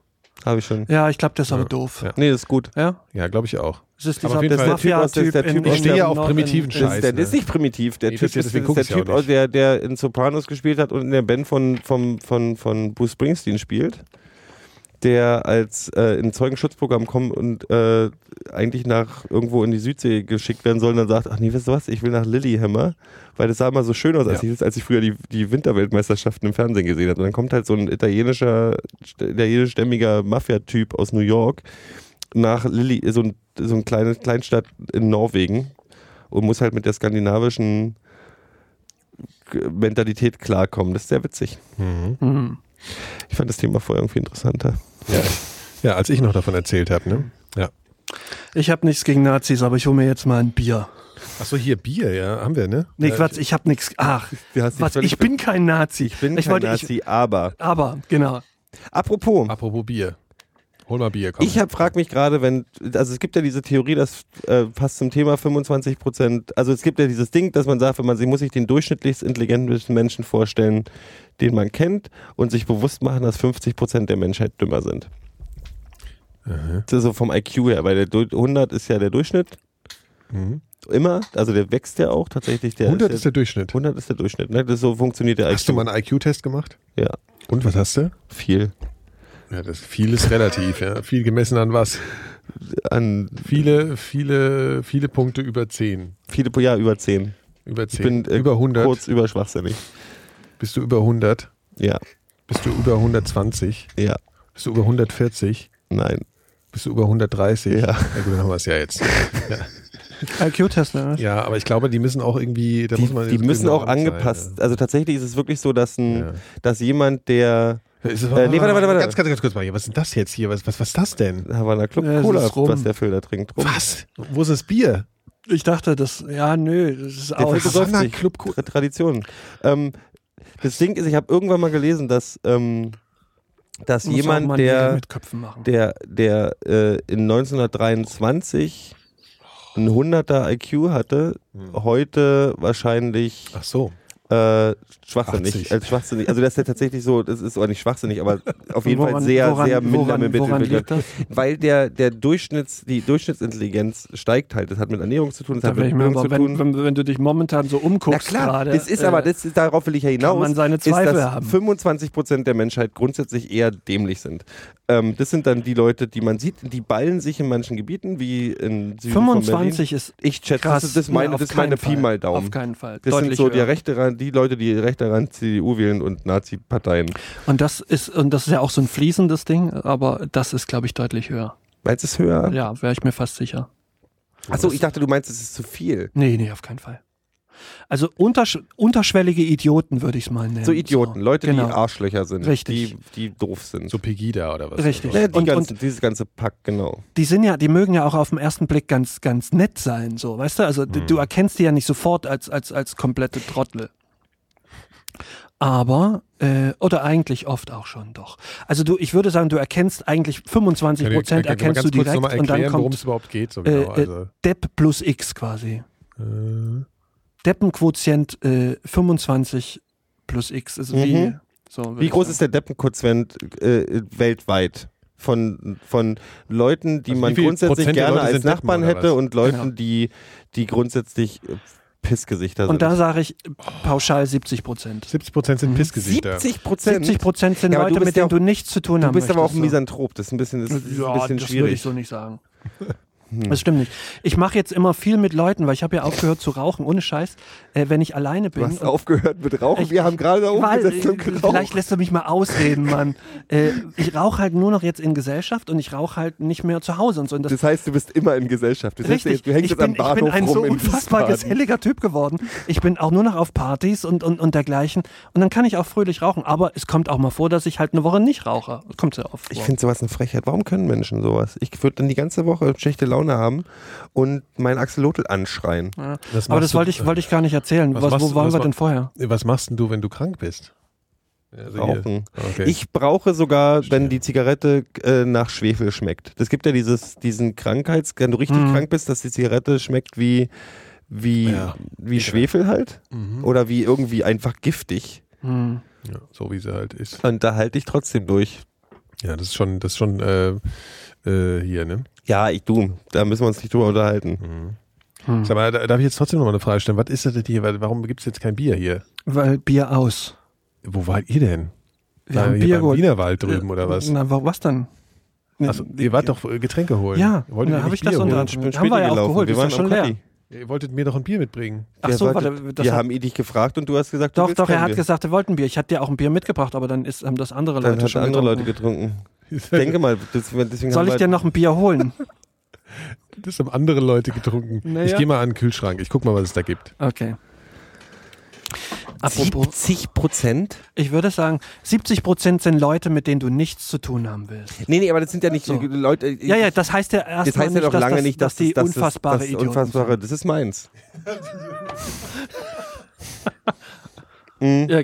Habe ich schon.
Ja, ich glaube, das ist aber doof.
ja.
Nee, das ist gut.
Ja,
Ja, glaube ich auch.
es ist
Aber auf
dieser
jeden Fall, der
Typ aus-
Mafia-Typ.
der Typ
in-
aus-
in-
der
in-
auf
in-
primitiven
in-
Das,
Scheiß,
ist, der,
ne?
das ist nicht primitiv. Der
Nee,
Typ
das-
ist,
deswegen
das
guck
ist
ich's ja
der
auch
Typ, aus-
nicht.
der, der in Sopranos gespielt hat und in der Band von, von, von, von Bruce Springsteen spielt, der als äh, in ein Zeugenschutzprogramm kommt und äh, eigentlich nach irgendwo in die Südsee geschickt werden soll und dann sagt, ach nee, weißt du was, ich will nach Lillehammer, weil das sah immer so schön aus, als, ich, als ich früher die, die Winterweltmeisterschaften im Fernsehen gesehen habe. Und dann kommt halt so ein italienischer, italienischstämmiger Mafia-Typ aus New York nach Lilly, so ein, so ein kleine Kleinstadt in Norwegen und muss halt mit der skandinavischen G- Mentalität klarkommen. Das ist sehr witzig.
Mhm.
Ich fand das Thema vorher irgendwie interessanter.
Ja. ja, als ich noch davon erzählt habe, ne? Ja.
Ich habe nichts gegen Nazis, aber ich hole mir jetzt mal ein Bier.
Achso, hier Bier, ja, haben wir, ne?
Nee,
ja,
Quatsch, ich habe nichts. Ach,
Du hast dich
was,
völlig
ich bin kein Nazi.
Ich bin kein
wollte-
Nazi, aber.
aber, genau.
Apropos,
Apropos Bier. Hol mal Bier, komm.
ich hab, frag mich gerade, wenn, also es gibt ja diese Theorie, das äh, passt zum Thema 25 Prozent, also es gibt ja dieses Ding, dass man sagt, wenn man sich, muss sich den durchschnittlichst intelligenten Menschen vorstellen, den man kennt und sich bewusst machen, dass 50 Prozent der Menschheit dümmer sind. Das ist so vom IQ her, weil der Du- 100 ist ja der Durchschnitt. Immer, also der wächst ja auch tatsächlich. Der
100 Mhm. ist der Durchschnitt.
100 ist der Durchschnitt, ne? Das so funktioniert der
Hast du mal einen IQ-Test gemacht?
Ja,
Und was hast du?
viel.
Ja, das viel ist relativ, ja. Viel gemessen an was?
An
Viele, viele, viele Punkte über 10.
viele pro Jahr über 10.
Über 10.
Ich bin äh,
über 100.
kurz über schwachsinnig.
Bist du über 100?
Ja,
Bist du über 120?
ja,
Bist du über 140?
nein.
Bist du über 130?
Ja.
Na gut, dann haben wir es ja jetzt.
IQ-Test, ne?
Ja, aber ich glaube, die müssen auch irgendwie. Da
Die,
muss man
die müssen auch
genau
angepasst.
sein,
Also tatsächlich ist es wirklich so, dass, ein,
Ja.
dass jemand, der
ja. Ist,
Äh, nee, warte, warte, warte.
Ganz, ganz, ganz kurz mal hier. Was ist denn das jetzt hier? Was, was, was ist das denn?
Havana Club
Ja, es
Cola,
ist rum.
was der Filter trinkt,
Um
rum.
Was? Wo ist das Bier?
Ich dachte, das, ja, nö, das ist
Der
aus.
versucht sich.
Club Co-
Tra- Tradition. Ähm, das Ding ist, ich habe irgendwann mal gelesen, dass, ähm, dass
Muss auch mal
jemand,
ein Bier
der,
mit Köpfen machen.
der, der äh, in 1923 ein 100er IQ hatte,
Hm.
heute wahrscheinlich
Ach so.
Äh, schwachsinnig.
80.
Äh, schwachsinnig. Also das ist ja tatsächlich so, das ist auch nicht
<laughs>
schwachsinnig, aber auf jeden Fall
Woran-
sehr,
woran-
sehr minder
woran-
mit Mittel-
woran liegt das?
Weil der, der Durchschnitts, die Durchschnittsintelligenz steigt halt. Das hat mit Ernährung zu tun, das
Da
hat
wär
mit
ich mir
Bildung
aber,
zu
wenn,
tun.
wenn, wenn du dich momentan so
Na
umguckst
klar,
gerade.
das ist
äh,
aber, das ist, darauf will ich ja hinaus.
man seine
ist,
Zweifel
dass
haben.
25 Prozent der Menschheit grundsätzlich eher dämlich sind. Ähm, das sind dann die Leute, die man sieht, die ballen sich in manchen Gebieten, wie in Süden von Berlin.
25 ist
Ich schätze,
krass.
das ist
Nee,
meine,
auf
das ist meine
keinen Fall.
Pi mal Daumen.
Auf keinen Fall.
Das
Deutlich
sind so die,
höher.
rechte, Rand- die Leute, die rechte Rand CDU wählen und Nazi-Parteien.
Und das ist, und das ist ja auch so ein fließendes Ding, aber das ist, glaube ich, deutlich höher.
Weil es ist höher.
Ja, wäre ich mir fast sicher.
Achso, ich dachte, du meinst, es ist zu viel.
Nee, nee, auf keinen Fall. Also untersch unterschwellige Idioten würde ich es mal nennen.
So Idioten,
So,
Leute,
genau.
die Arschlöcher sind,
Richtig.
Die, die doof sind.
So Pegida oder was?
Richtig.
ja, die
und,
ganzen,
und
dieses ganze Pack, genau.
die sind ja, die mögen ja auch auf den ersten Blick ganz, ganz nett sein, so, weißt du? Also d-
Mhm.
du erkennst die ja nicht sofort als, als, als komplette Trottel. Aber, äh, oder eigentlich oft auch schon doch. Also du, ich würde sagen, du erkennst eigentlich 25 Prozent erkennst du direkt
nochmal
und dann
erklären, worum es
kommt
überhaupt geht. So
äh,
genau.
äh,
also,
Depp plus X quasi.
äh,
Deppenquotient äh, 25 plus X ist wie.
Mhm.
So würde
Wie
ich
groß
sagen.
ist der Deppenkurzwend äh, weltweit? Von, von Leuten, die
Also wie
man
viel
grundsätzlich
Prozent der
gerne
Leute
als
sind Deppen
Nachbarn
oder was?
hätte und Leuten,
Genau.
die, die grundsätzlich äh, Pissgesichter sind.
Und da sage ich äh, pauschal 70 Prozent.
70 Prozent
Mhm.
sind Pissgesichter.
70 Prozent.
70 Prozent sind
Ja, aber
Leute,
du bist
mit
ja
denen
auch-
du nichts zu tun
Du
haben
bist aber auch ein
möchtest, so.
Misanthrop, das ist ein bisschen,
Genau.
das ist
Ja,
ein bisschen
das würde
schwierig. Hm.
ich so nicht sagen. Das stimmt nicht. Ich mache jetzt immer viel mit Leuten, weil ich habe ja aufgehört zu rauchen, ohne Scheiß. Äh, wenn ich alleine bin.
du hast
und-
aufgehört mit Rauchen,
Ich-
wir haben gerade da oben
weil,
gesessen und
äh, vielleicht
geraucht.
lässt du mich mal ausreden, Mann. äh, ich rauche halt nur noch jetzt in Gesellschaft und ich rauche halt nicht mehr zu Hause und so. Und das
Das heißt, du bist immer in Gesellschaft. Du, sitzt
Richtig,
jetzt, du hängst
ich,
jetzt
bin,
am
ich
Bahnhof
bin ein
rum
so
in
unfassbar
Wiesbaden.
geselliger Typ geworden. Ich bin auch nur noch auf Partys und, und, und dergleichen. Und dann kann ich auch fröhlich rauchen. Aber es kommt auch mal vor, dass ich halt eine Woche nicht rauche. Kommt sehr oft vor.
Ich finde sowas eine Frechheit. Warum können Menschen sowas? Ich würde dann die ganze Woche schlechte Laune haben und meinen Axolotl anschreien.
ja.
Was
Aber
machst
das
du-
wollte ich, wollte ich gar nicht erzählen.
Was
Was,
machst
wo
du-
waren
was
wir
ma-
denn vorher?
Was machst denn du, wenn du krank bist? Also hier.
Rauchen.
Okay.
Ich brauche sogar, wenn die Zigarette äh, nach Schwefel schmeckt. Es gibt ja dieses, diesen Krankheits, wenn du richtig
Mhm.
krank bist, dass die Zigarette schmeckt wie, wie,
Ja. Mhm.
wie Schwefel halt. Oder wie irgendwie einfach giftig.
Hm.
ja, so wie sie halt ist.
Und da halte ich trotzdem durch.
Ja, das ist schon, das ist schon äh, äh, hier, ne?
Ja, ich du, da müssen wir uns nicht drüber unterhalten.
Mhm. Sag mal, da- darf ich jetzt trotzdem nochmal eine Frage stellen? Was ist das denn hier? Weil- Warum gibt es jetzt kein Bier hier?
Weil Bier aus.
Wo wart ihr denn?
Wir
War
haben
ihr
Bier
beim
geholt. Äh,
Wienerwald drüben oder was?
Na, wa- was denn?
Also, ihr wart doch äh, Getränke holen.
Ja,
wolltet
da
ihr
hab
nicht
ich das
Bier
unter
holen?
anderem- haben wir ja auch geholt,
Wir
ist ja
waren
schon
schon
leer.
leer.
Ihr wolltet mir doch ein Bier mitbringen.
Ach so, warte, das
wir
hat,
haben ihn dich gefragt und du hast gesagt, du
doch,
willst
doch, er
kein
hat
Bier.
gesagt, er wollte ein Bier. Ich hatte dir auch ein Bier mitgebracht, aber dann ist, haben das andere
Dann
Leute
hat
schon
andere Leute
getrunken.
getrunken.
<laughs>
Ich denke mal, das- deswegen
Soll
haben
ich
wir-
dir noch ein Bier
<laughs>
holen?
Das haben andere Leute getrunken.
Naja.
Ich gehe mal an den Kühlschrank. Ich guck mal, was es da gibt.
Okay. Apropos,
70 Prozent?
ich würde sagen, 70 Prozent sind Leute, mit denen du nichts zu tun haben willst.
Nee, nee, aber das sind ja nicht
So.
Leute. äh,
Ja, ja, das heißt ja erstmal
das heißt ja
nicht,
doch
dass,
lange
das-
nicht,
dass
dass,
die
das, das,
unfassbare
das, das
Idioten
unfassbare, das ist meins.
sind. Ja,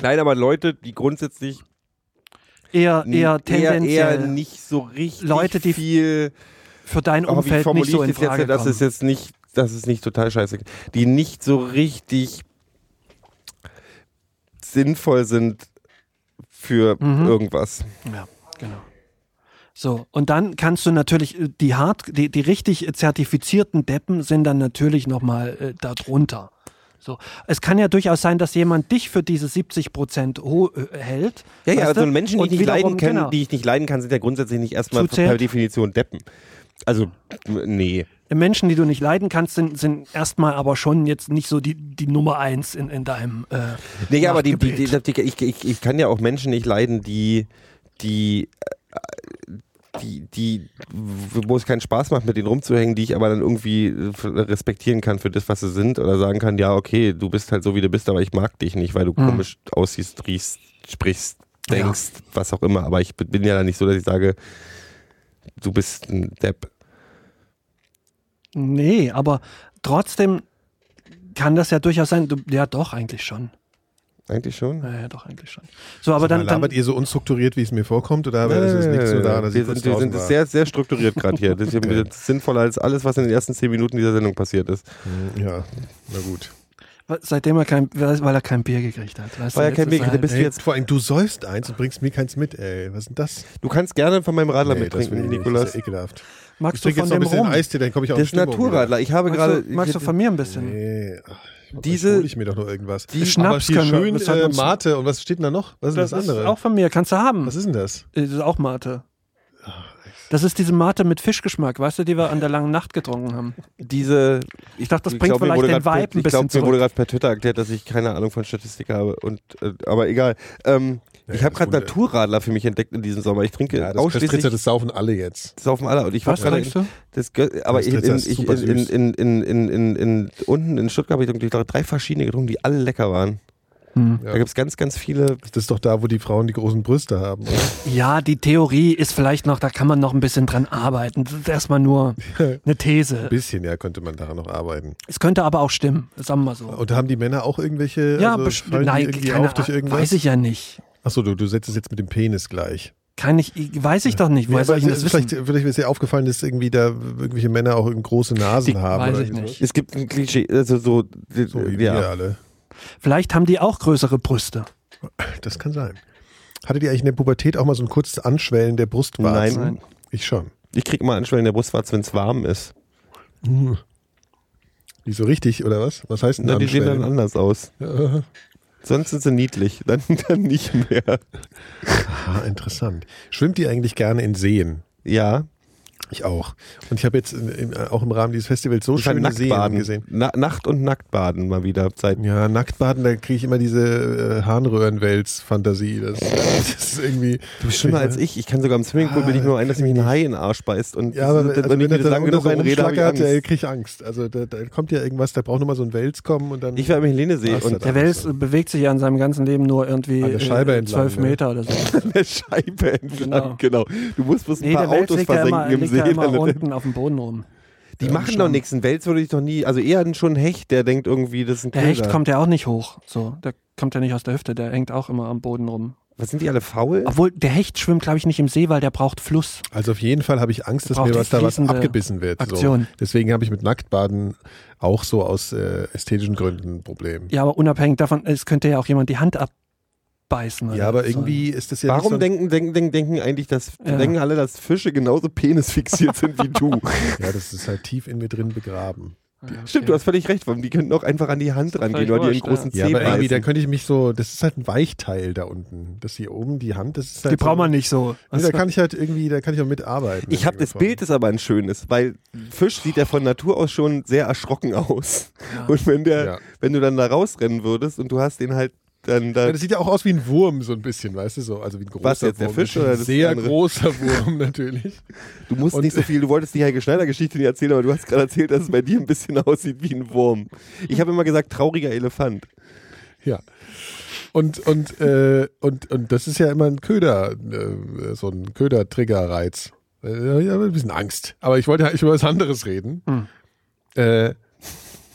Nein, aber Leute, die grundsätzlich
eher, eher
eher,
tendenziell
eher nicht so richtig
Leute, die
viel.
für dein
Oh, wie
Umfeld nicht so
formuliere
in
ich das jetzt,
Frage
dass
kommen.
es jetzt nicht, dass es nicht total scheiße geht, die nicht so richtig sinnvoll sind für
Mhm.
irgendwas.
Ja, genau. So, und dann kannst du natürlich, äh, die hart, die, die richtig zertifizierten Deppen sind dann natürlich nochmal äh, darunter. So. Es kann ja durchaus sein, dass jemand dich für diese 70 Prozent äh, hält.
Ja, ja,
weißt du?
also Menschen, die
Und
ich nicht
wiederum,
leiden kann,
genau.
die ich nicht leiden kann, sind ja grundsätzlich nicht erstmal
Zuzählt?
per Definition Deppen. Also, nee.
Menschen, die du nicht leiden kannst, sind, sind erstmal aber schon jetzt nicht so die, die Nummer eins in, in deinem. Äh,
Nee, ja, aber die, die,
Machtgebet.
die, die, ich, ich, ich kann ja auch Menschen nicht leiden, die, die, äh, die, die, wo es keinen Spaß macht, mit denen rumzuhängen, die ich aber dann irgendwie äh, respektieren kann für das, was sie sind oder sagen kann, ja, okay, du bist halt so, wie du bist, aber ich mag dich nicht, weil du komisch aussiehst, riechst, sprichst, denkst, was auch immer. Aber ich bin ja dann nicht so, dass ich sage, du bist ein Depp.
nee, aber trotzdem kann das ja durchaus sein. Du, ja, doch, eigentlich schon.
Eigentlich schon.
Ja, ja, doch, eigentlich schon. So, aber dann. dann
labert ihr so unstrukturiert, wie es mir vorkommt? Oder ist es nichts so da? Dass
wir
ich kurz
sind, wir
draußen
sind
war?
sehr, sehr strukturiert gerade
<laughs>
hier. Das ist
Okay.
sinnvoller als alles, was in den ersten zehn Minuten dieser Sendung passiert ist.
Ja, na gut.
Weil- Seitdem er kein, weil er kein Bier gekriegt hat. Weißt
Weil er kein
du, jetzt ist halt-
Bier gekriegt hat, bist
Ey,
du jetzt.
jetzt vor allem, du säufst eins und bringst mir keins mit, ey. Was ist denn das?
Du kannst gerne von meinem Radler
Nee, das
mittrinken,
will ich nicht.
Nikolas.
Das ist ja ekelhaft. Ich
Magst du
trinke
von
jetzt noch ein
dem
bisschen
rum?
Eistee, dann komme ich auch
Das ist Naturradler. Ich habe
Magst
gerade.
du, magst du von mir ein bisschen?
Nee, ach,
Diese-
diese. Hol ich mir doch noch irgendwas.
Die
Aber
Schnaps
hier
können wir-
schön
das hat
äh,
uns-
Mate und was steht denn da noch? Was ist denn das,
ist
andere?
Äh, auch von mir. Kannst du haben.
was ist denn das?
Das ist auch Mate. Das ist diese Mate mit Fischgeschmack, weißt du, die wir an der langen Nacht getrunken haben.
Diese.
Ich dachte, das
ich
bringt
glaub, mir
vielleicht
wurde
den Vibe
grad-
ein
Ich glaube,
bisschen
mir wurde
zurück.
gerade per Twitter erklärt, dass ich keine Ahnung von Statistik habe. Und, äh, aber egal. Ähm, ich habe gerade Naturradler für mich entdeckt in diesem Sommer. Ich trinke
Ja, das
ausschließlich.
Köstritzer, das saufen alle jetzt.
Das auf dem Aller. Und ich war
Was
gerade.
trinkst du?
Das, gö- aber ich, in,
Köstritzer ist
ich,
super
in,
süß.
in, in, in, in, in, unten in Stuttgart habe ich irgendwie drei verschiedene getrunken, die alle lecker waren.
Hm.
Da
Ja.
gibt es ganz, ganz viele.
Das ist doch da, wo die Frauen die großen Brüste haben. Oder?
Ja, die Theorie ist vielleicht noch, da kann man noch ein bisschen dran arbeiten. Das ist
<laughs>
erstmal nur eine These.
Ein bisschen, ja, könnte man daran noch arbeiten.
Es könnte aber auch stimmen, sagen wir mal so.
Und haben die Männer auch irgendwelche.
Ja,
also
best-
fallen die
nein,
irgendwie
keine
auf durch
Ahnung,
irgendwas?
weiß ich ja nicht.
Achso, du, du setzt es jetzt mit dem Penis gleich.
Kann ich, ich- weiß ich doch nicht. Woher soll ich denn das
vielleicht,
wissen?
vielleicht ist dir aufgefallen, dass irgendwie da irgendwelche Männer auch irgendwie große Nasen haben.
weiß
oder
ich
irgendwie
nicht.
Es gibt ein Klischee, also so.
So, so wie
ja.
wir alle.
Vielleicht haben die auch größere Brüste.
Das kann sein. Hattet ihr eigentlich in der Pubertät auch mal so ein kurzes Anschwellen der Brustwarzen?
Nein.
Ich schon.
Ich krieg mal Anschwellen der Brustwarze, wenn es warm ist.
Wie so richtig, oder was? Was heißt denn
Na, die sehen dann
Anschwellen?
anders aus. Sonst sind sie niedlich, <laughs> dann, dann nicht mehr.
Ah, interessant. Schwimmt ihr eigentlich gerne in Seen?
Ja,
Ich auch. Und ich habe jetzt in, in, auch im Rahmen dieses Festivals so
ich war
Oh, schöne Seen gesehen.
Nacktbaden. Na, Nacht- und Nacktbaden mal wieder seit
Ja, Nacktbaden, da kriege ich immer diese äh, Harnröhrenwels-Fantasie. Das, das ist irgendwie.
Du bist schlimmer als ich. Ich kann sogar im Swimmingpool bin ich nur ein, dass mich ein Hai in den Arsch beißt. Und
Ah, Ja, aber
das-
also,
wenn ich
wenn er
mir das
dann
lang
unter
genug
so
reinrede, habe ich
rumschlackert, äh,
Angst.
krieg ich Angst. Also da, da kommt ja irgendwas, da braucht nochmal so ein Wels kommen und dann.
Ich war im Helenesee
Ach so,
und
da-
Der Wels äh, bewegt sich ja in seinem ganzen Leben nur irgendwie
An Ah, der Scheibe
äh,
entlang,
12
ne? <laughs>
Meter oder so.
an der Scheibe entlang. Genau. Du musst bloß ein
Nee,
paar
der Wels
Autos
liegt ja
versenken
immer,
im
liegt
See.
ja immer
damit-
unten auf dem Boden rum.
die machen doch nichts. Ein Wels würde ich doch nie. Also eher schon ein Hecht, der denkt irgendwie, das ist ein
Der
Köder.
Hecht kommt ja auch nicht hoch. So, der kommt ja nicht aus der Hüfte, der hängt auch immer am Boden rum.
Was sind die alle faul?
Obwohl, der Hecht schwimmt, glaube ich, nicht im See, weil der braucht Fluss.
also auf jeden Fall habe ich Angst, dass
Braucht
mir
die
was da was
fließende
abgebissen wird. So.
Aktion.
Deswegen habe ich mit Nacktbaden auch so aus äh, ästhetischen Gründen ein Problem.
Ja, aber unabhängig davon, es könnte ja auch jemand die Hand abbeißen. oder
Ja, aber
so.
irgendwie ist das ja
Warum
nicht
denken, denken, denken, denken eigentlich, dass
Ja.
denken alle, dass Fische genauso penisfixiert sind
<laughs>
wie du?
so ein, Ja, das ist halt tief in mir drin begraben.
Ja, okay.
Stimmt, du hast völlig recht. warum Die könnten auch einfach an die Hand rangehen
völlig
oder dir einen
wurscht, ja.
großen
Ja,
Zeh
aber irgendwie, da
beißen.
könnte ich mich so, das ist halt ein Weichteil da unten. Das hier oben, die Hand, das ist halt
Die braucht
so,
man nicht Also- so.
Nee, da kann ich halt irgendwie, da kann ich auch mitarbeiten.
Ich habe das
Irgendwie.
Bild, das aber ein schönes, weil Fisch sieht ja von Natur aus schon sehr erschrocken aus. Und wenn der,
Ja.
wenn du dann da rausrennen würdest und du hast den halt dann da.
Ja, das sieht ja auch aus wie ein Wurm, so ein bisschen, weißt du, so. Also wie ein großer
Was jetzt, der
Wurm.
Fisch
Ein
oder das
Sehr
andere? <laughs>
großer Wurm natürlich.
du musst
und-
nicht so viel, du wolltest die Heike Schneider-Geschichte nicht erzählen, aber du hast gerade erzählt, dass es bei dir ein bisschen <laughs> aussieht wie ein Wurm. Ich habe immer gesagt, trauriger Elefant.
Ja. Und, und, äh, und, und das ist ja immer ein Köder, äh, so ein Köder-Trigger-Reiz. Äh, ja, ein bisschen Angst. Aber ich wollte eigentlich über was anderes reden.
Hm.
Äh,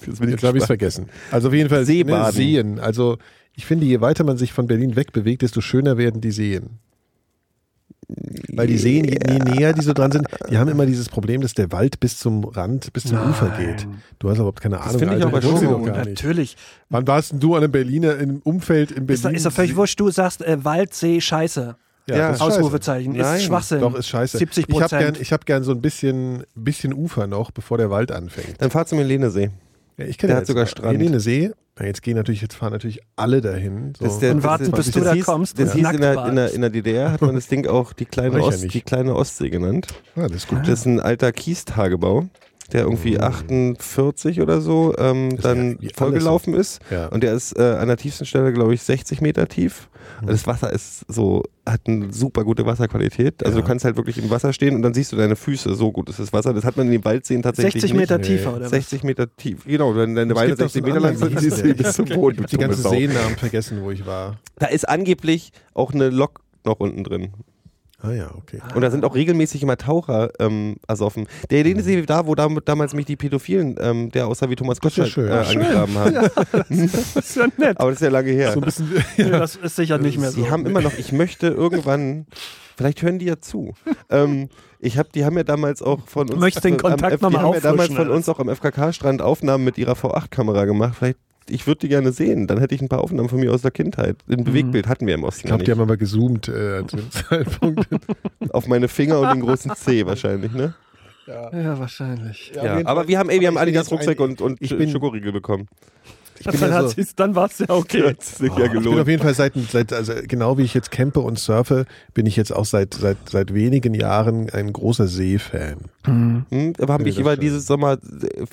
Jetzt bin ich
jetzt habe ich es
gespannt.
vergessen. Also auf jeden Fall
Seebaden.
Seen. Also ich finde, je weiter man sich von Berlin wegbewegt, desto schöner werden die Seen. Weil die Seen, je, je näher die so dran sind, die haben immer dieses Problem, dass der Wald bis zum Rand, bis zum Ufer geht. Du hast überhaupt keine Ahnung.
finde ich
Alter,
aber
du wusstest
schon
doch gar nicht.
Natürlich.
Wann warst denn du an einem Berliner im Umfeld in
Ist,
Berlin?
doch- ist doch völlig wurscht, du sagst äh, Wald, See, Scheiße.
Ja, das ist scheiße.
Ausrufezeichen.
Nein,
ist Schwachsinn.
Doch, ist scheiße.
70
Ich habe gern,
Prozent.
ich hab gern so ein bisschen, bisschen Ufer noch, bevor der Wald anfängt.
Dann fahr zum Helenesee.
Ja, ich
Der hat sogar Strand.
Helene See. Na, jetzt gehen natürlich, jetzt fahren natürlich alle dahin. So.
Das ist der-
Und
das
warten,
ist-
bis
das
du da
hieß,
kommst
Das
und
hieß in der,
nackt
in, der,
badest.
in der DDR, hat man das Ding auch die
War
kleine,
ich ja
Ost,
nicht.
die kleine Ostsee genannt.
ah, das ist gut.
Das ist ein alter Kiestagebau, der irgendwie 48 oder so
Hm.
ähm,
ist ja
dann
irgendwie alles
vollgelaufen ist.
Ja.
Und der ist äh, an der tiefsten Stelle, glaube ich, 60 Meter tief.
Mhm.
Und das Wasser ist so, hat eine super gute Wasserqualität. Also
Ja.
du kannst halt wirklich im Wasser stehen und dann siehst du deine Füße. So gut ist das Wasser. Das hat man in den Waldseen tatsächlich
60
nicht.
Meter
Nee.
tiefer, oder was?
60 Meter tief. Genau, wenn deine Beine
gibt doch so
60
einen
Meter lang
anderen,
sind,
wie hieß
siehst du <laughs>
der? <laughs>
bis zum Boden.
Ich
du
habe die
dumme
ganzen
Sau.
Seennamen vergessen, wo ich war.
Da ist angeblich auch eine Lok noch unten drin.
Ah ja, okay.
Und da sind auch regelmäßig immer Taucher ähm, ersoffen. Der Helene da, wo dam damals mich die Pädophilen, ähm, der aussah wie Thomas
ist ja
Gottschalk,
schön. <laughs>
äh,
Ja, schön.
angegraben haben.
Das ist ja nett.
Aber das ist ja lange her.
So ein bisschen,
Nee, Das ist sicher nicht mehr so.
Die haben immer noch, ich möchte irgendwann, vielleicht hören die ja zu. ähm, ich hab, die haben ja damals auch von uns. äh,
Möchtest den
am
Kontakt
F-
noch mal
Die haben ja damals
auffrischen,
von
oder
uns auch am FKK-Strand Aufnahmen mit ihrer V8-Kamera gemacht. Vielleicht, ich würde die gerne sehen. Dann hätte ich ein paar Aufnahmen von mir aus der Kindheit.
Mhm.
Ein Bewegbild hatten wir im Osten.
ich glaube, die
gar
haben aber gezoomt äh, zu dem <laughs> Zeitpunkt.
nicht. Auf meine Finger und den großen C wahrscheinlich, ne?
ja, wahrscheinlich.
Ja, aber wir haben, ey, wir haben Adidas Rucksäcke und, und
ich bin-
Schokoriegel bekommen. Ich bin ja so,
dann war es ja okay.
sich
<laughs> Ich
ja
bin auf
gelohnt.
jeden Fall seit, seit also genau wie ich jetzt campe und surfe, bin ich jetzt auch seit, seit, seit wenigen Jahren ein großer See-Fan.
Hm, aber habe
Nee,
ich
das
über
stimmt.
dieses Sommer äh,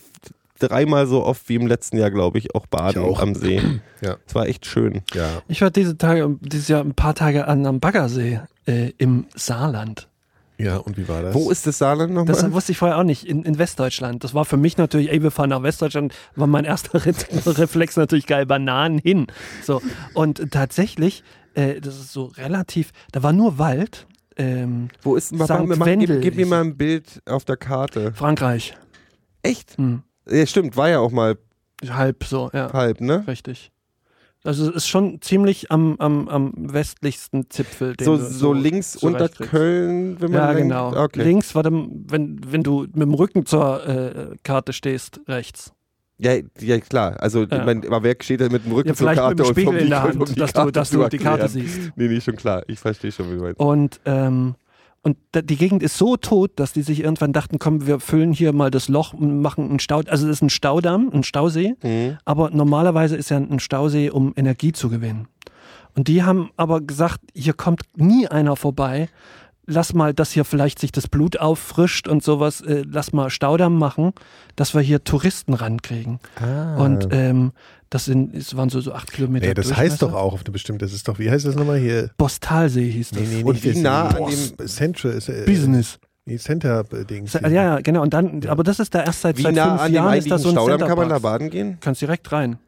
dreimal so oft wie im letzten Jahr, glaube ich, auch baden
Ich auch.
am See.
Ja.
Es war echt schön.
Ja.
Ich war diese Tage, dieses Jahr ein paar Tage an am Baggersee äh, im Saarland.
Ja, und wie war das?
Wo ist das Saarland
Das
nochmal?
wusste ich vorher auch nicht, in, in Westdeutschland. Das war für mich natürlich, ey, wir fahren nach Westdeutschland, war mein erster <laughs> Re Reflex natürlich geil, Bananen hin. So. Und tatsächlich, äh, das ist so relativ, da war nur Wald, ähm,
Wo ist denn
Sankt
mach, gib,
Wendel
gib mir
ist-
mal ein Bild auf der Karte.
Frankreich,
Echt?
hm,
Ja, stimmt, war ja auch mal
halb so, ja.
halb, ne?
Richtig. Also es ist schon ziemlich am, am, am westlichsten Zipfel. den
So,
du
so, links
so
unter
recht kriegst.
Köln, wenn man
Ja,
lenkt.
genau.
Okay.
Links war dann, wenn, wenn du mit dem Rücken zur äh, Karte stehst, rechts.
Ja, ja, klar. Also,
Ja.
ich mein, aber wer steht da mit dem Rücken
Ja,
zur
vielleicht
Karte
mit dem
und vom
Spiegel in der
Mikro, um
Hand,
die
dass du,
Karte
dass
zu
du die Karte
erklären?
siehst.
Nee, nee, schon klar. Ich verstehe schon, wie du meinst.
Und, ähm, und da, die Gegend ist so tot, dass die sich irgendwann dachten, komm, wir füllen hier mal das Loch und machen einen Stau. Also es ist ein Staudamm, ein Stausee.
Mhm.
Aber normalerweise ist ja ein Stausee, um Energie zu gewinnen. Und die haben aber gesagt, hier kommt nie einer vorbei. Lass mal, dass hier vielleicht sich das Blut auffrischt und sowas. Äh, lass mal Staudamm machen, dass wir hier Touristen rankriegen.
Ah.
Und ähm, das, sind, es waren so, so acht Kilometer.
nee, das heißt
Durchmesser.
doch auch auf eine bestimmte, das ist doch, wie heißt das nochmal hier?
Bostalsee hieß das.
Und wie nah an
dem Central ist, äh,
Business.
Nee, Center-Ding.
Ja, ja, genau. Und dann, aber das ist da erst seit,
Wie
seit
nah
fünf
an dem
Jahren ist
eigentlichen
das so ein
Staudamm kann man da
Centerparks.
baden gehen?
Kannst direkt rein.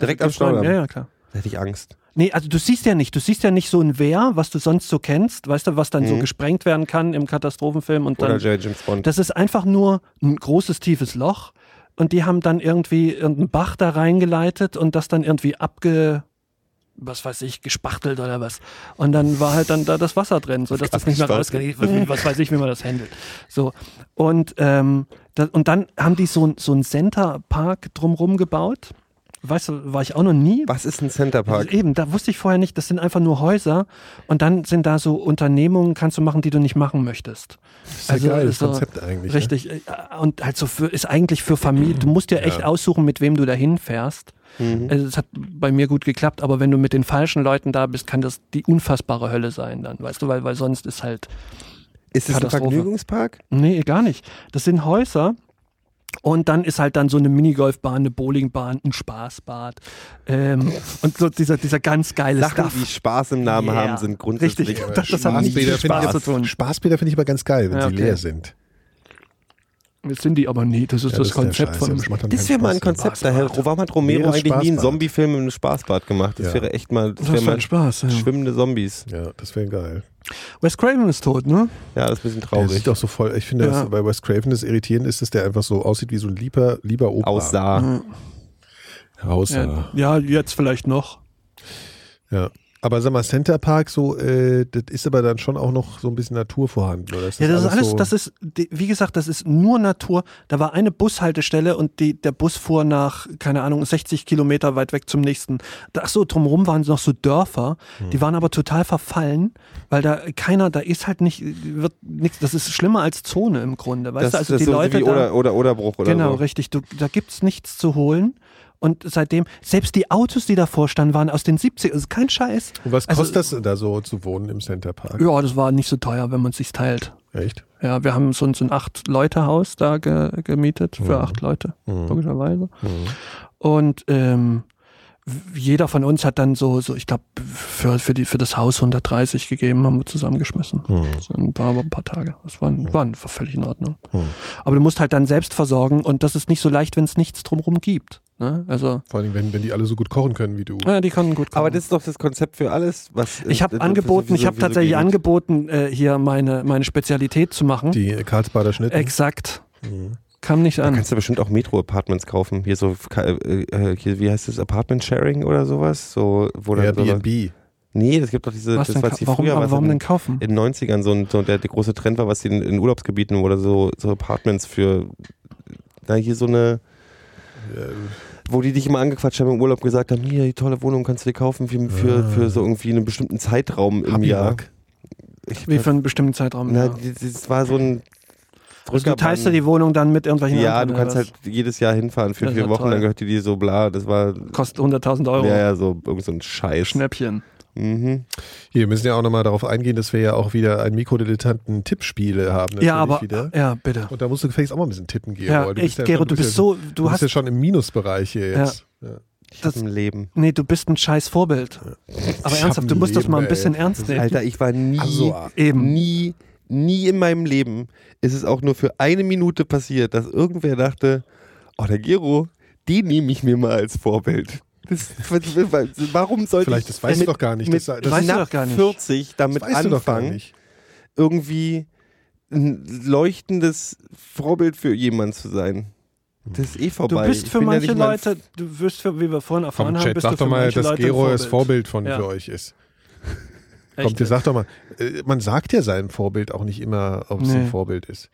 Direkt am
Also direkt rein.
Staudamm?
Ja, ja, klar.
Da hätte ich Angst.
Nee, also du siehst ja nicht, du siehst ja nicht so ein Wehr, was du sonst so kennst, weißt du, was dann so gesprengt werden kann im Katastrophenfilm und
Oder
dann.
J. James Bond.
Das ist einfach nur ein großes, tiefes Loch und die haben dann irgendwie irgendeinen Bach da reingeleitet und das dann irgendwie abge. was weiß ich, gespachtelt oder was. Und dann war halt dann da das Wasser drin, sodass das nicht mehr rausgeht. Was weiß ich, wie man das handelt. So. Und, ähm, das, und dann haben die so, ein- so einen Center-Park drumrum gebaut. Weißt du, war ich auch noch nie.
Was ist ein Centerpark?
Das ist eben, da wusste ich vorher nicht, das sind einfach nur Häuser und dann sind da so Unternehmungen, kannst du machen, die du nicht machen möchtest. Das
ist ja geil, das Konzept eigentlich, ne?
Richtig. äh, Und halt so für, ist eigentlich für Familie, du musst dir echt aussuchen, mit wem du da hinfährst. Also es hat bei mir gut geklappt, aber wenn du mit den falschen Leuten da bist, kann das die unfassbare Hölle sein dann, weißt du, weil, weil sonst ist halt
Ist es ein
Katastrophe.
Vergnügungspark?
Nee, gar nicht. Das sind Häuser. Und dann ist halt dann so eine Minigolfbahn, eine Bowlingbahn, ein Spaßbad. Ähm, und so dieser, dieser ganz geile
Sachen,
Stuff.
die Spaß im Namen
Yeah.
haben, sind grundsätzlich.
Richtig, das, das hat nichts mit Spaß zu tun.
Spaßbäder finde ich aber ganz geil, wenn
Ja,
sie
okay.
leer sind.
Das sind die aber nie. Das ist
Ja,
das,
der
Konzept
Scheiß,
von einem
das macht dann
Das
keinen
wäre mal ein
Spaß mehr.
Konzept. Daher, warum hat Romero
Leeres
eigentlich nie einen
Spaßbad.
Zombiefilm mit einem Spaßbad gemacht? Das
Ja.
wäre echt mal, das
Das
wäre
war
mal
ein Spaß. Ja.
schwimmende Zombies.
Ja, das wäre geil.
Wes Craven ist tot, ne?
Ja, das ist ein bisschen
Der
traurig.
sieht doch so voll. Ich finde,
Ja.
was bei Wes Craven das irritierend ist, dass der einfach so aussieht wie so ein lieber, lieber Opa.
Aussah.
Mhm.
Aussah.
Ja, jetzt vielleicht noch.
Ja. Aber sag mal, Center Park, so, äh, das ist aber dann schon auch noch so ein bisschen Natur vorhanden, oder?
Ja, das ist alles,
so-
das ist, die- wie gesagt, das ist nur Natur. Da war eine Bushaltestelle und die, der Bus fuhr nach, keine Ahnung, 60 Kilometer weit weg zum nächsten. Da- Ach so, drumherum waren noch so Dörfer,
Hm.
die waren aber total verfallen, weil da keiner, da ist halt nicht, wird nichts, das ist schlimmer als Zone im Grunde, weißt
Das,
du, also
das
die
ist so
Leute
wie
da,
oder, oder, Oderbruch oder
genau,
so.
richtig, du, da gibt's nichts zu holen. Und seitdem, selbst die Autos, die davor standen, waren aus den 70 also kein Scheiß.
Und was
also-
kostet das da so zu wohnen im Center Park?
Ja, das war nicht so teuer, wenn man sich's teilt.
Echt?
Ja, wir haben so ein, so ein Acht-Leute-Haus da ge gemietet für acht Leute, logischerweise. Und ähm, w- jeder von uns hat dann so, so ich glaube, für, für, die- für das Haus 130 gegeben, haben wir zusammengeschmissen.
Hm.
Das war aber ein paar Tage. Das war, war völlig in Ordnung. Aber du musst halt dann selbst versorgen und das ist nicht so leicht, wenn es nichts drumherum gibt. Ne? Also,
Vor allem, wenn, wenn die alle so gut kochen können wie du.
ja, die können gut kommen.
Aber das ist doch das Konzept für alles, was. äh,
ich
das
habe
ist
angeboten,
sowieso-
ich habe
wieso
tatsächlich
gegen-
angeboten, äh, hier meine, meine Spezialität zu machen.
Die äh, Karlsbader Schnitte.
Exakt. Kam nicht
Da
an.
kannst du bestimmt auch Metro-Apartments kaufen. Hier so, äh, äh, hier, wie heißt das, Apartment-Sharing oder sowas? So, wo dann so-
Airbnb.
Nee, es gibt doch diese,
Was
das
denn,
war sie
warum,
früher,
aber
was
warum
in-
denn kaufen?
in den 90ern so, ein, so der, der große Trend war, was die in, in Urlaubsgebieten oder so, so Apartments für, da hier so eine, wo die dich immer angequatscht haben im Urlaub gesagt haben, hier, die tolle Wohnung kannst du dir kaufen für, für, für so irgendwie einen bestimmten Zeitraum im Jahr.
Habimak.
Ich,
Wie für einen bestimmten Zeitraum.
na,
ja.
das, das war so ein,
Also du teilst ja die Wohnung dann mit irgendwelchen
Ja,
anderen,
du kannst
oder
halt jedes Jahr hinfahren für
Das ist
vier
ja
Wochen,
toll.
dann gehört dir die so bla. Das war
was? Kostet 100.000 Euro.
ja, ja so irgend so ein Scheiß.
Schnäppchen.
Mhm.
Hier, wir müssen ja auch nochmal darauf eingehen, dass wir ja auch wieder ein Mikrodilettanten-Tippspiel haben. natürlich
Ja, aber, äh,
Wieder.
ja, bitte.
Und da musst du gefälligst auch mal ein bisschen tippen, Gero.
Ja,
weil du
echt,
ja-
Gero, du bist
ja,
so,
Du
du
bist
hast,
ja schon im Minusbereich hier jetzt. Ja.
das,
Im Leben.
nee, du bist ein scheiß Vorbild. Aber
Ich hab
ernsthaft, du
ein
musst das
Leben,
mal ein
ey.
bisschen ernst nehmen.
Alter, ich war nie,
Also,
eben.
halt nie, nie in meinem Leben ist es auch nur für eine Minute passiert, dass irgendwer dachte, oh, der Gero, den nehme ich mir mal als Vorbild. Das, warum sollte
Vielleicht,
ich
das weißt du
mit-
doch gar nicht.
mit
das, das
weißt du
knapp
doch gar nicht.
40 damit
weißt du doch gar
anfangen,
nicht.
irgendwie ein leuchtendes Vorbild für jemanden zu sein? Das ist eh
Du
vorbei.
bist
Ich
für
bin ja
manche
nicht mal ein
Leute, du wirst für, wie wir vorhin erfahren
Komm,
haben,
Chat,
bist du
sag
für
doch mal,
manche
dass
Leute
Gero
ein
das Vorbild von
Ja.
für euch ist.
Echt,
Kommt, ihr
ey.
sagt doch mal, äh, man sagt ja seinem Vorbild auch nicht immer, ob es
Nee.
ein Vorbild ist.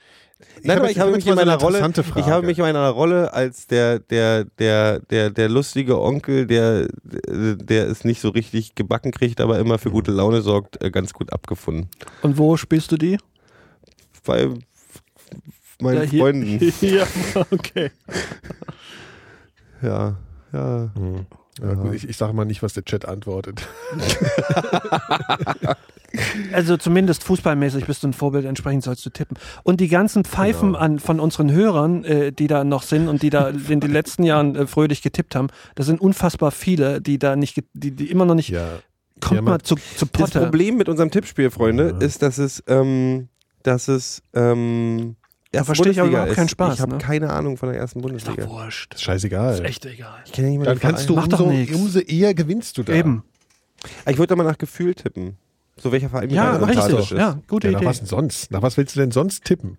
Nein, aber
jetzt
ich habe mich
übrigens
in
mal so
meiner
eine
Rolle,
interessante Frage.
ich habe mich in meiner Rolle als der der der der der lustige Onkel, der der es nicht so richtig gebacken kriegt, aber immer für gute Laune sorgt, äh, ganz gut abgefunden.
Und wo spielst du die?
Bei meinen
Ja, <laughs> hier-
Freunden,
ja, okay.
ja, ja.
Hm. Ja, gut, ich, ich sage mal nicht, was der Chat antwortet.
Also zumindest fußballmäßig bist du ein Vorbild, entsprechend sollst du tippen. Und die ganzen
Genau.
Pfeifen an, von unseren Hörern, äh, die da noch sind und
<laughs>
die da in den letzten Jahren äh, fröhlich getippt haben, das sind unfassbar viele, die da nicht, ge- die, die immer noch nicht,
Ja.
kommt
Ja, man-
mal zu, zu
halt Das
Potte.
Problem mit unserem Tippspiel, Freunde, ist, dass es ähm, dass es ähm, erste
verstehe ich
Bundesliga
aber überhaupt
ist.
keinen Spaß,
Ich habe
ne?
keine Ahnung von der ersten
ist doch
Bundesliga.
wurscht.
<laughs> Ist scheißegal.
Ist echt egal.
halt Ich kenne ja nicht mal
Dann
den
kannst du
Verein.
Macht doch
umso,
nichts.
umso eher gewinnst du da.
Eben.
Ich würde aber nach Gefühl tippen. So welcher Verein mir
Ja,
gerade sympathisch
richtig.
ist.
Ja, gute
Ja, nach
Idee.
was denn sonst? Nach was willst du denn sonst tippen?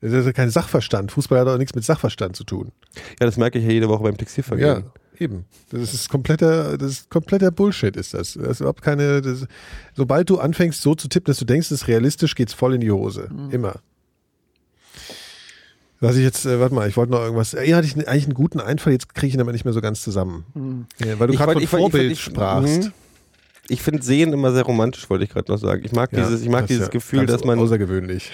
Das ist ja kein Sachverstand. Fußball hat auch nichts mit Sachverstand zu tun.
Ja, das merke ich ja jede Woche beim Textilvergehen.
eben. Das ist kompletter, das ist kompletter Bullshit, ist das. Das ist überhaupt keine. Das, sobald du anfängst, so zu tippen, dass du denkst, es ist realistisch, geht's voll in die Hose. Immer. Was ich jetzt, äh, warte mal, ich wollte noch irgendwas. Hier hatte ich ne- eigentlich einen guten Einfall, jetzt kriege ich ihn aber nicht mehr so ganz zusammen. Ja, weil du
Ich
gerade
wollt- ich
von
wollt- ich wollt-
Vorbild
ich-
sprachst.
mhm. Ich finde Sehen immer sehr romantisch, wollte ich gerade noch sagen. Ich mag
Ja,
dieses, ich mag
das
dieses
ist ja
Gefühl,
ganz genau.
dass man. <laughs>
Außergewöhnlich.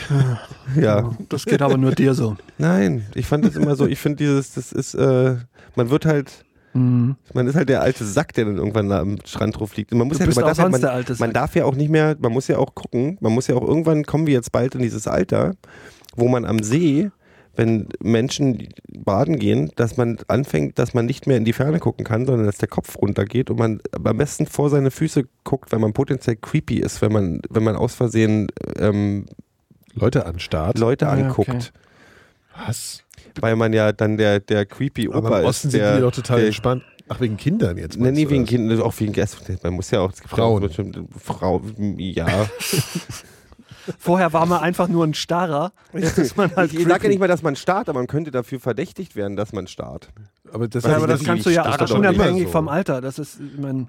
Ja.
Das geht aber nur dir so.
Nein, ich fand das immer so, ich finde dieses, das ist, äh, man wird halt,
Mhm.
man ist halt der alte Sack, der dann irgendwann da am Strandrauf liegt. Und man muss
Du
ja,
bist
man,
auch
darf ja
sonst
man,
der alte Sack.
man darf ja auch nicht mehr, man muss ja auch gucken, man muss ja auch irgendwann kommen wir jetzt bald in dieses Alter, wo man am See, wenn Menschen baden gehen, dass man anfängt, dass man nicht mehr in die Ferne gucken kann, sondern dass der Kopf runtergeht und man am besten vor seine Füße guckt, weil man potenziell creepy ist, wenn man, wenn man aus Versehen ähm,
Leute an den Start.
Leute
Ah, Ja,
anguckt.
okay.
Was?
Weil man ja dann der, der creepy
Aber
Opa
im
ist.
Osten sind
der,
die doch total
der,
entspannt. Ach, wegen Kindern jetzt.
Nee,
meinst
nee,
du
wegen
das?
Kindern, auch wegen es- Man muss ja auch. es gibt ja
Frauen.
auch bestimmte Frauen,
<laughs>
ja.
Vorher war man einfach nur
<laughs>
ein Starrer. Jetzt ist man halt
ich ich sage ja
creepy.
nicht mal, dass man starrt, aber man könnte dafür verdächtigt werden, dass man starrt.
Aber das,
Ja, aber das
nicht,
kannst du ja
das ist
auch
doch
unabhängig
immer so.
vom Alter. Das ist, ich mein,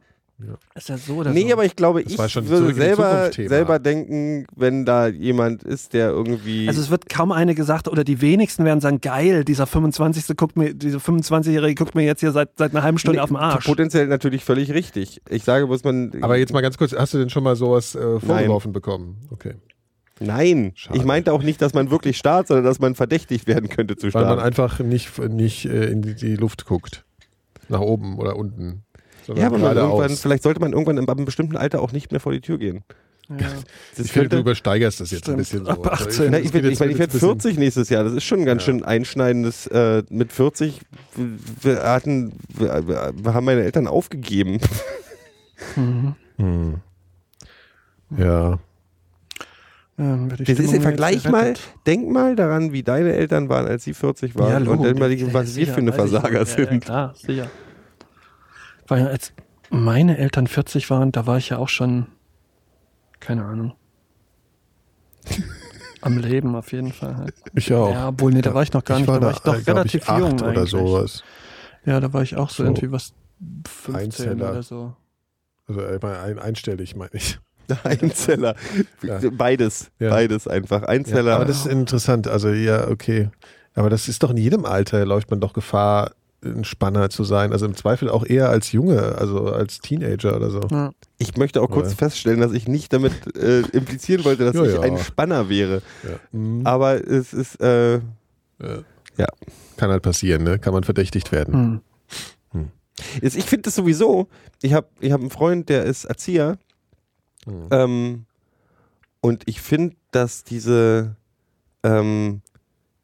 ist ja so oder
Nee,
so.
aber ich glaube, ich
war schon
würde
zurück in die
selber,
Zukunft-Thema.
selber denken, wenn da jemand ist, der irgendwie.
Also es wird kaum eine gesagt oder die wenigsten werden sagen, geil, dieser 25. guckt mir, dieser 25-Jährige guckt mir jetzt hier seit, seit einer halben Stunde
Nee,
auf den Arsch.
Potenziell natürlich völlig richtig. Ich sage, muss man.
Aber jetzt mal ganz kurz, hast du denn schon mal sowas äh, vorgeworfen bekommen? Okay.
Nein,
Schade.
ich meinte auch nicht, dass man wirklich starrt, sondern dass man verdächtigt werden könnte zu
Weil man
starren.
einfach nicht, nicht äh, in die, die Luft guckt. Nach oben oder unten. sondern
Ja, aber man
geradeaus.
irgendwann, vielleicht sollte man irgendwann ab einem bestimmten Alter auch nicht mehr vor die Tür gehen. Das
Ich finde, du
könnte-
übersteigerst das jetzt ein bisschen
Stimmt.
so.
Ab 18.
Na,
das
ich werd-
wird
ich, mein, ich
Äh, jetzt
werde
ein bisschen-
40 nächstes Jahr. Das ist schon ein ganz schön einschneidendes. Äh, mit 40 w- w- hatten, w- w- haben meine Eltern aufgegeben. <laughs>
Hm. Ja.
Ja, wird die
Das ist
Stimmung
im Vergleich
jetzt
mal.
gerettet.
Denk mal daran, wie deine Eltern waren, als sie 40
Ja,
waren. und
Logo.
dann mal, die- was
Ja,
wir
sicher,
für eine
weiß ich.
Versager
ja, Ja,
sind.
klar, sicher. Weil als meine Eltern 40 waren, da war ich ja auch schon, keine Ahnung, am Leben auf jeden Fall. halt.
Ich auch.
Ja, obwohl, nee, da war ich noch gar
ich
nicht.
war
Da war ich
da,
doch
äh, glaub
relativ
ich, acht
jung
oder
eigentlich.
sowas.
Ja, da war ich auch so,
So.
irgendwie was 15
Einzeller.
oder so.
Also äh, bei ein, einstellig, meine ich.
<laughs> Einzeller.
Ja.
Beides.
Ja.
Beides einfach.
Ja,
Einzeller.
aber das ist interessant. Also ja, okay. Aber das ist doch in jedem Alter läuft man doch Gefahr, ein Spanner zu sein. Also im Zweifel auch eher als Junge, also als Teenager oder so.
Ja.
Ich möchte auch kurz
Ja.
feststellen, dass ich nicht damit äh, implizieren wollte, dass
Ja,
ich
ja.
ein Spanner wäre.
Mhm.
Aber es ist, äh,
Kann halt passieren, ne? Kann man verdächtigt werden.
ist ich finde das sowieso, ich habe ich hab einen Freund, der ist Erzieher.
Mhm.
Ähm, und ich finde, dass diese, ähm,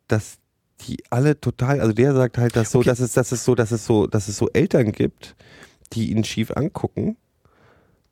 dass die alle total, also der sagt halt, dass so, dass es, dass es so, dass es so, dass es so Eltern gibt, die ihn schief angucken,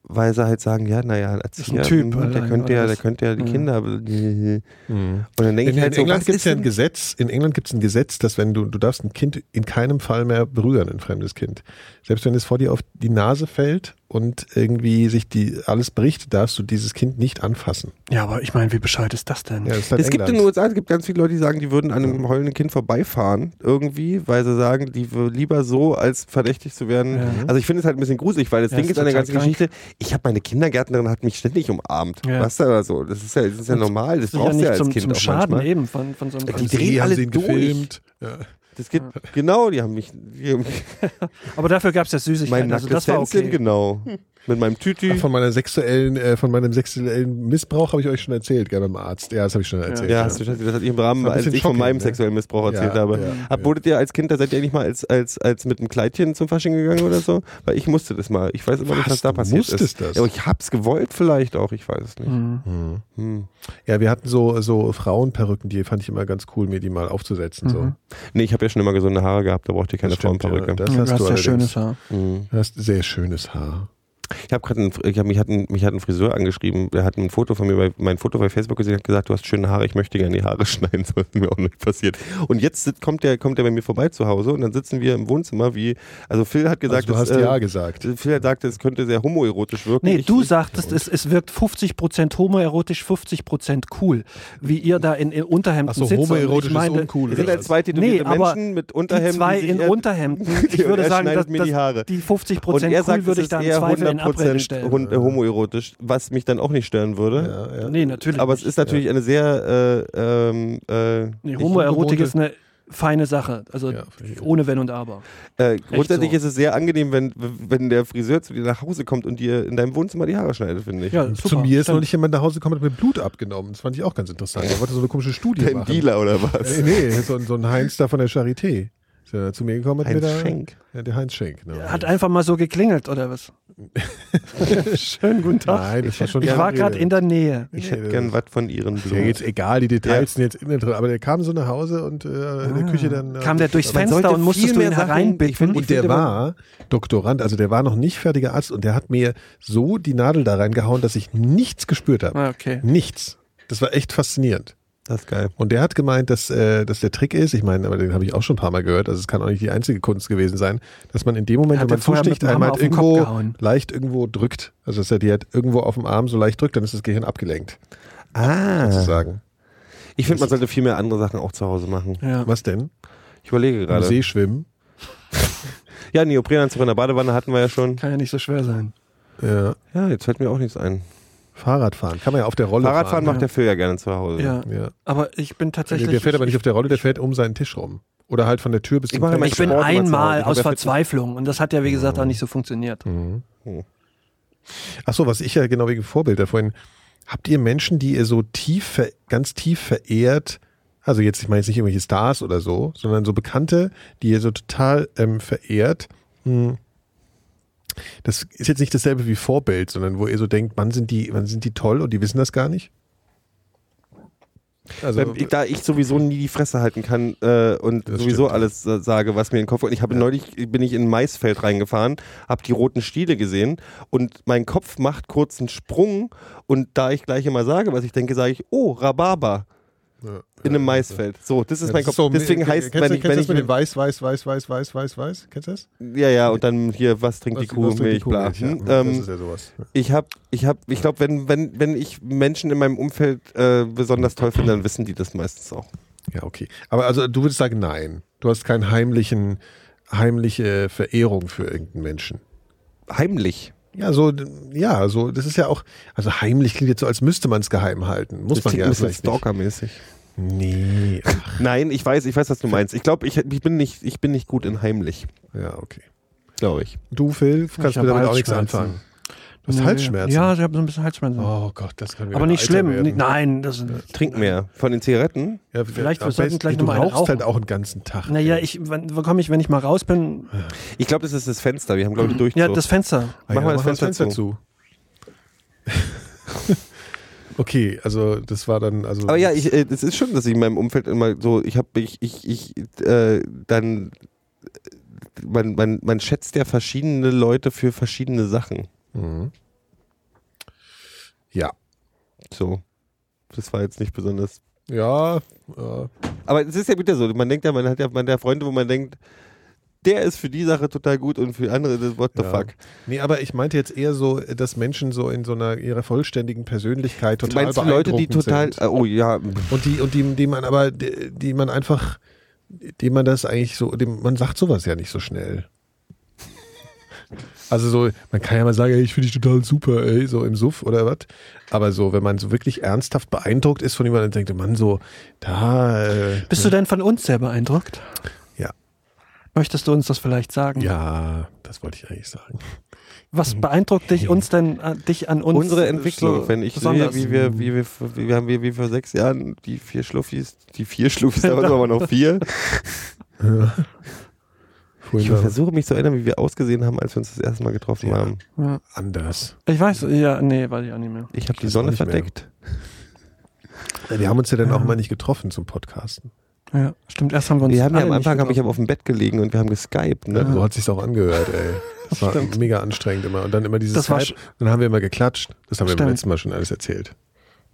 weil sie halt sagen, ja, naja, Erzieher,
ein Typ
mh, der
allein,
könnte ja,
oder
der
was?
könnte ja die
Mhm.
Kinder. äh, Und
Mhm.
dann denke
In,
ich halt
in
so,
England
was
gibt es
ist
ja ein
denn?
Gesetz, in England gibt es ein Gesetz, dass wenn du, du darfst ein Kind in keinem Fall mehr berühren, ein fremdes Kind. Selbst wenn es vor dir auf die Nase fällt und irgendwie sich die alles bricht, darfst du dieses Kind nicht anfassen.
Ja, aber ich meine, wie bescheuert ist das denn?
Ja, das ist halt
es gibt in den
England.
USA, es gibt ganz viele Leute, die sagen, die würden an einem heulenden Kind vorbeifahren irgendwie, weil sie sagen, die wür- lieber so, als verdächtig zu werden.
Ja.
Also ich finde es halt ein bisschen gruselig, weil das
Ja,
Ding
ist
ist an der
total
ganzen
krank.
Geschichte, ich habe meine Kindergärtnerin hat mich ständig umarmt.
Ja.
Was da oder so. Das ist ja, das ist ja
Und
normal, das
Das ist ja
brauchst du ja
nicht
als
zum,
Kind
zum
auch
Schaden
manchmal.
eben von, von so einem
Die
Am
Konzept.
drehen
See haben
alle
sie ihn
durch.
gefilmt. Ja.
eh.
Das gibt, Genau, die haben mich, die haben
Aber dafür gab es ja Süßigkeiten.
mein
also
nacktes
das war
Tänzchen,
okay. Hm.
genau. Mit meinem Tütü.
Ach, Von meiner sexuellen, äh, von meinem sexuellen Missbrauch habe ich euch schon erzählt, gell, beim Arzt. Ja, das habe ich schon erzählt.
Ja, hast du, das hatte ich im Rahmen,
War ein
als
bisschen
ich von
schockierend,
meinem
ne?
sexuellen Missbrauch erzählt
Ja,
habe.
ja,
Hab,
ja.
Wurdet ihr als Kind, da seid ihr nicht mal als, als, als mit einem Kleidchen zum Fasching gegangen oder so? Weil ich musste das mal. Ich weiß immer nicht,
Was?
was da
Du
passiert
musstest
ist.
das?
Ja, aber ich hab's gewollt vielleicht auch, ich weiß es nicht.
Mhm.
Hm.
Ja, wir hatten so, so Frauenperücken, die fand ich immer ganz cool, mir die mal aufzusetzen. So.
Mhm.
Nee, ich habe ja schon immer gesunde Haare gehabt, da brauchte ich keine
Das stimmt,
Frauenperücke.
ja, das
Ja,
hast du
ja
allerdings.
schönes Haar.
Hm.
Du hast sehr schönes Haar.
Ich habe gerade, ich hab, mich, hat ein, mich hat ein Friseur angeschrieben, der hat ein Foto von mir, bei, mein Foto bei Facebook gesehen, hat gesagt, du hast schöne Haare, ich möchte gerne die Haare <laughs> schneiden, so ist mir auch nicht passiert. Und jetzt sit- kommt der, kommt der bei mir vorbei zu Hause und dann sitzen wir im Wohnzimmer, wie, also Phil hat gesagt,
also du
dass,
hast
äh,
ja gesagt.
Phil hat gesagt, es könnte sehr homoerotisch wirken.
Nee,
Ich-
du
ich-
sagtest, es, es wirkt 50% homoerotisch, 50% cool. Wie ihr da in, in Unterhemden
Ach so,
sitzt. Und
homoerotisch
ich
ist
meine,
uncool,
Wir sind
oder
halt zwei tätowierte
Nee, aber
Menschen mit
die
Unterhemden.
zwei
die sich
in
eher- <laughs>
Unterhemden.
Und
Ich würde
er
sagen,
schneidet
dass,
mir
dass
die Haare.
die
Und
50%
er
cool
sagt,
würde
es
ich da
ist
im
eher
Zweifel in Abrede
100%
stellen.
hund- äh, homoerotisch, was mich dann auch nicht stören würde.
Ja, ja.
Nee, natürlich.
Aber es
nicht.
ist natürlich eine sehr äh, ähm, äh,
nee,
ich-
Homoerotik ist eine feine Sache. Also
Ja, verstehe.
ohne Wenn und Aber.
Äh, grundsätzlich
so.
ist es sehr angenehm, wenn, wenn der Friseur zu dir nach Hause kommt und dir in deinem Wohnzimmer die Haare schneidet, finde ich.
Ja, super.
Also Zu mir ist
Dann-
neulich jemand nach Hause gekommen und hat mir Blut abgenommen. Das fand ich auch ganz interessant. Er wollte so eine komische
<laughs>
Studie
Dein
machen.
Dealer oder was?
Äh, nee, so, ein- so ein Heinz da von der Charité. Ist ja zu mir gekommen und hat
Heinz
mir da,
Schenk.
Ja, der Heinz Schenk. Ne?
Hat einfach mal so geklingelt, oder
<laughs>
was? Schönen guten Tag.
Nein, das war schon
ich war gerade in der Nähe.
Ich hätte gern was von ihren
Ja,
Blumen.
jetzt egal, die Details
Ja.
sind jetzt innen drin. Aber der kam so nach Hause und äh, in der Küche dann. äh,
Kam der durchs
Man
Fenster
sollte
und musstest
viel
du
mehr
ihn
Sachen- ich
hereinbitten?
finde-
Und der war Doktorand, also der war noch nicht fertiger Arzt und der hat mir so die Nadel da reingehauen, dass ich nichts gespürt habe.
Ah, okay.
Nichts. Das war echt faszinierend.
Das ist geil.
Und der hat gemeint, dass, äh, dass der Trick ist, ich meine, aber den habe ich auch schon ein paar Mal gehört, also es kann auch nicht die einzige Kunst gewesen sein, dass man in dem Moment,
Hat
wenn
der
man
vorher mit
zusticht,
dem Hammer
einmal
auf
halt
den Kopf
irgendwo
gehauen?
leicht irgendwo drückt. Also dass er die halt irgendwo auf dem Arm so leicht drückt, dann ist das Gehirn abgelenkt,
Ah.
sozusagen.
Ich finde, man sollte viel mehr andere Sachen auch zu Hause machen.
Ja.
Was denn?
Ich überlege
Im
gerade.
See schwimmen?
Ja, Neoprenanzug in der Badewanne hatten wir ja schon.
Kann ja nicht so schwer sein.
Ja.
Ja, jetzt fällt mir auch nichts ein.
Fahrradfahren. äh, Kann man ja auf der Rolle
Fahrradfahren
fahren.
macht der Phil ja gerne zu Hause.
Ja.
Ja.
Aber ich bin
Nee,
tatsächlich.
der fährt aber nicht auf der Rolle, der fährt um seinen Tisch rum. Oder halt von der Tür bis
Ich
zum
mache immer-
ich bin
Sport immer zu Hause.
einmal
Ich hab
aus
ja
Verzweiflung und das hat ja, wie gesagt, auch nicht so funktioniert.
Mhm.
Oh.
Ach so, was ich ja genau wegen Vorbilder vorhin. Habt ihr Menschen, die ihr so tief, ver- ganz tief verehrt, also jetzt, ich meine jetzt nicht irgendwelche Stars oder so, sondern so Bekannte, die ihr so total ähm, verehrt? Hm. Das ist jetzt nicht dasselbe wie Vorbild, sondern wo ihr so denkt, wann sind die, wann sind die toll und die wissen das gar nicht? Also,
Weil Ähm, ich, da ich sowieso nie die Fresse halten kann äh, und
Das
sowieso
stimmt.
alles äh, sage, was mir in den Kopf kommt. Ich habe neulich bin ich in ein Maisfeld reingefahren, habe die roten Stiele gesehen und mein Kopf macht kurz einen Sprung und da ich gleich immer sage, was ich denke, sage ich, oh Rhabarber in einem Maisfeld. So, das ist
Ja,
mein
das
Kopf.
ist so- äh,
Deswegen
kennst
heißt,
du-
wenn ich,
kennst du
wenn
das mit dem
ich
Weiß, Weiß, Weiß, Weiß, Weiß, Weiß, Weiß, kennst du das?
ja ja und dann hier was trinkt die
Was-
Kuh
was trinkt
Milch,
Kuh?
bla.
Milch, ja.
Hm,
Das
ähm,
ist ja sowas.
Ich habe, ich habe, ich glaube, wenn wenn wenn ich Menschen in meinem Umfeld äh, besonders toll finde, dann wissen die das meistens auch.
Ja, okay. Aber also du würdest sagen, nein. Du hast keinen heimlichen, heimliche Verehrung für irgendeinen Menschen.
Heimlich.
Ja, so, ja, so, das ist ja auch, also heimlich klingt jetzt so, als müsste man es geheim halten. Muss
das
man
klingt
ja
ein bisschen
vielleicht nicht.
stalkermäßig. Nee. Nein, ich weiß, ich weiß, was du meinst. Ich glaube, ich, ich, bin nicht, ich bin nicht gut in heimlich.
Ja, okay.
Glaube ich.
Du, Phil, kannst
hab
du damit auch nichts
Halsschmerzen.
anfangen. Du hast
Nee.
Halsschmerzen.
Ja, ich habe so ein bisschen Halsschmerzen.
Oh Gott, das kann wieder
Aber nicht
alter
schlimm.
werden.
Nicht- Nein, das
Trink mehr. Von den Zigaretten?
Ja,
Vielleicht,
am
wir sollten
besten-
gleich
du
noch mal eine
rauchst
rauchen.
halt auch einen ganzen Tag.
Naja, ich, wann, wann komme ich, wenn ich mal raus bin?
Ich glaube, das ist das Fenster. Wir haben, glaube ich, Durchzug.
Ja, das Fenster.
Ah,
Mach mal das
mach
Fenster
zu. <laughs> okay, also das war dann also
Aber ja, ich, äh, es ist schon, dass ich in meinem Umfeld immer so, ich habe, ich, ich, ich, äh, dann, man, man, man schätzt ja verschiedene Leute für verschiedene Sachen.
Mhm. Ja.
So. Das war jetzt nicht besonders.
Ja, ja.
Aber es ist ja wieder so, man denkt ja, man hat ja, man hat ja Freunde, wo man denkt, der ist für die Sache total gut und für andere, das what the
Ja.
fuck.
Nee, aber ich meinte jetzt eher so, dass Menschen so in so einer ihrer vollständigen Persönlichkeit
Du
total
meinst die Leute, die
beeindruckend
total,
sind.
äh, oh ja,
Und die, und die, die man aber, die, die man einfach, die man das eigentlich so, dem, man sagt sowas ja nicht so
<laughs>
schnell. Also so, man kann ja mal sagen, ey, ich finde dich total super, ey, so im Suff oder was. Aber so, wenn man so wirklich ernsthaft beeindruckt ist von jemandem und denkt, Mann, so, da, äh,
Bist du denn von uns sehr beeindruckt?
Ja.
Möchtest du uns das vielleicht sagen?
ja, das wollte ich eigentlich sagen.
Was beeindruckt dich uns denn, äh, dich an uns?
unsere Entwicklung,
so
wenn ich
besonders?
sehe, wie wir, wie wir, wie wir haben wir, wie vor sechs Jahren die vier Schluffis, die vier Schluffis, da waren aber noch vier.
<laughs>
Ich
Vorhin
versuche mich zu erinnern, wie wir ausgesehen haben, als wir uns das erste Mal getroffen
Ja.
haben.
Ja.
anders.
Ich weiß, ja, nee, weiß ich auch nicht mehr.
Ich habe die
weiß
Sonne
auch nicht mehr.
verdeckt.
Ja, wir haben uns ja dann auch mal nicht getroffen zum Podcasten.
Ja, stimmt, erst haben wir uns.
Wir haben ja
alle
am
nicht
Anfang habe ich
getroffen.
aber auf dem Bett gelegen und wir haben geskypt. Ne?
So hat sich's auch angehört, ey. Das war mega anstrengend immer. Und dann immer dieses
Das war
Skype. Dann haben wir immer geklatscht. Das haben wir beim
Stimmt.
letzten Mal schon alles erzählt.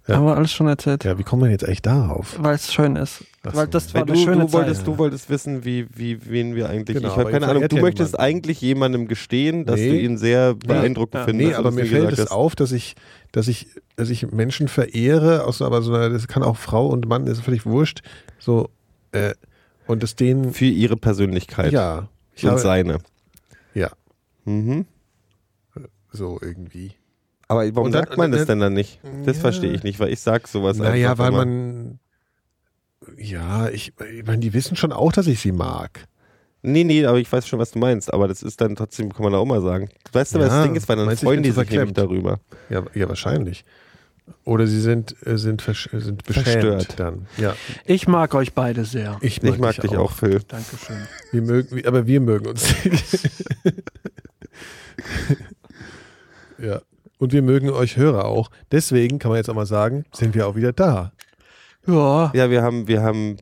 ja-
Haben wir alles schon erzählt.
Ja, wie kommt man jetzt echt darauf?
Weil es schön ist.
Ach
Weil
so.
das war
Weil
eine
du,
schöne
du, wolltest,
Zeit.
du wolltest wissen, wie, wie, wen wir eigentlich.
Genau,
ich
aber
habe keine
jetzt
Ahnung.
verehrt
Du
ja
möchtest
jemanden.
eigentlich jemandem gestehen, dass du
Nee.
ihn sehr beeindruckend
Ja.
findest.
Nee, aber
und
mir
dass du gesagt
Also, fällt es
hast,
auf, dass ich, dass ich, dass ich Menschen verehre, aus, aber so einer, das kann auch Frau und Mann, das ist völlig wurscht. So, äh, und das denen,
Für ihre Persönlichkeit
ja, ich
und
habe,
seine.
ja,
Mhm.
so irgendwie.
Aber warum
Und dann-
sagt man das
dann-
denn dann nicht? Das
Ja.
verstehe ich nicht, weil ich sag sowas
Naja,
einfach
weil
immer.
man, ja, ich, ich meine, die wissen schon auch, dass ich sie mag.
Nee, nee, aber ich weiß schon, was du meinst. Aber das ist dann trotzdem, kann man da auch mal sagen. Weißt du, was
Ja,
das Ding ist? Weil dann
meinst du, ich
freuen
bin
die
zu
sich nämlich
verklemmt?
darüber.
Ja, ja wahrscheinlich. Oder sie sind, äh, sind, versch- äh, sind beschämt
Verstört.
dann. Ja,
ich mag euch beide sehr.
Ich mag dich auch, Phil.
Dankeschön.
Wir mögen, wir- aber wir mögen uns nicht.
<laughs>
ja. Und wir mögen euch Hörer auch. Deswegen kann man jetzt auch mal sagen, sind wir auch wieder da.
Ja.
Ja, wir haben, wir haben,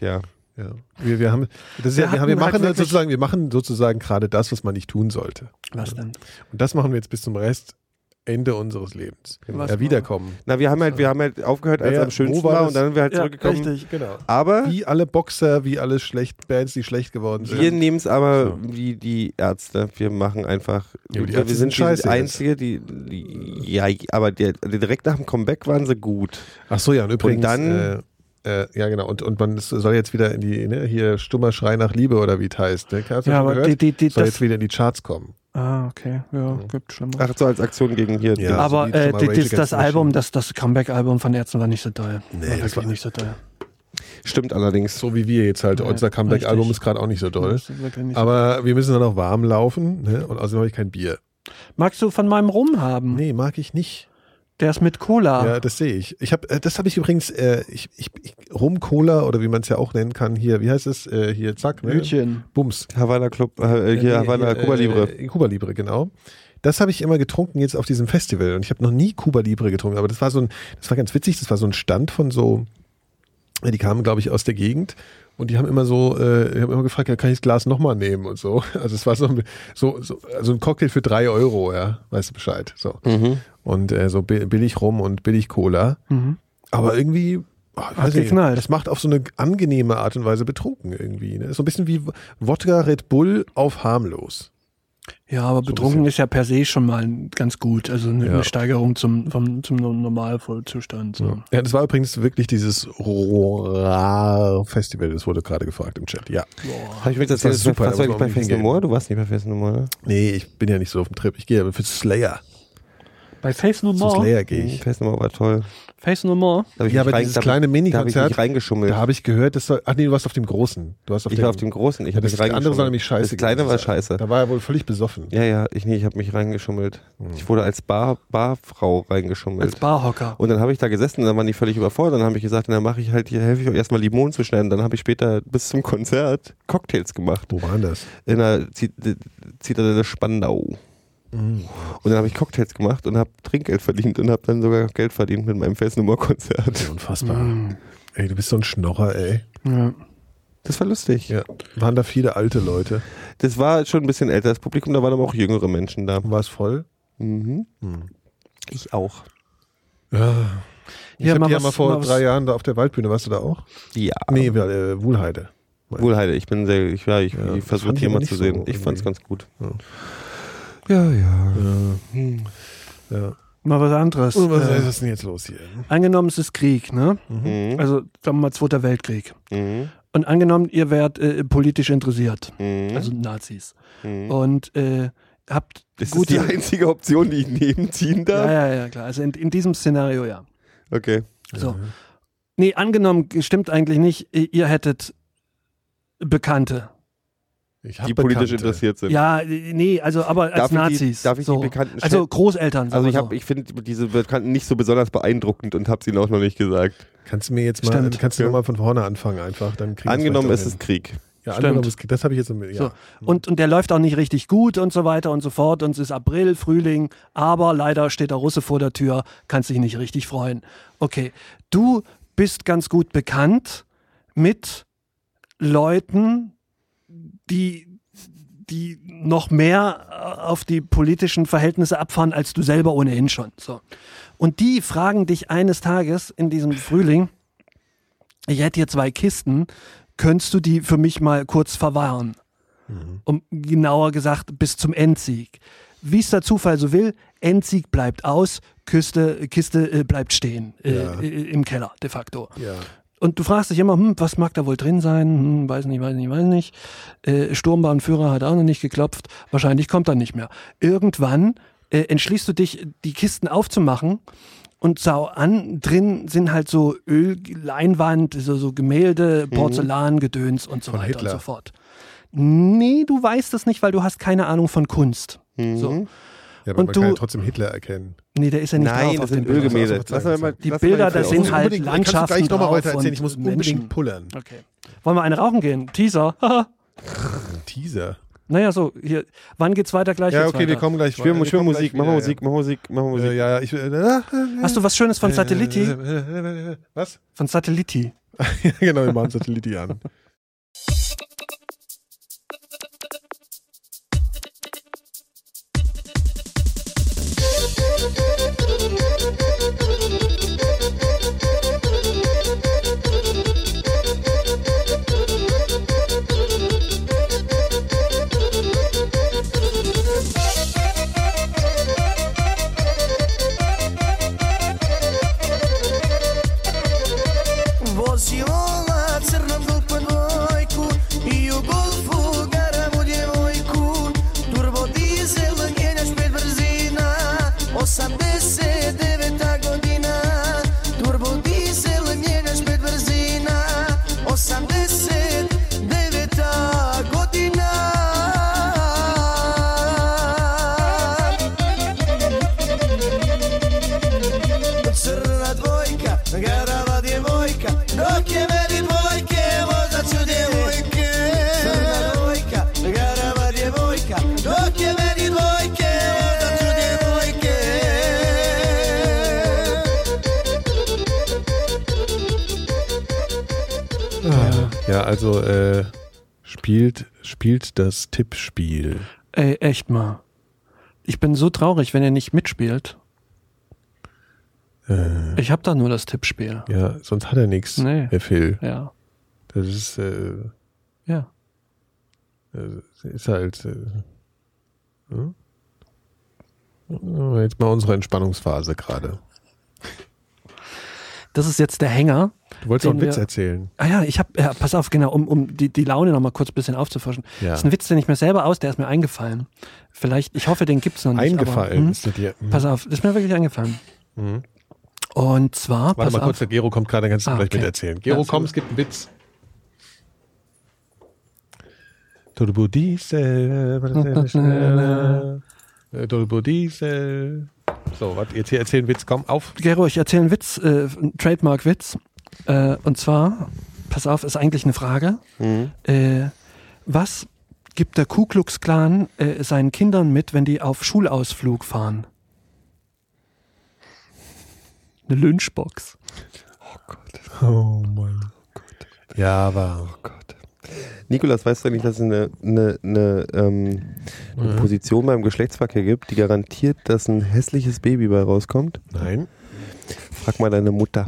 ja.
Ja. Wir, wir haben, das ist
Wir
ja, wir, haben,
hatten
wir
halt
machen
wirklich-
sozusagen, wir machen sozusagen gerade das, was man nicht tun sollte.
Was denn?
Und das machen wir jetzt bis zum Rest Ende unseres Lebens.
Was
ja, wiederkommen.
Na, wir haben halt, wir haben halt aufgehört, als
Wer-
er am schönsten
wo war
war
das?
und dann sind wir halt
Ja,
zurückgekommen.
richtig.
Genau.
Aber
Wie alle Boxer, wie alle schlecht Bands, die schlecht geworden sind.
wir nehmen es aber wie die Ärzte. Wir machen einfach,
Ja, aber die
wir
Ärzte
sind
sind scheiße
die
jetzt.
Einzige, die, die ja, aber der, direkt nach dem Comeback waren sie gut.
Ach so, ja, und übrigens.
dann-
äh, äh, ja, genau. Und, und man soll jetzt wieder in die, ne, hier stummer Schrei nach Liebe oder wie es heißt. Ne? Hast du
Ja,
schon
aber
gehört?
die, die, die,
soll
das,
jetzt wieder in die Charts kommen.
Ah, okay. Ja, gibt schlimmer.
Ach so, als Aktion gegen hier.
Ja.
das-
also
Aber
die schon
äh,
mal
die,
Rage
das, das
Against the Machine.
Album, das, das Comeback-Album von Ärzten war nicht so toll.
Nee,
war
das
wirklich
war-
nicht so toll.
Stimmt allerdings.
So wie wir jetzt halt.
Ja,
Unser Comeback-Album
richtig.
ist gerade auch nicht so doll.
Das ist wirklich nicht so-
Aber wir müssen dann auch warm laufen. Ne? Und außerdem habe ich kein Bier.
Magst du von meinem Rum haben?
Nee, mag ich nicht.
Der ist mit Cola.
Ja, das sehe ich. ich hab, äh, das habe ich übrigens, äh, ich, ich, ich, Rum Cola oder wie man es ja auch nennen kann, hier, wie heißt es? Äh, hier, zack, ne?
Hütchen.
Bums.
Havana Club, äh, hier
Ja, nee,
Havana
hier,
Cuba Libre.
Äh, Cuba Libre, genau. Das habe ich immer getrunken jetzt auf diesem Festival und ich habe noch nie Cuba Libre getrunken, aber das war so ein, das war ganz witzig, das war so ein Stand von so, ja, die kamen glaube ich aus der Gegend und die haben immer so, äh, ich habe immer gefragt, ja, kann ich das Glas nochmal nehmen und so. <laughs> Also es war so, ein- so, so also ein Cocktail für drei Euro, ja, weißt du Bescheid. So. Und äh, so bi- billig Rum und billig Cola. Aber irgendwie, oh, ich weiß nicht,
geknallt.
das macht auf so eine angenehme Art und Weise betrunken irgendwie. Ne? Ist so ein bisschen wie Wodka Red Bull auf harmlos.
Ja, aber betrunken
bisschen.
ist ja per se schon mal ganz gut. Also eine,
Ja.
eine Steigerung zum, vom, zum Normalvollzustand. So.
Ja, das war übrigens wirklich dieses Roar-Festival, das wurde gerade gefragt im Chat. Ja.
Habe ich mir das,
Das war
das super.
super,
Warst du
da muss
eigentlich
man
bei
auch
Fest
hingehen.
Nummer? Du warst nicht bei Fest Nummer, ne?
Nee, ich bin ja nicht so auf dem Trip. Ich gehe aber für Slayer.
Bei Face No
Zu
More.
Slayer gehe ich.
Hm, Fest nochmal war toll.
Face No More.
Da hab ich mich
Ja, aber
rein-
dieses
da hab ich- Da
kleine
habe ich mich
Mini-Konzert,
reingeschummelt.
da habe ich gehört, das soll, ach nee, du warst auf dem Großen. Du warst
Mhm.
auf
ich
dem,
war auf dem Großen. Ich
ja,
habe
das
mich
andere
reingeschummelt.
war nämlich scheiße.
Das kleine
gewesen.
war scheiße.
Da war er wohl völlig besoffen.
Ja, ja, ich, nee, ich habe mich reingeschummelt. Ich wurde als Bar, Barfrau
Als
reingeschummelt.
Barhocker.
und dann habe ich da gesessen und dann waren die völlig überfordert. Dann habe ich gesagt, na, dann mache ich halt hier, helfe ich euch erstmal Limonen zu schneiden. Dann habe ich später bis zum Konzert Cocktails gemacht.
Wo waren das?
in der Zi- D- Zitadelle Spandau. Und dann habe ich Cocktails gemacht und habe Trinkgeld verdient und habe dann sogar Geld verdient mit meinem Felsnummer-Konzert.
Unfassbar.
Mm.
Ey, du bist so ein Schnorrer, ey.
Ja.
Das war lustig.
Ja. Waren da viele alte Leute?
Das war schon ein bisschen älter, das Publikum, da waren aber auch jüngere Menschen da.
War es voll?
Mhm.
Hm.
Ich auch.
Ja. Ich
Ja,
hab
mal
die ja
was-
mal vor
mal was-
drei Jahren da auf der Waldbühne, warst du da auch?
Ja.
Nee, äh, Wuhlheide.
Wohlheide, ich bin sehr, ich, ja, ich,
Ja,
ich
das
versuche
fand ich
hier
aber
mal
nicht
zu
so
sehen. ich
irgendwie.
fand es ganz gut.
Ja, ja. Hm. ja.
Mal was anderes.
Und Oh, was
Äh,
ist Hm? denn jetzt los hier?
angenommen, es ist Krieg, ne?
Mhm.
Also, sagen wir mal, Zweiter Weltkrieg.
Mhm.
Und angenommen, ihr wärt äh, politisch interessiert.
Hm?
Mhm.
Also Nazis.
Mhm.
Und äh, habt
das ist
gute.
die einzige Option, die ich nebenziehen darf.
ja, ja, ja, klar. Also in, in diesem Szenario, ja.
Okay.
So. Nee, angenommen, stimmt eigentlich nicht, ihr hättet Bekannte.
Ich hab
Die politisch
Bekannte.
interessiert sind.
Ja, nee, also aber als
Darf ich die-
Nazis.
darf ich die
so.
Bekannten
Also
stellen?
Großeltern. sagen
Also ich,
wir
hab-
so.
ich finde diese Bekannten nicht so besonders beeindruckend und habe sie auch noch nicht gesagt.
Kannst du mir jetzt mal,
Stimmt.
kannst du noch mal von vorne anfangen einfach, dann krieg ich's
Angenommen,
vielleicht
es
auch
ist
hin.
Krieg.
Ja,
Stimmt.
angenommen, es ist, das habe ich jetzt im, ja.
So. Und, und der läuft auch nicht richtig gut und so weiter und so fort. Und es ist April, Frühling, aber leider steht der Russe vor der Tür, kannst dich nicht richtig freuen. Okay, du bist ganz gut bekannt mit Leuten, die, die noch mehr äh, auf die politischen Verhältnisse abfahren, als du selber ohnehin schon. So. Und die fragen dich eines Tages in diesem Frühling, ich hätte hier zwei Kisten, könntest du die für mich mal kurz verwahren? um genauer gesagt bis zum Endsieg. Wie es der Zufall so will, Endsieg bleibt aus, Küste, Kiste äh, bleibt stehen äh,
Ja.
äh, im Keller de facto.
Ja.
Und du fragst dich immer, hm, was mag da wohl drin sein? Hm, weiß nicht, weiß nicht, weiß nicht. Äh, Sturmbahnführer hat auch noch nicht geklopft. Wahrscheinlich kommt er nicht mehr. Irgendwann äh, entschließt du dich, die Kisten aufzumachen und sau an, drin sind halt so Öl, Leinwand, so, so Gemälde, Porzellan, Gedöns und so
Mhm. Von
weiter
Hitler.
und so fort. Nee, du weißt es nicht, weil du hast keine Ahnung von Kunst.
Mhm.
So.
ja aber man
Und du-
kann ja trotzdem Hitler erkennen.
Nee, der ist ja nicht
Nein,
drauf auf
das
den
sind
Bildern.
Ölgemälde.
Lass uns
Lass
mal
mal-
zeigen.
lass
Die
mal
Bilder,
die
das
Bilder
sind
aus-
Ich muss
halt
unbedingt- kannst du
Landschaften
gleich nochmal
drauf
weiter erzählen,
und
ich muss
Menschen.
unbedingt pullern.
Okay. Wollen wir eine rauchen gehen? Teaser. <laughs>
Ein Teaser. <laughs>
Naja, so, hier, wann geht's weiter gleich?
Ja,
geht's
okay, wir
weiter.
kommen gleich.
Spiel,
wir
spiel
kommen
Musik,
gleich
mach mal
wieder,
Musik, mach mal Musik, mach mal
Ja,
Musik.
ja, ja ich, äh,
Hast du was Schönes von Satelliti?
äh, Was?
Von Satelliti.
Ja, genau, wir machen Satelliti an.
Voz i ona crno glupu dvojku I u golfu garamu djevojku Turbo dizel mijenjaš pet brzina 89 godina Turbo dizel mijenjaš pet brzina 89 godina Crna dvojka, garava djevojka Dok je meni bojke, vozat ću djevojke Crna dvojka, garava djevojka Dok je meni bojke, vozat ću djevojke
Ja, also äh, spielt, spielt das Tippspiel.
Ey, echt mal. Ich bin so traurig, wenn ihr nicht mitspielt.
Äh.
Ich hab da nur das Tippspiel.
Ja, sonst hat er nichts,
Nee.
Herr Phil.
Ja,
Das ist, äh,
ja.
äh, ist halt. Äh, hm? Jetzt mal unsere Entspannungsphase gerade.
Das ist jetzt der Hänger.
Du wolltest
den
noch einen Witz
wir-
erzählen.
Ah ja, ich habe, ja, pass auf, genau, um, um die, die Laune noch mal kurz ein bisschen aufzufrischen.
Ja.
Das ist ein Witz, den ich mir selber aus, der ist mir eingefallen. Vielleicht, ich hoffe, den gibt's noch nicht.
Eingefallen
aber, hm?
ist er dir. Mhm.
Pass auf, das ist mir wirklich eingefallen.
Mhm.
Und
Warte
zwar, pass
mal
auf.
kurz, der Gero kommt gerade, dann kannst du
Ah,
gleich
okay.
mit erzählen. Gero,
Ja,
komm, es gibt einen Witz. Turbo Diesel, warte, schneller. Äh, Turbo Diesel. So, warte, jetzt hier erzählen Witz, komm, auf.
Gero, ich erzähle einen Witz, äh, einen Trademark-Witz. Äh, und zwar, pass auf, ist eigentlich eine Frage.
Mhm.
Äh, was gibt der Ku Klux Klan äh, seinen Kindern mit, wenn die auf Schulausflug fahren? Eine Lynchbox.
Oh mein Gott. Ja, aber. Oh Gott.
Nikolas, weißt du eigentlich, dass es eine, eine, eine, ähm, eine Position beim Geschlechtsverkehr gibt, die garantiert, dass ein hässliches Baby bei rauskommt?
Nein.
Frag mal deine Mutter.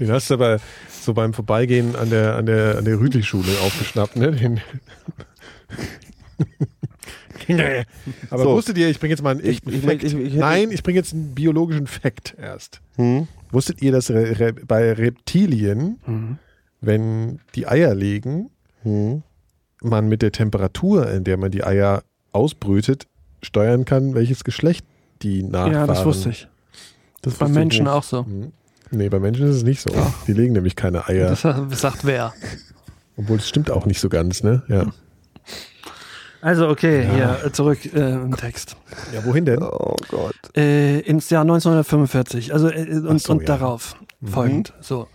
Den hast du aber so beim Vorbeigehen an der, an der, an der Rüdli-Schule aufgeschnappt, ne? Den <laughs> aber
So.
wusstet ihr, ich bringe jetzt mal einen
Ich-
echten
ich-
Fact.
ich- ich- ich-
Nein, ich bringe jetzt einen biologischen Fact erst.
Hm?
Wusstet ihr, dass Re Re bei Reptilien,
Mhm.
wenn die Eier legen,
Hm?
man mit der Temperatur, in der man die Eier ausbrütet, steuern kann, welches Geschlecht die nachfahren?
Ja, das wusste ich.
Das
Beim
wusste ich
Menschen
nicht.
auch so.
Hm. Nee, bei Menschen ist es nicht so. Die legen nämlich keine Eier.
Das sagt wer.
Obwohl, es stimmt auch nicht so ganz, ne? Ja.
Also okay, hier zurück äh, im Text.
Ja, wohin denn?
Oh Gott.
Äh, ins Jahr 1945, also äh, und,
so,
und
ja. Mhm.
darauf folgend. So.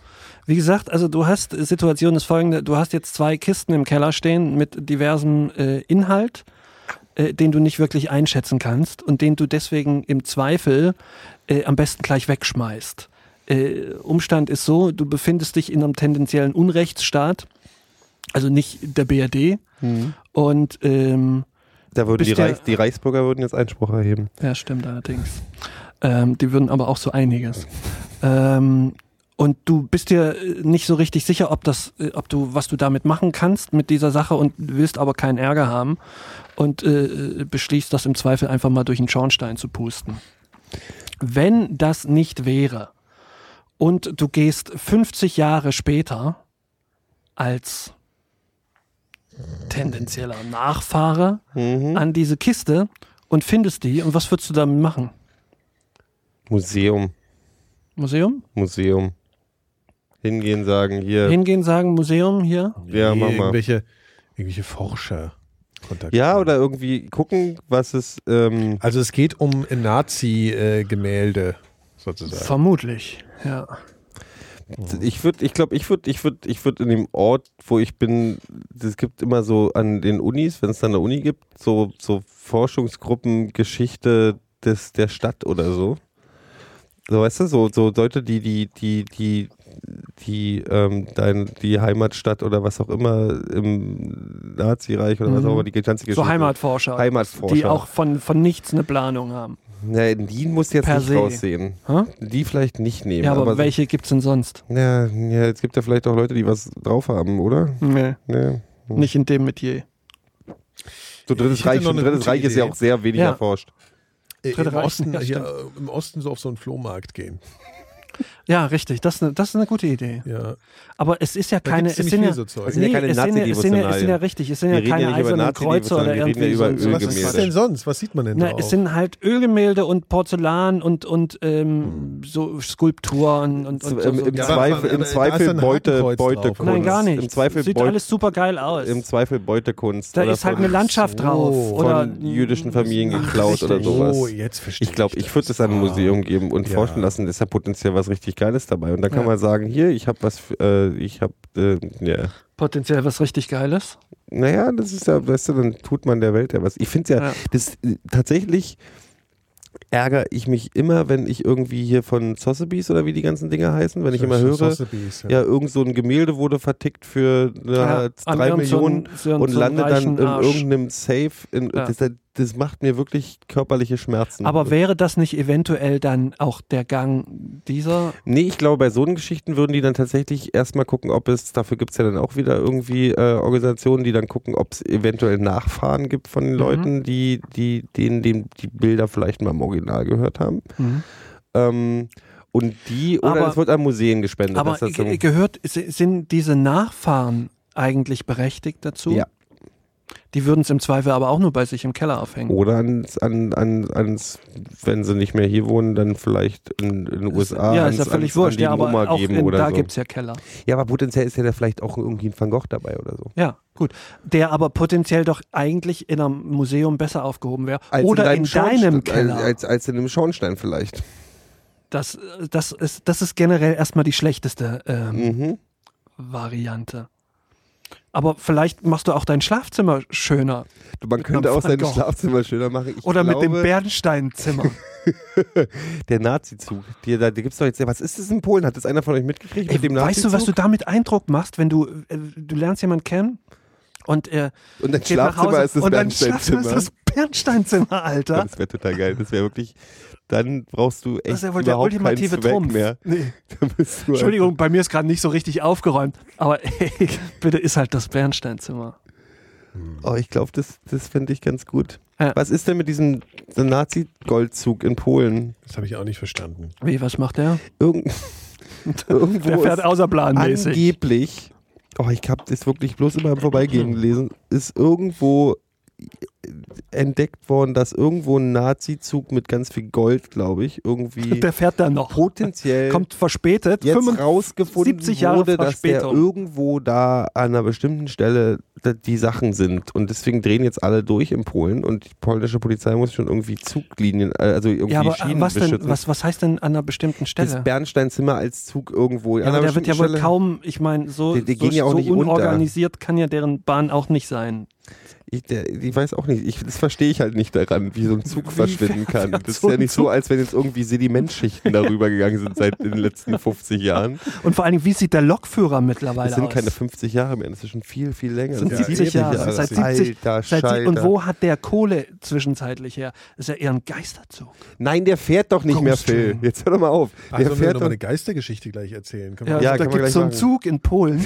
Wie gesagt, also du hast, äh, Situation ist folgende, du hast jetzt zwei Kisten im Keller stehen mit diversem äh, Inhalt, äh, den du nicht wirklich einschätzen kannst und den du deswegen im Zweifel äh, am besten gleich wegschmeißt. Äh, Umstand ist so, du befindest dich in einem tendenziellen Unrechtsstaat, also nicht der BRD
Mhm.
Hm?
und ähm,
Da würden
Bist
die,
ja-
Reichs die Reichsbürger würden jetzt Einspruch erheben.
Ja, stimmt allerdings. Ähm, die würden aber auch so einiges. Ähm, und du bist dir äh, nicht so richtig sicher, ob das, äh, ob du, was du damit machen kannst mit dieser Sache und willst aber keinen Ärger haben und äh, beschließt das im Zweifel einfach mal durch den Schornstein zu pusten. Wenn das nicht wäre und du gehst 50 Jahre später als tendenzieller Nachfahre
Mhm.
an diese Kiste und findest die und was würdest du damit machen?
Museum,
Museum?
Museum. Hingehen, sagen, hier.
Hingehen, sagen Museum hier?
ja, mach mal.
irgendwelche, irgendwelche Forscher kontaktieren.
Ja, oder irgendwie gucken, was es. Ähm,
Also es geht um Nazi-Gemälde sozusagen.
Vermutlich, ja.
Mhm. Ich würde, ich glaube, ich würde, ich würde, ich würde in dem Ort, wo ich bin, es gibt immer so an den Unis, wenn es dann eine Uni gibt, so, so Forschungsgruppen Geschichte des, der Stadt oder so. So, weißt du, so, so Leute, die, die, die, die, die, ähm, dein, die Heimatstadt oder was auch immer im Nazireich oder was
Mhm.
auch immer, die ganze Geschichte.
So Heimatforscher,
Heimatforscher.
die auch von, von nichts eine Planung haben.
Ja, die muss jetzt
Per
nicht
se.
raussehen.
Hä?
Die vielleicht nicht nehmen.
Ja, aber,
so-
welche gibt's denn sonst?
Ja, ja, es gibt ja vielleicht auch Leute, die was drauf haben, oder?
Nee,
Ja.
nicht in dem Metier.
So drittes
Ich hätte
Reich,
noch eine
drittes
gute
Reich ist ja
Idee.
auch sehr wenig
Ja.
erforscht.
Äh,
Dritte
im,
Reich,
Osten,
ja,
hier,
stimmt.
äh, Im Osten so auf so einen Flohmarkt gehen.
Ja, richtig, das ist eine, das ist eine gute Idee.
Ja.
Aber es ist ja
Da
keine,
gibt's
es
ziemlich
sind
viel
ja,
so Zeug.
Es sind ja
Nee,
keine
es sind ja- es sind ja- es sind ja
Nazi-Devotionalien.
richtig, es sind ja
Wir reden
keine
ja nicht über
eisernen
Nazi-Devotionalien,
Kreuze oder
wir reden ja
irgendwie
über
so.
Was ist
Ölgemälde.
denn sonst? Was sieht man denn
Na,
drauf?
es sind halt Ölgemälde und Porzellan und, und ähm, so Skulpturen und, und
Hm. Im,
so, so.
Ähm, im
Ja, aber-
Zweifel, im
aber da ist dann
Zweifel
ein
Beute,
Hakenkreuz
Beutekunst.
drauf.
Nein, gar nicht.
Im Zweifel,
Sieht
Beut-
alles super geil aus.
Im Zweifel Beutekunst.
da
oder
ist halt
von-
eine Landschaft
so.
drauf.
von
Oder
jüdischen Familien
Ach,
geklaut
richtig.
oder sowas.
Oh, jetzt verstehe
ich glaube, ich
das.
würde es an ein
Ah.
Museum geben und
Ja.
forschen lassen. Das ist ja potenziell was richtig Geiles dabei. Und dann kann
Ja.
man sagen, hier, ich habe was, für- äh, ich habe, äh, ja.
potenziell was richtig Geiles.
Naja, das ist ja, weißt du, dann tut man der Welt ja was. Ich finde ja,
Ja.
das äh, tatsächlich ärgere ich mich immer, wenn ich irgendwie hier von Sotheby's oder wie die ganganzen Dinger heißen, wenn ich immer höre,
Sotheby's,
ja, irgend so ein Gemälde wurde vertickt für äh,
an
drei
irgend so einen-
Millionen
so einen-
und
so einen
landet dann
reichen
in
Arsch.
irgendeinem Safe. In,
Ja.
das, das macht mir wirklich körperliche Schmerzen.
Aber wäre das nicht eventuell dann auch der Gang dieser?
Nee, ich glaube, bei so einen Geschichten würden die dann tatsächlich erstmal gucken, ob es, dafür gibt es ja dann auch wieder irgendwie äh, Organisationen, die dann gucken, ob es eventuell Nachfahren gibt
Mhm. Mhm.
von den Leuten, die, die, denen, denen die Bilder vielleicht mal im Original gehört haben. Ähm, und die, oder
Aber-
es wird an Museen gespendet.
Aber
das ist so-
ge- gehört, si- sind diese Nachfahren eigentlich berechtigt dazu?
Ja.
Die würden es im Zweifel aber auch nur bei sich im Keller aufhängen.
Oder ans, an, an, ans, wenn sie nicht mehr hier wohnen, dann vielleicht in, in den USA.
ja, ist ja
ans,
völlig
ans,
wurscht,
An die
ja, aber
Oma
auch
geben
in-
oder
da
so.
gibt's ja Keller.
Ja, aber potenziell ist ja da vielleicht auch irgendwie ein Van Gogh dabei oder so.
Ja, gut. Der aber potenziell doch eigentlich in einem Museum besser aufgehoben wäre.
Als
Oder in
Schornstein-
deinem Keller.
Als, als, als in einem Schornstein vielleicht.
Das, das, ist, das ist generell erstmal die schlechteste ähm, Variante. Aber vielleicht machst du auch dein Schlafzimmer schöner.
Du, Man könnte auch sein Schlafzimmer schöner machen. Ich
Oder mit dem
glaube,
Bernsteinzimmer.
<laughs> Der Nazi-Zug. Die, da die gibt's doch jetzt. Was ist das in Polen? Hat das einer von euch mitgekriegt
Ey,
mit dem
weißt du, was du
Nazizug?
damit Eindruck machst, wenn du, äh, du lernst jemanden kennen und, äh,
Und dein
geht nach
Schlafzimmer
Hause
ist das
und dein Schlafzimmer ist
Bernsteinzimmer.
das Bernsteinzimmer, Alter.
Das wäre total geil. Das wäre wirklich. Dann brauchst du echt
Das ist ja wohl der
überhaupt keinen
ultimative
Zweck
Trumpf.
mehr.
Nee.
<laughs> Da bist du
Entschuldigung, bei mir ist gerade nicht so richtig aufgeräumt, aber <laughs> ey, bitte ist halt das Bernsteinzimmer.
Oh, ich glaube, das, das finde ich ganz gut.
Ja.
Was ist denn mit diesem Nazi-Goldzug in Polen?
Das habe ich auch nicht verstanden.
Wie, was macht der?
Irgend
<laughs>
irgendwo
Der fährt
ist
außerplanmäßig.
Angeblich, oh, ich habe das wirklich bloß immer im Vorbeigehen gelesen, ist irgendwo entdeckt worden, dass irgendwo ein Nazi-Zug mit ganz viel Gold, glaube ich,
<laughs>
irgendwie
Der fährt da noch.
potenziell
Kommt verspätet.
jetzt
75
rausgefunden
Jahre
wurde, dass der
Verspätung.
irgendwo da an einer bestimmten Stelle da- die Sachen sind. Und deswegen drehen jetzt alle durch in Polen und die polnische Polizei muss schon irgendwie Zuglinien, äh, also irgendwie
ja, aber äh,
Schienen
was, denn,
beschützen.
was, was heißt denn an einer bestimmten
das
Stelle?
Bernsteinzimmer als Zug irgendwo.
Ja,
an
aber
einer
der wird ja
bestimmten
wohl
Stelle-
kaum, ich meine, so,
Die- die
so,
gehen ja auch
so
nicht unter.
unorganisiert kann ja deren Bahn auch nicht sein.
Ich, der, ich weiß auch nicht, ich, das verstehe ich halt nicht daran, wie so ein Zug
Wie
verschwinden
fährt-
kann.
fährt
Das
so
ist ja
ein
nicht so, als wenn jetzt irgendwie Sedimentschichten darüber gegangen sind seit den
<laughs>
letzten 50 Jahren.
Und vor allen Dingen, wie sieht der Lokführer mittlerweile
Das sind
aus?
keine 50 Jahre mehr, das ist schon viel, viel länger.
Das sind
Das ist
70
ewig,
Jahre.
Alter.
Seit 70,
Alter,
seit sie, und
Schalter.
wo hat der Kohle zwischenzeitlich her? Ist ja eher ein Geisterzug.
Nein, der fährt doch nicht mehr, Phil. Jetzt hör doch mal auf.
Ach,
der
sollen wir
fährt
noch mal
doch,
eine Geistergeschichte gleich erzählen? Können
Ja, also
wir-
Ja,
da
kann man
gibt
gleich
es so einen
machen.
Zug in Polen.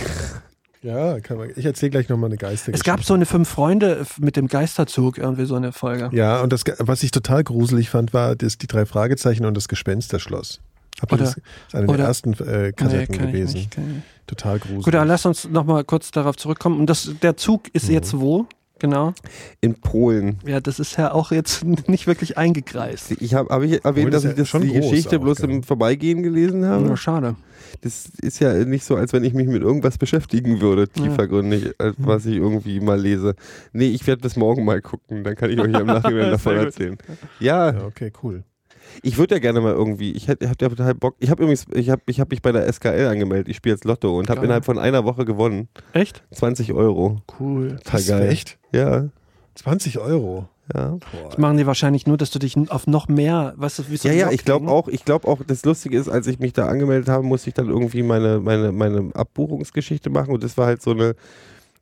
ja kann man, ich erzähle gleich nochmal eine Geistergeschichte.
Es gab so eine fünf Freunde f- mit dem Geisterzug, irgendwie so eine Folge.
Ja, und das, was ich total gruselig fand, war das, die drei Fragezeichen und das Gespensterschloss. Habt ihr
Oder-
das, das ist eine
oder-
der ersten äh, Kassetten
Nee, kann ich
gewesen.
nicht, kann ich nicht.
Total gruselig.
Gut, dann lass uns nochmal kurz darauf zurückkommen. Und das, der Zug
Mhm.
ist jetzt wo? Genau.
in Polen.
Ja, das ist ja auch jetzt <laughs> nicht wirklich eingekreist.
Ich habe hab ich
Polen
erwähnt, dass
ist
ich
ja
das,
schon
die
groß
Geschichte
auch,
bloß
gell?
im Vorbeigehen gelesen habe.
Ja, schade.
Das ist ja nicht so, als wenn ich mich mit irgendwas beschäftigen würde,
Ja.
tiefergründig, als was ich irgendwie mal lese. Nee, ich werde das morgen mal gucken, dann kann ich euch
<laughs>
im Nachhinein davon
gut.
erzählen. Ja,
ja, okay, cool.
ich würde ja gerne mal irgendwie, ich hätte hab ja total Bock. Ich habe übrigens, ich habe ich hab mich bei der SKL angemeldet, ich spiele jetzt Lotto und habe
Geil.
innerhalb von einer Woche gewonnen.
Echt?
20 Euro.
Cool.
Total
Das
geil.
echt?
Ja,
20 Euro.
ja.
Das machen die wahrscheinlich nur, dass du dich n- auf noch mehr, weißt du, wie so
Ja,
ein
ja,
Lock
ich glaube
kriegen.
auch, ich glaube auch, das Lustige ist, als ich mich da angemeldet habe, musste ich dann irgendwie meine, meine, meine Abbuchungsgeschichte machen und das war halt so eine,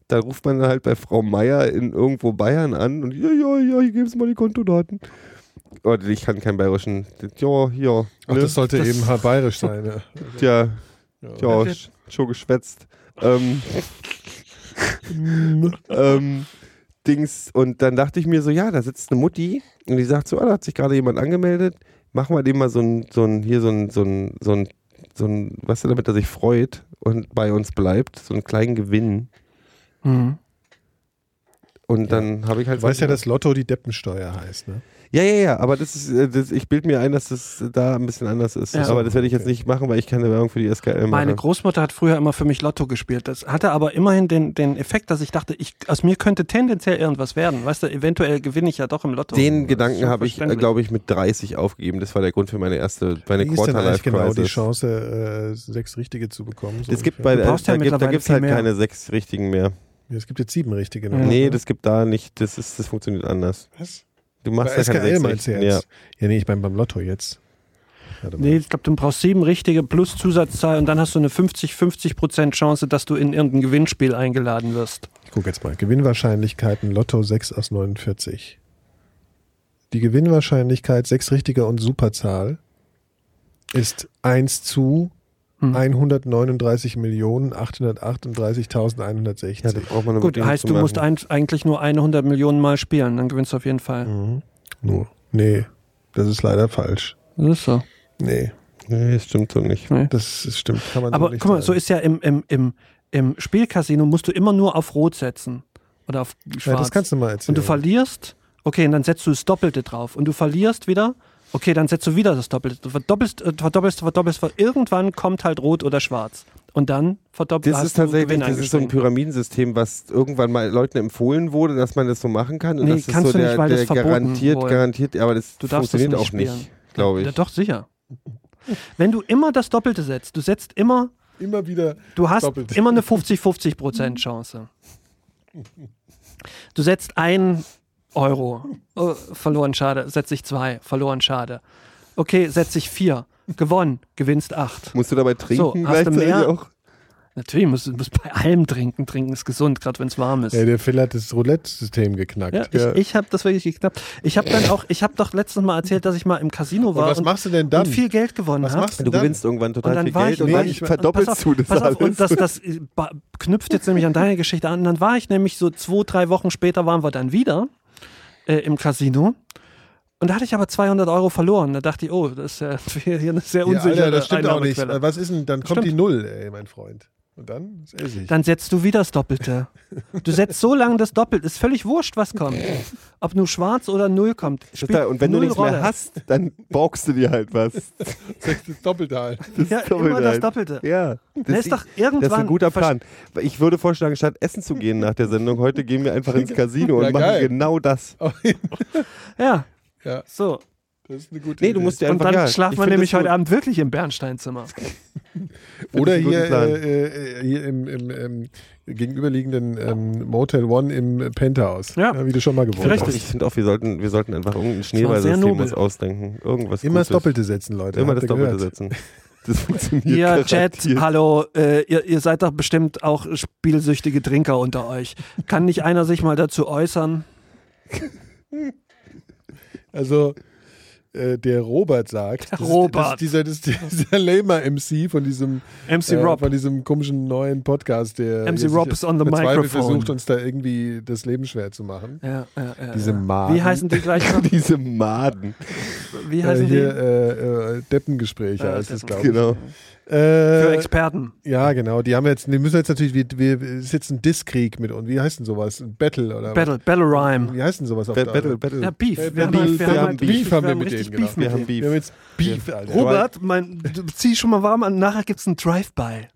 da ruft man dann halt bei Frau Meier in irgendwo Bayern an und ja, ja, ja, hier geben Sie mal die Kontodaten. Oh, ich kann keinen bayerischen. Ja, ja.
Ach,
ne?
das sollte
Das-
eben halt bayerisch sein. Ja.
Ja,
<laughs> Ja.
ja, sch- schon geschwätzt.
<laughs>
Ähm, ähm, Dings, und dann dachte ich mir so, ja, da sitzt eine Mutti und die sagt so, ah, da hat sich gerade jemand angemeldet, mach mal dem mal so ein, so ein, hier so ein, so ein, so ein, so ein, was denn, damit er sich freut und bei uns bleibt, so einen kleinen Gewinn.
Mhm.
Und dann habe ich halt.
Du weißt
so
ja, dass Lotto die Deppensteuer heißt, ne?
Ja, ja, ja, aber das ist, äh, das, ich bilde mir ein, dass das da ein bisschen anders ist.
Ja.
Aber das werde ich jetzt
Okay.
nicht machen, weil ich keine Werbung für die SKL mache.
Meine Großmutter hat früher immer für mich Lotto gespielt. Das hatte aber immerhin den, den Effekt, dass ich dachte, ich, aus mir könnte tendenziell irgendwas werden. Weißt du, eventuell gewinne ich ja doch im Lotto.
Den
Das ist
Gedanken
schon
habe ich,
verständlich.
glaube ich, mit 30 aufgegeben. Das war der Grund für meine erste, meine
Wie ist denn eigentlich genau die
Quarterlife-Crisis.
Chance, äh, sechs Richtige zu bekommen? so
Es gibt bei
ungefähr?
der,
brauchst ja
da gibt da
mittlerweile
gibt's
viel
halt
mehr.
keine sechs richtigen mehr.
Ja, es gibt jetzt sieben Richtige. noch,
Nee,
ne?
das gibt da nicht, das ist, das funktioniert anders.
Was?
Du machst
Bei
da keine
SKL
sechs
meinst du
richtigen.
jetzt? Ja, nee, ich meine beim Lotto jetzt. Warte mal.
Nee, ich glaube, du brauchst sieben richtige plus Zusatzzahl und dann hast du eine 50-50% Chance, dass du in irgendein Gewinnspiel eingeladen wirst.
Ich gucke jetzt mal. Gewinnwahrscheinlichkeiten Lotto 6 aus 49. Die Gewinnwahrscheinlichkeit sechs richtiger und Superzahl ist 1 zu
Hm.
139.838.160.
Ja, das braucht man
Gut,
wirklich nicht
heißt,
zu
du musst
machen.
ein, eigentlich nur 100 Millionen Mal
Mhm.
spielen, dann gewinnst du auf jeden Fall.
Nur. Nee, das ist leider falsch.
Das ist so.
Nee.
Nee, das stimmt so nicht.
Nee.
Das ist- stimmt. Kann man
Aber
so nicht
guck mal, so
sagen.
ist ja im, im, im, im Spielcasino musst du immer nur auf Rot setzen. Oder auf Schwarz.
Ja, das kannst du mal
Und
erzählen.
du verlierst, okay, und dann setzt du das Doppelte drauf. Und du verlierst wieder, okay, dann setzt du wieder das Doppelte. Du verdoppelst, äh, verdoppelst, verdoppelst, ver- irgendwann kommt halt Rot oder Schwarz. Und dann verdoppelst
Das ist tatsächlich, das ist so ein Pyramidensystem, was irgendwann mal Leuten empfohlen wurde, dass man das so machen kann. Und
Nee,
das ist so
kannst du nicht, weil
der
das verboten
garantiert,
wurde.
garantiert, aber das
Du darfst das
funktioniert
nicht
auch nicht,
spielen.
glaube ich.
Ja, doch, sicher. Wenn du immer das Doppelte setzt, du setzt immer,
immer wieder.
du hast
Doppelt.
immer eine 50-50% Chance. Du setzt ein Euro, oh, verloren schade, setze ich zwei, verloren schade. Okay, setze ich vier, gewonnen, gewinnst acht.
Musst du dabei trinken
So, hast du
gleichzeitig
mehr?
auch?
Natürlich musst du musst bei allem trinken. Trinken ist gesund, gerade wenn es warm ist.
Ja, der Phil hat das Roulette-System geknackt.
Ja, ich, ich habe das wirklich geknappt. Ich habe dann auch, ich habe doch letztes Mal erzählt, dass ich mal im Casino
Und
war
was machst du denn dann?
und viel Geld gewonnen
Was
habe.
machst
Du
Dann-
gewinnst irgendwann
Und
total
dann
viel
war ich,
Geld und
und war
dann
ich
verdoppelst
pass auf,
du das
pass auf,
alles.
Und das,
<laughs>
das äh, ba- knüpft jetzt nämlich an deine Geschichte an. Dann war ich nämlich so zwei, drei Wochen später waren wir dann wieder äh, im Casino. Und da hatte ich aber 200 Euro verloren. Da dachte ich, oh, das ist ja <laughs> hier eine sehr
ja,
unsichere
Alter, das stimmt auch nicht. Äh,
Einnahmequelle.
Was ist denn, dann kommt
Stimmt.
die Null, ey, mein Freund. Und dann ist er sich.
Dann setzt du wieder das Doppelte. Du setzt so lange das Doppelte. Ist völlig wurscht, was kommt. Ob nur schwarz oder null kommt. Spielt
und wenn du
null
nichts
Rolle.
mehr hast, dann borgst du dir halt was.
<laughs>
das doppelte halt.
ja, immer das Doppelte. Ne,
Ja. Das,
ist doch irgendwann-
Das ist ein guter
Ver-
Plan. Ich würde vorschlagen, statt essen zu gehen nach der Sendung, heute gehen wir einfach ins
<laughs>
Casino
Ja,
und machen
geil.
genau das.
Ja,
Ja,
so.
das ist eine gute
Nee, du
Idee.
musst dir
Und
einfach
dann
ja,
schlafen
ich
wir
find
nämlich
das
heute
gut.
Abend wirklich
<laughs>
im Bernsteinzimmer.
Oder
ich einen
hier,
guten Plan.
äh, äh, hier im, im, ähm, gegenüberliegenden ähm, Motel One im äh, Penthouse.
Ja.
wie du schon mal gewohnt
Richtig.
Doch, Ich finde auch, wir sollten, wir sollten einfach irgendein
war sehr
Schneeballsystem
nobel.
uns ausdenken. Irgendwas
hast. Immer das
Gutes.
Doppelte setzen, Leute.
Immer
Habt
das
ihr
Doppelte
gehört.
<laughs>
setzen. Das funktioniert
Ihr
garantiert.
Chat, hallo, äh, ihr, ihr seid doch bestimmt auch spielsüchtige Trinker unter euch. Kann nicht einer sich mal dazu äußern?
Also, äh, der Robert sagt, das,
Robert.
Das, dieser, <laughs> das, dieser Lamer MC von diesem,
MC
äh,
Rob.
von diesem komischen neuen Podcast, der
MC
hier
Rob
sich
is on the
verzweifelt
microphone.
versucht, uns da irgendwie das Leben schwer zu machen.
Ja, ja, ja,
Diese
ja.
Maden.
Wie heißen die gleich?
<laughs>
noch?
<laughs> Diese Maden.
Wie
Äh,
heißen
hier
die?
äh, äh, Deppengespräche
Äh,
heißt es, glaube ich.
Genau.
Für
Äh,
Experten.
ja, genau. Die haben jetzt, die müssen jetzt natürlich, wir, wir es ist jetzt ein Diskrieg mit uns. Wie heißt denn sowas? Ein Battle oder
Battle, Battle Rhyme.
Wie heißt denn sowas auf
Battle,
der-
Battle, Battle.
Ja, Beef.
Äh,
Wir haben,
Beef.
halt- wir
Wir
haben,
haben
halt
Beef.
Beef. Wir
haben wir
haben
mit
richtig
denen,
Beef
Wir
mit
haben
denen.
Wir haben
Beef.
jetzt Beef, Alter.
Robert, mein, du zieh schon mal warm an. Nachher gibt's einen Drive-By.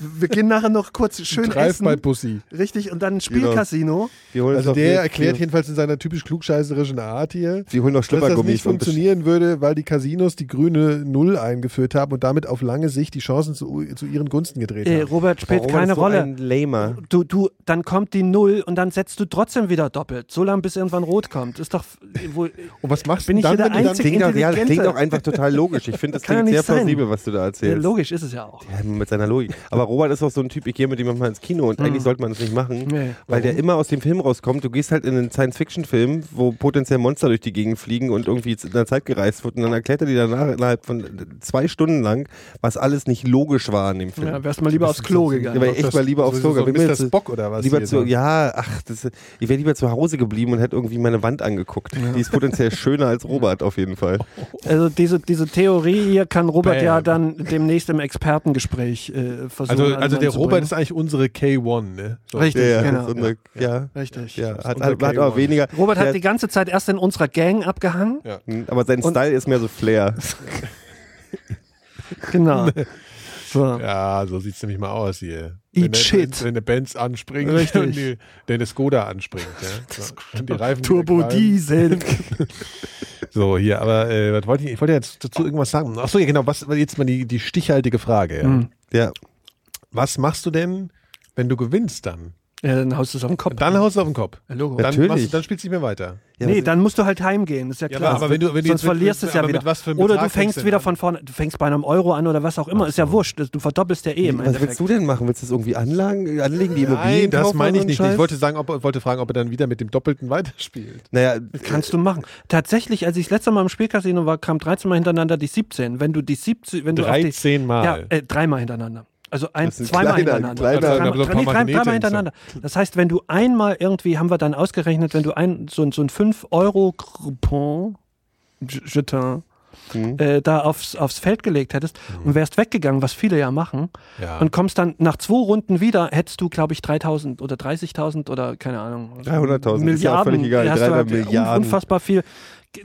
Wir gehen nachher noch kurz schön
Drive by
essen.
Pussy.
Richtig,
Genau.
und dann ein Spielcasino.
Wir holen
Also
uns noch-
der erklärt
wir,
jedenfalls in seiner typisch klugscheißerischen Art hier,
wir holen noch
dass das
Schlüppergummis
nicht
und das-
funktionieren würde, weil die Casinos die grüne Null eingeführt haben und damit auf lange Sicht die Chancen zu, zu ihren Gunsten gedreht
Äh,
haben.
Robert spielt
Warum
keine
ist so
Rolle.
Ein Lamer.
Du, du, dann kommt die Null und dann setzt du trotzdem wieder doppelt. So lange, bis irgendwann Rot kommt. Ist doch f- wohl.
Und was machst du
Bin ich
dann,
hier der
wenn du dann
Einzige?
Klingt auch, ja, das klingt
Intelligente.
auch einfach total logisch. Ich finde, das
Kann ja
klingt sehr
nicht sein.
plausibel, was du da
Ja,
erzählst.
logisch ist es ja auch.
Ja, mit seiner Logik. Aber Robert ist auch so ein Typ, ich gehe mit ihm manchmal ins Kino und eigentlich sollte man das nicht machen,
Hm. Nee.
weil der immer aus dem Film rauskommt. Du gehst halt in einen Science-Fiction-Film, wo potenziell Monster durch die Gegend fliegen und irgendwie in der Zeit gereist wird und dann erklärt er dir danach innerhalb von zwei Stunden lang, was alles nicht logisch war in dem Film.
Ja, wärst mal lieber aufs Klo
Ja,
gegangen.
aber echt mal lieber aufs
so,
Sogar.
so Mr. Spock oder was?
Lieber
hier ne?
zu,
so.
ja, ach, das, ich wäre lieber zu Hause geblieben und hätte irgendwie meine Wand angeguckt. Die ist potenziell schöner als Robert auf jeden Fall.
Genau,
Also diese, diese Theorie hier kann Robert
Bam.
ja dann demnächst im Expertengespräch äh, versuchen.
Also,
an
also
Mann
der
zu
Robert
bringen.
ist eigentlich unsere K1, ne? So.
Richtig,
ja,
genau.
so eine, ja,
Richtig.
ja, hat,
unser
hat, hat auch
K1.
weniger.
Robert
der-
hat die ganze Zeit erst in unserer Gang abgehangen.
Aber sein
Und-
Style ist mehr so Flair.
<laughs>
Genau. So.
Ja, so sieht's nämlich mal aus hier.
Eat
wenn, der-
shit.
wenn eine Benz anspringt
Richtig.
und die, wenn eine Skoda anspringt.
<laughs>
Ja? So. Und die Reifen
Turbo
wieder knallen. <laughs>
Diesel.
So, hier, aber äh, was wollte ich, ich wollte jetzt dazu irgendwas sagen. Achso, ja, genau, was jetzt mal die, die stichhaltige Frage. Ja.
Mhm.
Ja.
Was machst du denn, wenn du gewinnst dann?
Ja, dann haust du es auf den Kopf.
Dann haust du auf den Kopf.
Ja, Logo.
Dann,
Natürlich.
machst du- dann spielst du nicht mehr weiter.
Ja,
nee,
was-
dann musst du halt heimgehen, ist ja
Ja,
klar.
aber wenn du- wenn du
Sonst
jetzt mit-
verlierst
mit-
es ja
aber
wieder.
mit was für einem
oder du
Betrag fängst
fängst
du
wieder
denn
von vorne, du fängst bei einem Euro an oder was auch immer, ist ja wurscht. Du verdoppelst ja eh im
was willst
Endeffekt.
du denn machen? Willst du das irgendwie anlagen, anlegen, die Immobilien
Nein, das
kaufen
meine
oder so
ich nicht.
einen
Ich
Scheiß?
wollte sagen, ob, wollte fragen, ob er dann wieder mit dem Doppelten weiterspielt.
Naja,
Kannst du machen. Tatsächlich, als ich das letzte Mal im Spielcasino war, kam 13 Mal hintereinander die 17. Wenn du die 17, wenn du auf die-
13
Ja,
Mal.
äh, dreimal hintereinander. Also ein,
Das sind
zweimal
kleiner-
hintereinander.
kleiner-
Also dreimal,
Also ein paar
nee, drei,
Magnete
dreimal hintereinander. Das heißt, wenn du einmal irgendwie, haben wir dann ausgerechnet, wenn du ein, so, ein- so ein 5 Euro Coupon, Jetin, mhm. äh, da aufs, aufs Feld gelegt hättest und wärst weggegangen, was viele ja machen,
Ja.
und kommst dann nach zwei Runden wieder, hättest du, glaube ich, 3.000 oder 30.000 oder keine Ahnung.
300.000, ist ja auch
Milliarden.
völlig egal,
hast du halt
300 Milliarden.
Unfassbar viel.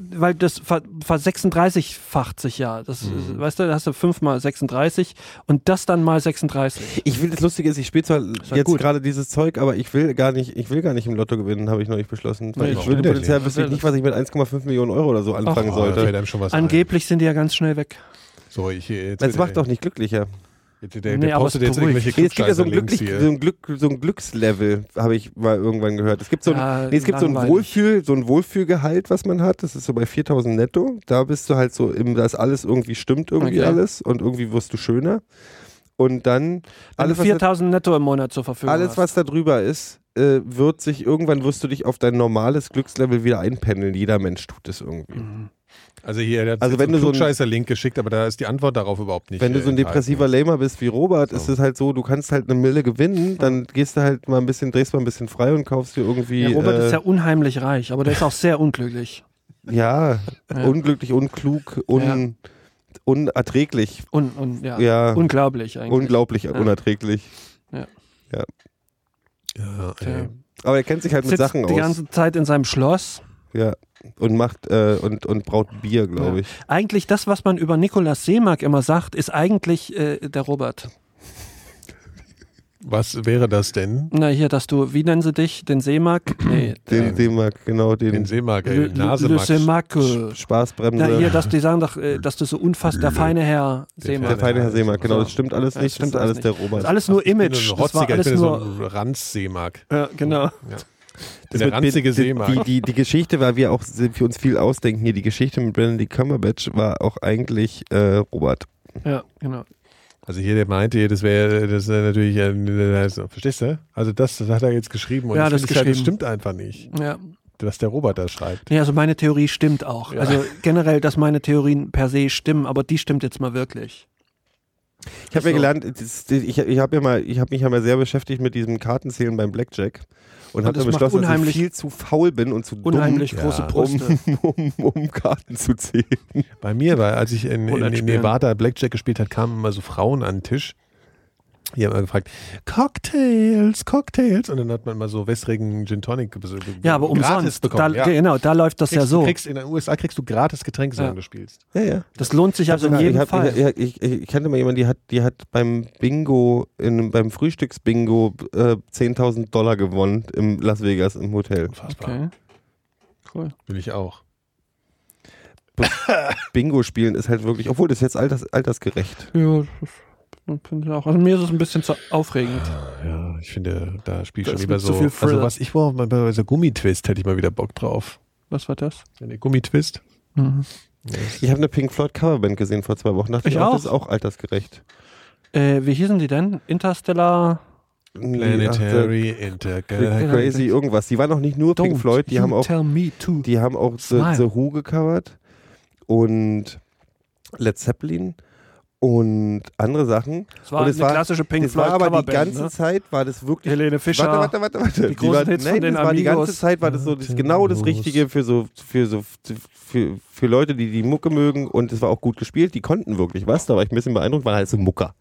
Weil das ver, ver 36-facht sich ja. Das,
Mhm.
ist- Weißt du, da hast du 5 mal 36 und das dann mal 36.
Ich will, das Lustige ist, ich spiele zwar
halt
ja
jetzt
gut.
gerade dieses Zeug, aber ich will gar nicht, ich will gar nicht im Lotto gewinnen, habe ich neulich beschlossen. Weil
Nee,
ich
warum
würde
denn
potenziell
nicht?
wüsste ich nicht, was ich mit 1,5 Millionen Euro oder so anfangen
Ach, da fällt
sollte.
einem schon was ein.
Angeblich sind die ja ganz schnell weg.
So, ich, jetzt,
Das macht doch nicht glücklicher.
Der, der,
Nee,
der
aber
postet
es
jetzt
beruhigt.
irgendwelche
Nee, es gibt ja so ein,
Klugscheißer-Links
Glücklich, so, ein Glück, so ein Glückslevel, habe ich mal irgendwann gehört. Es gibt so ein,
Ja,
nee, es gibt so ein,
langweilig.
Wohlfühl, so ein Wohlfühlgehalt, was man hat. Das ist so bei 4000 netto. Da bist du halt so, im, dass alles irgendwie stimmt, irgendwie
Okay.
alles. Und irgendwie wirst du schöner. Und dann
Wenn
alles,
du
was da
4.000 netto im Monat zur Verfügung
Alles,
hast.
was da drüber ist, äh, wird sich irgendwann wirst du dich auf dein normales Glückslevel wieder einpendeln. Jeder Mensch tut es irgendwie.
Also hier, der hat
Also
also
wenn
wenn
du so ein-
Klugscheißer-Link geschickt, aber da ist die Antwort darauf überhaupt nicht.
Wenn du
äh,
so ein
enthalten.
depressiver Lamer bist wie Robert, ist es halt so, du kannst halt eine Mille gewinnen, dann gehst du halt mal ein bisschen, drehst mal ein bisschen frei und kaufst dir irgendwie.
ja, Robert
äh,
ist ja unheimlich reich, aber der ist auch sehr unglücklich.
ja,
<laughs> Ja.
unglücklich, unklug, un, unerträglich.
Un, un, ja.
Ja.
Unglaublich eigentlich.
Unglaublich
Ja.
unerträglich.
Ja.
Ja.
Der
Aber er kennt sich halt mit
sitzt
Sachen
die
aus.
ganze Zeit in seinem Schloss.
Ja. Und macht äh, und, und braut Bier, glaube ich.
Eigentlich das, was man über Nikolaus Seemark immer sagt, ist eigentlich äh, der Robert.
Was wäre das denn?
Na hier, dass du, wie nennen sie dich?
<clears throat>
Den Seemark? Nee,
Den, den mag, genau, den,
Den Seemark,
Le-
ey,
Le-
Nasemax.
Le Seemark, äh.
Spaßbremse.
Na hier, dass die sagen doch, äh, dass du so unfassbar der feine Herr
Der
Seemark.
feine Herr Seemark, genau,
So.
das stimmt alles
Das
nicht, das
stimmt
ist alles
alles
der
nicht. Das
Robert.
ist alles nur
Ich bin
Image.
so ein
Das war
Rotziger, ich
alles
bin so
nur.
ein Ranz-Seemark.
Ja,
<laughs>
genau.
Ja.
Das
Der
mit-
ranzige
die- die-
Seemark.
Die, die, die Geschichte, weil wir auch se- für uns viel ausdenken hier, die Geschichte mit Benedict Cumberbatch war auch eigentlich äh, Robert.
Ja, genau.
Also hier, der meinte, hier, das wäre das wär natürlich, ein- das- verstehst du? Also das, das hat er jetzt geschrieben und
Ja,
ich
das
finde, das
geschrieben.
stimmt einfach nicht,
Ja.
was der Robert da schreibt.
Nee, also meine Theorie stimmt auch. Also generell, dass meine Theorien per se stimmen, aber die stimmt jetzt mal wirklich.
Ich habe ja
So.
gelernt, das, ich, ich habe ja mal, ich habe mich ja mal sehr beschäftigt mit diesem Kartenzählen beim Blackjack und
Und
habe
das
dann
macht
beschlossen, dass ich
unheimlich-
viel zu faul bin und zu dumm,
Unheimlich große
Ja.
Brüste.
<laughs> um, um Karten zu zählen.
Bei mir, weil als ich in, in, in
Rollenspielen.
Nevada Blackjack gespielt hat, kamen immer so Frauen an den Tisch. Die haben immer gefragt, Cocktails, Cocktails. Und dann hat man immer so wässrigen Gin Tonic be- be-
Ja, aber
gratis
umsonst. Da,
bekommen. ja.
Genau, da läuft das
kriegst,
ja so.
du kriegst, in den USA kriegst du gratis Getränke, solange
Ja.
du spielst.
Ja, ja.
Das lohnt sich also in
Sogar,
jedem
ich hab-
Fall.
Ich, ich, ich, ich kannte mal jemanden, die hat, die hat beim Bingo, in, beim Frühstücksbingo äh, 10.000 Dollar gewonnen im Las Vegas im Hotel.
Unfassbar.
okay. Cool.
Will ich auch.
Bingo spielen ist halt wirklich, obwohl das ist jetzt alters, altersgerecht.
Ja, das finde ich auch. Also mir ist es ein bisschen zu aufregend.
Ja, ich finde, da spiel ich
Da
schon
ist
lieber
mit zu
so.
viel
also
Thriller.
was ich brauche, bei so Gummitwist hätte ich mal wieder Bock drauf.
Was war das?
Eine Gummitwist?
Mhm. Ich habe eine Pink Floyd Coverband gesehen vor zwei Wochen, dachte
Ich
ich auch,
auch.
das ist auch altersgerecht.
Äh, wie hießen die denn? Interstellar.
Planetary
Die
Intergalactic.
achte- Crazy irgendwas. Die waren auch nicht nur Pink
Don't
Floyd, die
you
haben auch
Tell me to.
Die haben auch The,
Smile.
The Who gecovert und Led Zeppelin und andere Sachen.
Das war
und
eine klassische Pink
das
Floyd
war aber die
Coverband,
ganze
ne?
Zeit war das wirklich.
Helene Fischer.
Warte, warte, warte, warte.
Die großen
war,
Hits von den
das war die ganze
Amigos.
Zeit war das so das, genau das Richtige für so für so für, für Leute, die die Mucke mögen und es war auch gut gespielt. Die konnten wirklich was. Da war ich ein bisschen beeindruckt, waren halt so Mucker.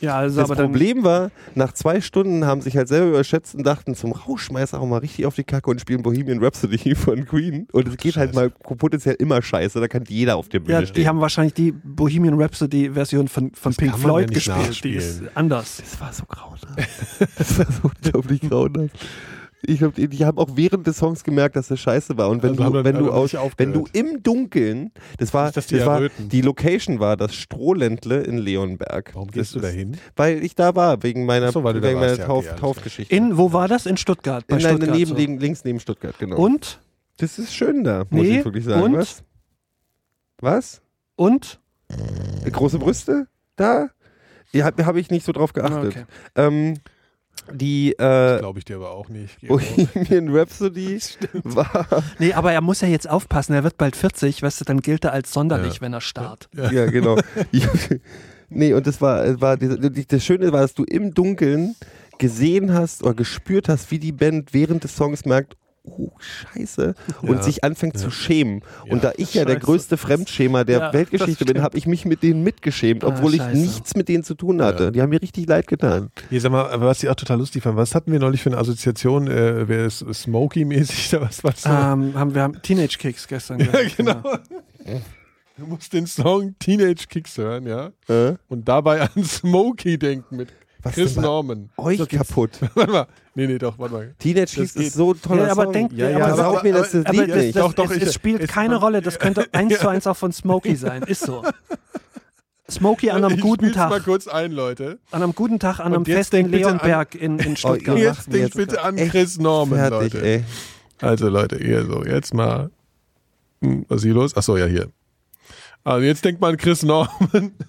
Ja, also
Das
aber dann,
Problem war, nach zwei Stunden haben sich halt selber überschätzt und dachten, zum Rauschmeißer auch mal richtig auf die Kacke und spielen Bohemian Rhapsody <laughs> von Queen. Und es geht halt mal potenziell immer scheiße, da kann jeder auf der Bühne
ja,
stehen.
die haben wahrscheinlich die Bohemian Rhapsody-Version von, von Pink
kann man ja
Floyd
nicht
gespielt. Die ist
nachspielen.
anders.
das war so grauenhaft. <laughs> das war so unglaublich grauenhaft. Ich glaube, die, die haben auch während des Songs gemerkt, dass das scheiße war. Und wenn
Also haben
du,
dann-
wenn du
haben
aus,
nicht
wenn du
aufgehört.
im Dunkeln, das war,
Nicht, dass die
das war
erröten.
die Location war das Strohländle in Leonberg.
Warum
das
gehst du
ist-
da hin?
Weil ich da war, wegen meiner,
Ach so, weil du da
wegen meiner
warst, ja,
Tauf,
okay, alles klar.
Taufgeschichte.
In, wo war das? In Stuttgart. Bei
Nein,
Stuttgart.
daneben,
so.
liegen- links neben Stuttgart, genau.
Und?
Das ist schön da, muss
Nee,
ich wirklich sagen.
und?
Was? Was?
Und?
Äh, Große Brüste? Da? Ja, habe hab ich nicht so drauf
Ah,
geachtet.
Okay.
Ähm, die äh,
Glaube ich dir aber auch nicht.
Bohemian
<laughs>
Rhapsody war.
Nee, aber er muss ja jetzt aufpassen. Er wird bald 40, weißt du, dann gilt er als sonderlich,
Ja.
wenn er starrt.
<laughs> Ja, genau. Ja. nee, und das war, äh, war diese- die- das Schöne war, dass du im Dunkeln gesehen hast oder gespürt hast, wie die Band während des Songs merkt, oh Scheiße und sich anfängt zu schämen. Und da ich ja der größte Fremdschämer der
Ja,
Weltgeschichte
das
bin, habe ich mich mit denen mitgeschämt,
Ah,
obwohl ich
scheiße.
nichts mit denen zu tun hatte. Die haben mir richtig leid getan.
Hier, sag mal, aber was ich auch total lustig fand, was hatten wir neulich für eine Assoziation? Äh, Wäre es Smokey-mäßig <laughs> oder was war das?
Ah.
Ähm, haben wir haben Teenage Kicks gestern
Ja,
gehört,
genau. Du musst den Song Teenage Kicks hören, ja? Und dabei an Smokey denken mit
Äh? Was
Chris
denn bei
Norman. <laughs>
Euch kaputt.
Warte mal. Nee, nee, doch, warte mal.
Teenage
Das
Kicks
geht.
ist so ein toller
Ja, aber
Song.
denk-
ja, ja,
aber-
aber,
aber-
mir, dass das
Aber
Lied
das, das,
nicht.
Doch, doch,
es,
ich-
es spielt
es-
keine Rolle.
<laughs>
Das könnte eins zu eins auch von Smokey sein. Ist so. Smokey an einem
ich
guten
spiel's mal
Tag.
kurz ein, Leute.
An einem guten Tag an
Und
einem
jetzt
Fest in
denkt bitte an- Oh,
Leonberg in, in Stuttgart.
ihr
Jetzt
macht mir
denkt
jetzt
bitte an
echt
Chris Norman,
fertig,
Leute.
ey.
Also, Leute, hier so, jetzt mal. Hm, was ist hier los? Achso, ja, hier. Also, jetzt denkt mal an Chris Norman. <laughs>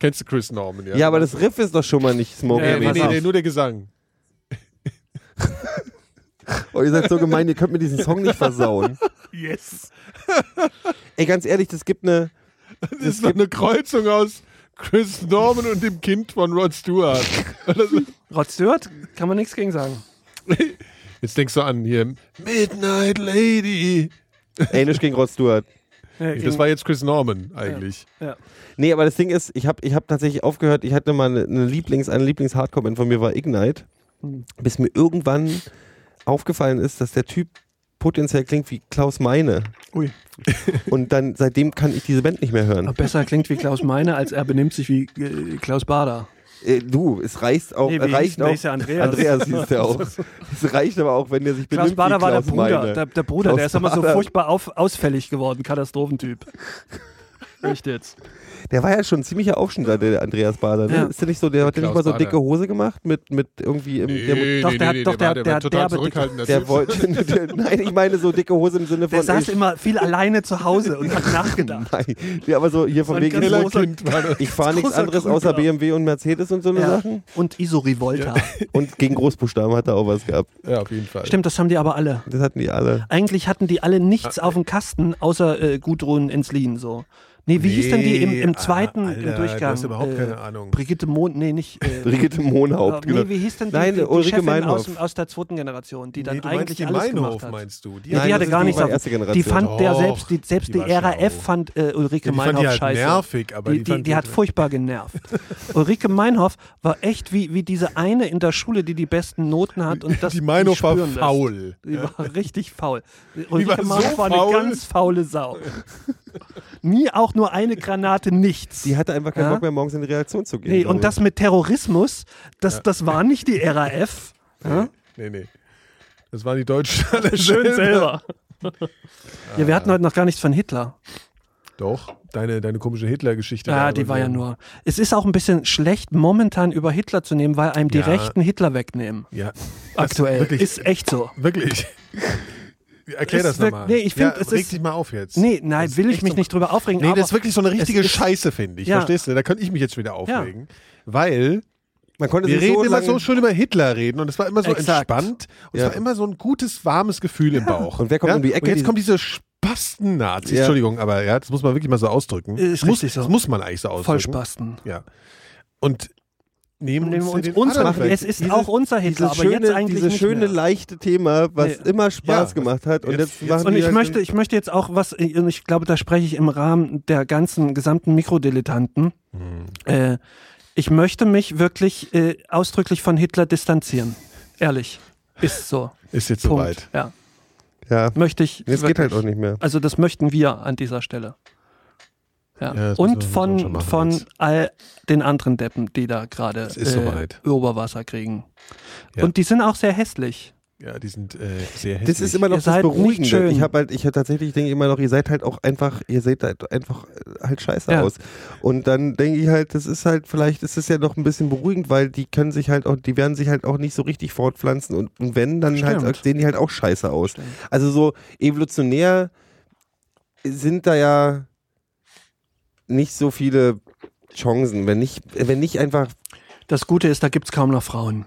Kennst du Chris Norman, ja? Äh,
Ja, aber das Riff ist doch schon mal nicht Smokey.
Nee, nee,
pass
nee,
auf.
nee, nur der Gesang.
Oh, ihr seid so gemein, ihr könnt mir diesen Song nicht versauen.
Yes.
<laughs> Ey, ganz ehrlich, das gibt eine.
Das ist doch eine Kreuzung aus Chris Norman und dem Kind von Rod Stewart.
Rod Stewart, kann man nichts gegen sagen.
Jetzt denkst du an hier Midnight Lady.
Ähnlich gegen Rod Stewart.
Ja,
Nee,
gegen-
Das war jetzt Chris Norman eigentlich.
Nee, aber das Ding ist, ich habe ich hab tatsächlich aufgehört, ich hatte mal eine, eine Lieblings-, eine Lieblings-Hardcore-Band von mir war Ignite,
Hm.
bis mir irgendwann aufgefallen ist, dass der Typ potenziell klingt wie Klaus Meine.
Ui.
Und dann, seitdem kann ich diese Band nicht mehr hören.
Aber besser klingt wie Klaus Meine, als er benimmt sich wie äh, Klaus Bader.
Äh, du, es reicht
Oh,
auch.
Nee, wie hieß
reicht
denn
auch
der? Ist ja Andreas.
Andreas hieß der
<laughs>
auch. es reicht aber auch, wenn der sich benimmt
Klaus Bader
wie
war der
Klaus
Bruder.
Meine.
Der, der Bruder,
Klaus
der ist immer so
Bader.
furchtbar auf, ausfällig geworden.
<laughs>
Katastrophentyp. Echt jetzt.
Der war ja schon ein ziemlicher Aufschnitt, der Andreas Bader. Ne?
Ja.
Ist der nicht so, der hat der nicht mal
Klaus
so
Bader.
dicke Hose gemacht mit, mit irgendwie im, der,
doch, der hat- doch,
war-
der hat- der
war
hat
total
derbe-
zurückhaltend.
der wollte. <laughs> der, nein, ich meine so dicke Hose im Sinne von.
Der saß
ich,
<laughs>
immer viel alleine zu Hause und hat
Genau.
nachgedacht.
nein, der aber so hier von
ein
wegen.
Keller-
Kellerkind war das.
Ich fahre nichts
großer
anderes außer
Krüger.
BMW und Mercedes und so eine
Ja.
Sachen.
Und Iso Rivolta.
Und gegen Großbuchstaben hat er auch was gehabt.
Ja, auf jeden Fall.
Stimmt, das haben die aber alle.
Das hatten die alle.
Eigentlich hatten die alle nichts auf dem Kasten, außer äh, Gudrun Enslin. So. Nee, wie hieß denn die im, im
Nee, ah,
zweiten
Alter,
im Durchgang?
Du hast überhaupt
Äh,
keine Ahnung.
Brigitte Mond, nee,
<laughs>
nicht. Äh,
Brigitte Mohnhaupt,
Nee,
genau.
wie hieß denn die,
Nein,
die, die
Ulrike
Chefin
Meinhof.
aus, dem- aus der zweiten Generation, die dann
Nee, du meinst
eigentlich
die
alles
Meinhof,
gemacht hat?
meinst du? Die
Ja,
Nein,
die
das
hatte
ist
gar
die
nichts.
war
auf-
erste
Die
Generation.
fand der
Doch,
selbst, die, selbst
Oh, die
die,
war
RAF
schlau.
fand äh, Ulrike
die fand die
Meinhoff
halt
scheiße.
nervig, aber
die,
die
die,
fand
die
die- halt-
hat
<laughs>
furchtbar genervt. Ulrike Meinhoff war echt wie, wie diese eine in der Spule, die die besten Noten hat und das
Die Meinhof
nicht
war
spüren lässt.
faul.
Die war richtig faul.
war
Ulrike
so
Meinhoff war eine
faul.
ganz faule Sau. Nie auch nur eine Granate, nichts.
Die genau hatte einfach keinen
Ja?
Bock mehr, morgens in die Reaktion zu gehen. Also
Nee,
glaube
und das mit Terrorismus, das, das war nicht die RAF. Ja?
Nee, nee. Das waren die
<laughs>
Deutschen alle <laughs>
Schön selber. ja, wir hatten heute noch gar nichts von Hitler.
Doch, deine, deine komische Hitler-Geschichte.
Ja,
da
die
und
war
so.
ja nur. Es ist auch ein bisschen schlecht, momentan über Hitler zu nehmen, weil einem die
Ja.
Rechten Hitler wegnehmen.
Ja,
Aktuell.
wirklich-
Ist echt so.
wirklich. Erklär
Ist
das
wirk-
nochmal.
nee, ich find,
ja,
es
reg
ist-
dich mal auf jetzt.
Nee, nein,
Das ist
will ich
echt
mich
so-
nicht drüber aufregen.
Nee,
aber
das ist wirklich so eine richtige
ist-
Scheiße, finde ich.
Ja.
Verstehst du? Da könnte ich mich jetzt wieder aufregen. Weil
ich. Man konnte
wir
sich
reden
so
immer
lange,
so schön über Hitler reden und es war immer so
Exakt.
entspannt und
Ja.
es war immer so ein gutes, warmes Gefühl im Bauch.
Und wer kommt um die Ecke,
Und jetzt
die-
kommt diese Spasten-Nazis.
Ja. Äh,
Entschuldigung, aber ja, das muss man wirklich mal so ausdrücken.
Ist
muss,
richtig so.
Das muss man eigentlich so ausdrücken.
Vollspasten.
Ja. Und nehmen,
Nehmen wir
uns,
uns
den
unseren-
anderen weg.
Es ist auch unser Hitler,
dieses
aber
schöne,
jetzt eigentlich
dieses
nicht
schöne
mehr.
leichte Thema, was
Nee.
immer Spaß
Ja,
gemacht hat. Und
jetzt-
jetzt,
jetzt-
machen
Und
die
ich
halt-
möchte, ich möchte jetzt auch was, und ich glaube, da spreche ich im Rahmen der ganzen gesamten Mikrodilettanten.
Mhm.
Äh, ich möchte mich wirklich äh, ausdrücklich von Hitler distanzieren. Ehrlich. Ist so.
Ist jetzt
Punkt.
soweit.
Ja.
Ja,
Möchte ich.
das geht
wirklich.
halt auch nicht mehr.
Also das möchten wir an dieser Stelle.
Ja,
Ja.
das
Und
müssen wir schon
von,
machen
von
jetzt.
all den anderen Deppen, die da gerade
ist
äh,
soweit.
Oberwasser kriegen.
Ja.
Und die sind auch sehr hässlich.
Ja, die sind äh, sehr hässlich.
Das ist immer noch
Ihr
das
seid nicht
Beruhigende.
schön.
Ich habe halt, ich hab tatsächlich denke immer noch, ihr seid halt auch einfach, ihr seht halt einfach äh, halt scheiße
Ja.
aus. Und dann denke ich halt, das ist halt, vielleicht ist es ja noch ein bisschen beruhigend, weil die können sich halt auch, die werden sich halt auch nicht so richtig fortpflanzen und, und wenn, dann halt,
Stimmt.
sehen die halt auch scheiße aus. Also so evolutionär sind da ja nicht so viele Chancen, wenn nicht, wenn nicht einfach,
Das Gute ist, da gibt es kaum noch Frauen.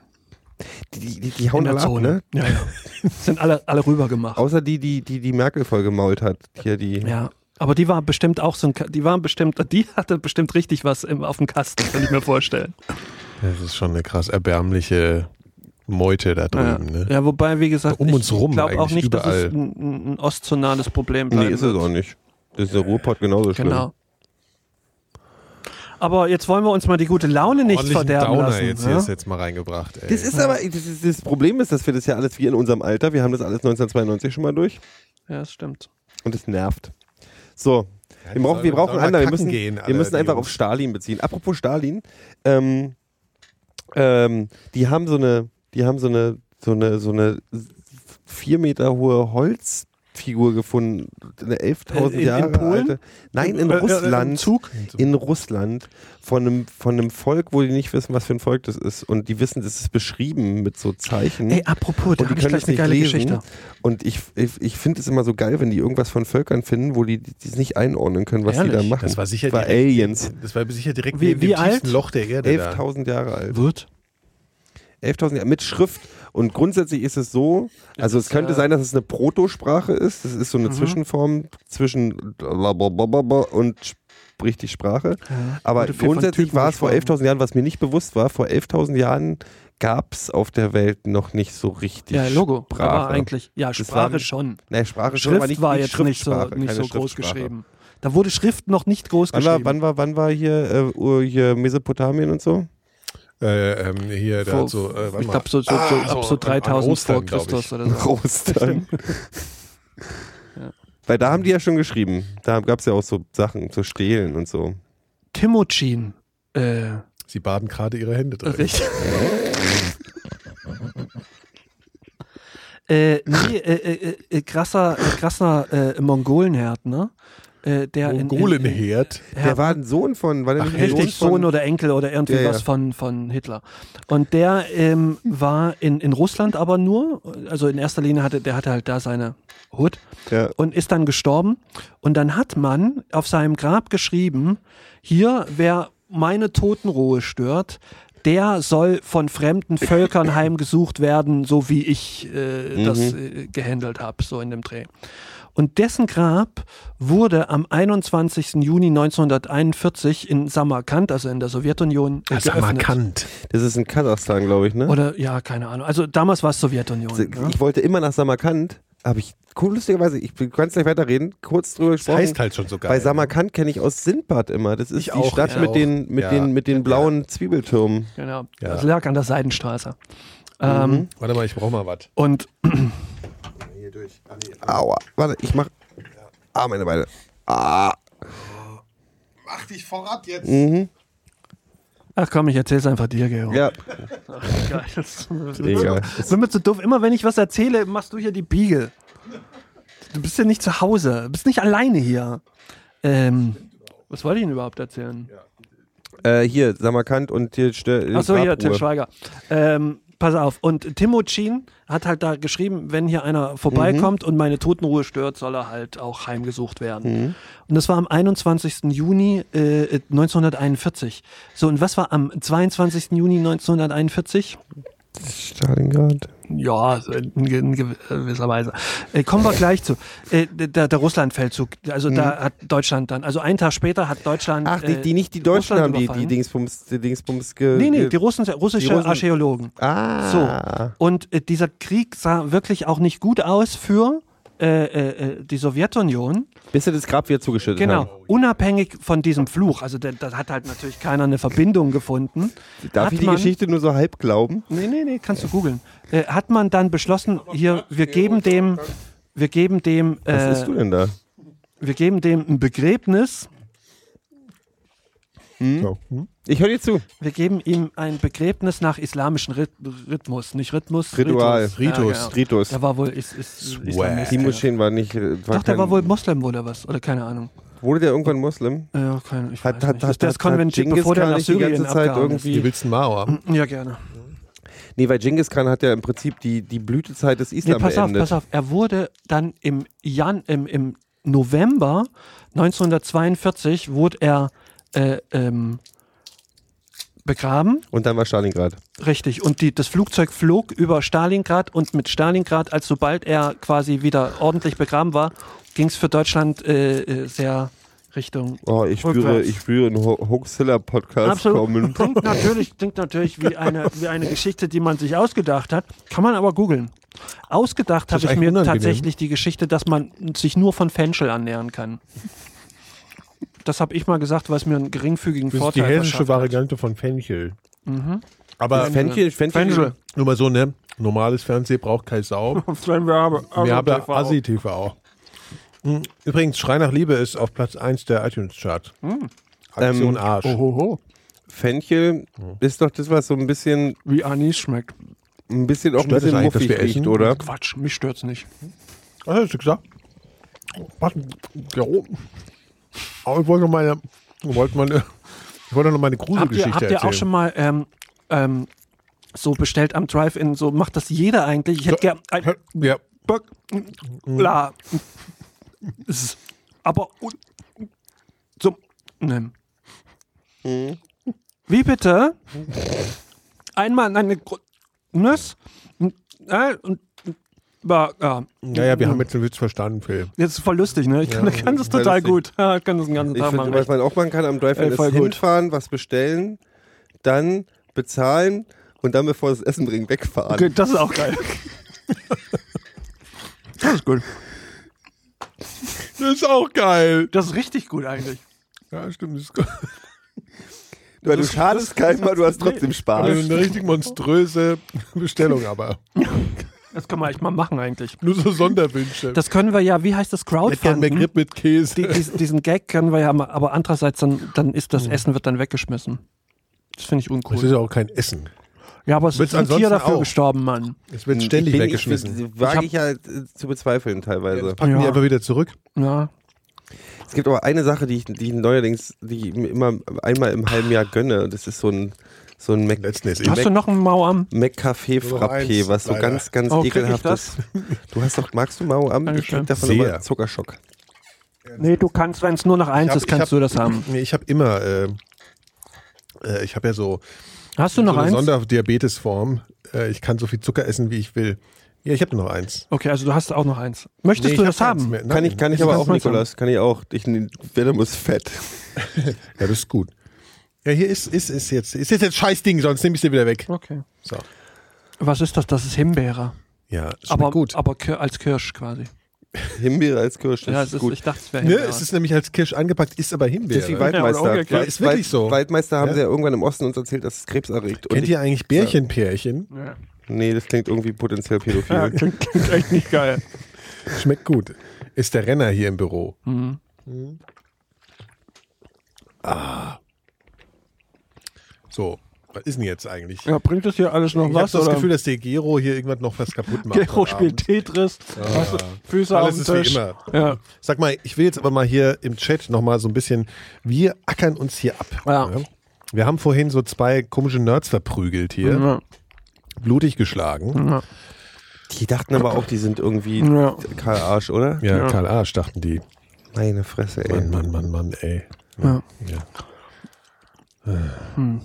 die, die, die hauen
in der
alle ab,
Zone.
ne?
Ja,
<laughs>
ja. Sind alle, alle rübergemacht.
Außer die, die, die, die Merkel voll gemault hat. Hier die.
Ja. Aber die war bestimmt auch so ein, Ka- die war bestimmt, die hatte bestimmt <laughs> richtig was im, auf dem Kasten, kann ich mir vorstellen.
das ist schon eine krass erbärmliche Meute da drüben. Ne?
Ja. ja, wobei, wie gesagt,
Um uns
ich
rum
glaube auch
eigentlich,
nicht, dass
überall.
es ein, ein- ein ostzonales Problem bleiben
Nee, ist es
wird.
auch nicht. Das ist der Ruhrpott genauso schlimm.
Genau. Aber jetzt wollen wir uns mal die gute Laune nicht
Ordentlichen
verderben
Downer
lassen. ne?
jetzt
ja?
hier ist jetzt mal reingebracht. Ey.
ne? Das ist aber, das, ist, das Problem ist, dass wir das ja alles wie in unserem Alter, wir haben das alles 1992 schon mal durch
ja, das stimmt.
und es nervt. So,
Ja, die
wir brauchen, wir
sollen
brauchen
doch mal
andere, wir
kacken
müssen,
gehen, alle,
wir müssen
die
einfach
Jungs.
auf Stalin beziehen. Apropos Stalin, ähm, ähm, die haben so eine, die haben so eine, so eine, so eine vier Meter hohe Holzfigur gefunden, eine 11.000
In- in
Jahre
Polen?
alte. Nein, in
Äh, äh, äh,
Russland.
im Zug?
in Russland von einem, von einem Volk, wo die nicht wissen, was für ein Volk das ist. Und die wissen, das ist beschrieben mit so Zeichen.
Ey, apropos,
und die
da hab ich
können
gleich
das
eine
nicht
geile
lesen.
Geschichte.
Und ich, ich, ich finde es immer so geil, wenn die irgendwas von Völkern finden, wo die die es nicht einordnen können, was die da
Ehrlich?
machen.
Das war sicher
War
direkt-
Aliens.
Das war sicher direkt
Wie-
neben
wie
dem
alt?
tiefsten Loch der Erde. da.
11.000 Jahre alt.
Wird?
11.000 Jahre mit Schrift. Und grundsätzlich ist es so, also es könnte
ja.
sein, dass es eine Protosprache ist. Das ist so eine Zwischenform zwischen blablabla und richtig Sprache. Aber
Wurde viel von
grundsätzlich
Typen
war es vor
gesprochen.
11.000 Jahren, was mir nicht bewusst war, vor 11.000 Jahren gab es auf der Welt noch nicht so richtig
Ja, Logo.
Sprache.
Aber eigentlich, ja,
Das
Sprache
waren-
schon.
Nee, Sprache schon, aber
Schrift
nicht,
war
nicht
jetzt nicht so,
Schriftsprache,
nicht so
keine
groß
Schriftsprache.
geschrieben. Da wurde Schrift noch nicht groß
Wann war,
geschrieben.
wann war, wann war hier, äh, Ur- hier Mesopotamien und so?
Äh, ähm, hier, da
Vor-
hat so, äh, warte
ich
mal.
glaube, so, so, so,
Ah,
ab
an-
so
an
3000 vor
Ostern, glaub ich.
Christus oder so. <laughs>
Ostern. Weil da haben die ja schon geschrieben. Da gab es ja auch so Sachen zu stehlen und so.
Timochin. Äh,
Sie baden gerade ihre Hände drin.
Richtig. <laughs> äh, nee, äh, äh, äh, krasser, äh, krasser äh, Mongolenherd, ne? Äh, der in- in, in,
Mongolenherd.
Ja,
der war ein Sohn von, war der nicht ein
Richtig,
Sohn von,
Sohn oder Enkel oder irgendwie
Ja, ja.
was von, von Hitler. Und der ähm, war in, in Russland aber nur, also in erster Linie hatte der hatte halt da seine Hut
Ja.
und ist dann gestorben. Und dann hat man auf seinem Grab geschrieben, hier, wer meine Totenruhe stört, der soll von fremden Völkern heimgesucht werden, so wie ich äh, das äh, gehandelt habe, so in dem Dreh. Und dessen Grab wurde am 21. Juni 1941 in Samarkand, also in der Sowjetunion, äh, geöffnet.
Ah, Samarkand.
Das ist in Kasachstan, glaube ich, ne?
Oder ja, keine Ahnung. Also damals war es Sowjetunion. Ne?
ich wollte immer nach Samarkand, habe ich, cool, lustigerweise, ich du kannst gleich weiterreden, kurz drüber gesprochen.
heißt halt schon so geil.
Bei Samarkand kenne ich aus Sindbad immer. Das ist
Ich
die
auch,
Stadt
ich
mit,
auch.
den, mit,
Ja.
den, mit den blauen Zwiebeltürmen.
Genau.
Ja.
Das lag an der Seidenstraße. Ähm,
Warte mal, ich brauche mal was.
und
Aua. Warte, ich mach. Ah, meine Beine. Ah.
Mach dich voran jetzt.
Mhm.
ach komm, ich erzähl's einfach dir, Georg. <laughs>
Ja.
Geil. Das-
Egal.
Sind wir zu doof? Immer wenn ich was erzähle, machst du hier die Biege. Du bist ja nicht zu Hause. Du bist nicht alleine hier. Ähm, was wollte ich denn überhaupt erzählen?
Äh, hier, Samarkand und hier Stö
Achso, hier, Tim Schweiger. Ähm, pass auf. Und Timochin hat halt da geschrieben, wenn hier einer vorbeikommt und meine Totenruhe stört, soll er halt auch heimgesucht werden. Und das war am 21. Juni äh, 1941. So, und was war am 22. Juni 1941?
Stalingrad.
Ja, so in ge- in gewisser Weise. Äh, kommen wir gleich zu. Äh, der, der Russlandfeldzug. Also da hat Deutschland dann, also einen Tag später hat Deutschland.
Mhm. Ach, die,
äh,
die nicht die Deutschen
Russland
haben die, die
überfallen.
Dingsbums, die Dingsbums ge
Nee, nee,
ge-
die Russen, russische
die Russen-
Archäologen.
Ah.
So. Und äh, dieser Krieg sah wirklich auch nicht gut aus für äh, äh, äh, die Sowjetunion.
Bis sie das Grab wieder zugeschüttet
Genau.
haben.
Unabhängig von diesem Fluch. Also da, da hat halt natürlich keiner eine Verbindung gefunden.
Darf
hat
ich die
man-
Geschichte nur so halb glauben?
Nee, nee, nee, kannst du googeln. Äh, hat man dann beschlossen, hier, wir geben dem, wir geben dem,
Was
äh,
isst du denn da?
wir geben dem ein Begräbnis,
So. Hm?
Ich höre dir zu.
wir geben ihm ein Begräbnis nach islamischem Rit Rhythmus, nicht Rhythmus,
Ritual.
Ritus.
Ritus.
Ja, genau.
Ritus.
Der war wohl, ist, ist Islamist. ja.
Timoscheen war nicht. äh, War
Doch, der
kein-
war wohl Moslem oder was, oder keine Ahnung.
Wurde der irgendwann Muslim?
Ja, keine, ich
Hat-
weiß
hat- hat-
nicht. Das- das
hat-
Konvent
hat Genghis
bevor der
Khan
nach
nicht die ganze
Syrien
Zeit
abgehauen ist.
Du willst einen Mauer.
Ja, gerne.
Nee, weil Genghis Khan hat ja im Prinzip die, die Blütezeit des
Nee,
Islam
pass auf,
beendet.
pass auf. Er wurde dann im, Jan, im, im November 1942 wurde er äh, ähm, begraben.
Und dann war Stalingrad.
Richtig. Und die, das Flugzeug flog über Stalingrad und mit Stalingrad, als sobald er quasi wieder ordentlich begraben war, ging es für Deutschland äh, äh, sehr Richtung.
Oh, ich spüre,
rückwärts.
ich spüre einen Ho- Hoaxilla-Podcast
<laughs>
kommen.
Klingt natürlich, klingt natürlich wie, eine, wie eine Geschichte, die man sich ausgedacht hat. Kann man aber googeln. Ausgedacht
Das
habe
ist
ich mir
eigentlich unangenehm.
tatsächlich die Geschichte, dass man sich nur von Fenchel annähern kann. Das habe ich mal gesagt, was mir einen geringfügigen
Das ist die
Vorteil
hessische
verschafft.
Variante von Fenchel.
Mhm.
Aber
Fenchel- Fenchel- Fenchel.
Nur mal so, ne? Normales Fernsehen braucht keine
<laughs>
Sau.
Wir haben
Wir haben da
TV.
Assi-TV auch. Hm, Übrigens, Schrei nach Liebe ist auf Platz 1 der iTunes-Chart.
Hm.
Aktion
Ähm,
Arsch.
Fenchel ist doch das, was so ein bisschen.
Wie Anis schmeckt.
Ein bisschen auch ein
Stört es
bisschen
eigentlich, dass
muffig
wir
riecht,
essen?
oder?
Quatsch, mich stört's nicht.
Was hast du gesagt? Was? Ja. oh. Aber ich wollte noch meine, ich wollte meine, ich wollte noch meine
Habt ihr,
Gruselgeschichte
habt
erzählen.
ihr auch schon mal ähm, ähm, so bestellt am Drive-In? So macht das jeder eigentlich. Ich hätte gern ein
ja.
Böck. La. S- Aber. und- So. Nein.
Hm.
Wie bitte? Einmal eine Gru- Nuss. Äh, und. War, ja.
Naja, wir haben jetzt den Witz verstanden, Phil.
Jetzt ist voll lustig, ne? Ich kann, kann das total
lustig.
gut. Ja, ich kann das den ganzen
Ich
Tag
finde,
machen.
was man auch machen kann am
Ey,
Drive-In ist
äh, voll gut.
hinfahren, was bestellen, dann bezahlen und dann, bevor das Essen bringt, wegfahren.
Okay, das ist auch geil. das ist gut.
Das ist auch geil.
Das ist richtig gut eigentlich.
Ja, stimmt. Das ist gut.
Weil du <laughs> schadest keinem, aber du hast trotzdem
Also
Spaß.
eine richtig monströse Bestellung, aber
Das kann man echt mal machen eigentlich.
nur so Sonderwünsche.
Das können wir ja, wie heißt das
ich hätte gerne mehr
Crowdfunding?
Grip mit Käse.
Die, diesen, diesen Gag können wir ja, mal- aber andererseits dann, dann ist das Essen wird dann weggeschmissen. Das finde ich
Hm. Das ist
uncool.
ja auch kein Essen.
Ja, aber es
wird's
ist ein Tier
ansonsten
dafür
auch.
gestorben, Mann.
Es wird ständig
Ich bin-
weggeschmissen.
Ich, wage ich ja äh, zu bezweifeln teilweise.
das packen die
Ja.
einfach wieder zurück.
Ja.
Es gibt aber eine Sache, die ich, die ich neuerdings, die ich mir immer einmal im halben Jahr gönne. Das ist so ein, so ein Mac,
Letzten ist
Hast du noch einen Mauerarm?
McCafé
Nur noch
Frappé,
eins,
was so
leider.
ganz, ganz
Oh, krieg ich
ekelhaft
das?
ist. Du hast doch, magst du Mau am? Ich
Dankeschön.
krieg davon
Sehr.
immer Zuckerschock.
Nee, du kannst, wenn es nur noch eins
hab-
ist,
ich
kannst
hab-
du das haben.
Nee, ich habe immer, äh, äh, ich habe ja so,
Hast du
so
noch
eine
eins?
Sonderdiabetesform. Äh, ich kann so viel Zucker essen, wie ich will. Ja, ich habe noch eins.
okay, also du hast auch noch eins. Möchtest
Nee,
du
ich
das
hab keins
haben?
mehr. Nein,
Kann ich, kann ich aber
kannst
auch,
du nicht
Nikolas. Kann ich auch. Ich ne- werde muss fett. <laughs>
Ja, das ist gut. Ja, hier ist, ist, ist jetzt, ist jetzt, jetzt Scheißding, sonst nehme ich dir wieder weg.
Okay.
So.
Was ist das? Das ist Himbeere.
Ja, schmeckt
Aber,
gut.
aber Kir- als Kirsch quasi.
Himbeere als Kirsch, das
ja, es
ist
ist,
gut.
ich dachte, es wäre
Ne,
Himbeere.
es ist nämlich als Kirsch angepackt, ist aber Himbeere.
Das ist wie Waldmeister.
umgekehrt.
Ja, ist wirklich so.
Waldmeister haben
Ja.
sie ja irgendwann im Osten uns erzählt, dass es Krebs erregt. Und
Kennt
ich,
ihr eigentlich Bärchenpärchen?
ja. <laughs>
nee, das klingt irgendwie potenziell pädophil.
Ja, klingt, klingt echt nicht geil.
Schmeckt gut. Ist der Renner hier im Büro.
Mhm.
Ah. So, was ist denn jetzt eigentlich?
Ja, bringt das hier alles noch
ich habe
was?
so das
oder?
Gefühl, dass der Gero hier irgendwas noch was kaputt macht.
Gero
heute
spielt
Abend.
Tetris, hast du Füße
Alles
auf
ist
dem Tisch.
wie immer.
Ja.
Sag mal, ich will jetzt aber mal hier im Chat nochmal so ein bisschen, wir ackern uns hier ab. ne?
Ja.
Wir haben vorhin so zwei komische Nerds verprügelt hier,
Ja.
blutig geschlagen.
Ja.
Die dachten aber auch, die sind irgendwie
Ja.
Karl Arsch, oder?
Ja,
Ja.
Karl Arsch dachten die.
Meine Fresse, ey.
Mann, Mann, Mann, Mann, ey.
Ja. Hm.
Ja.
Alle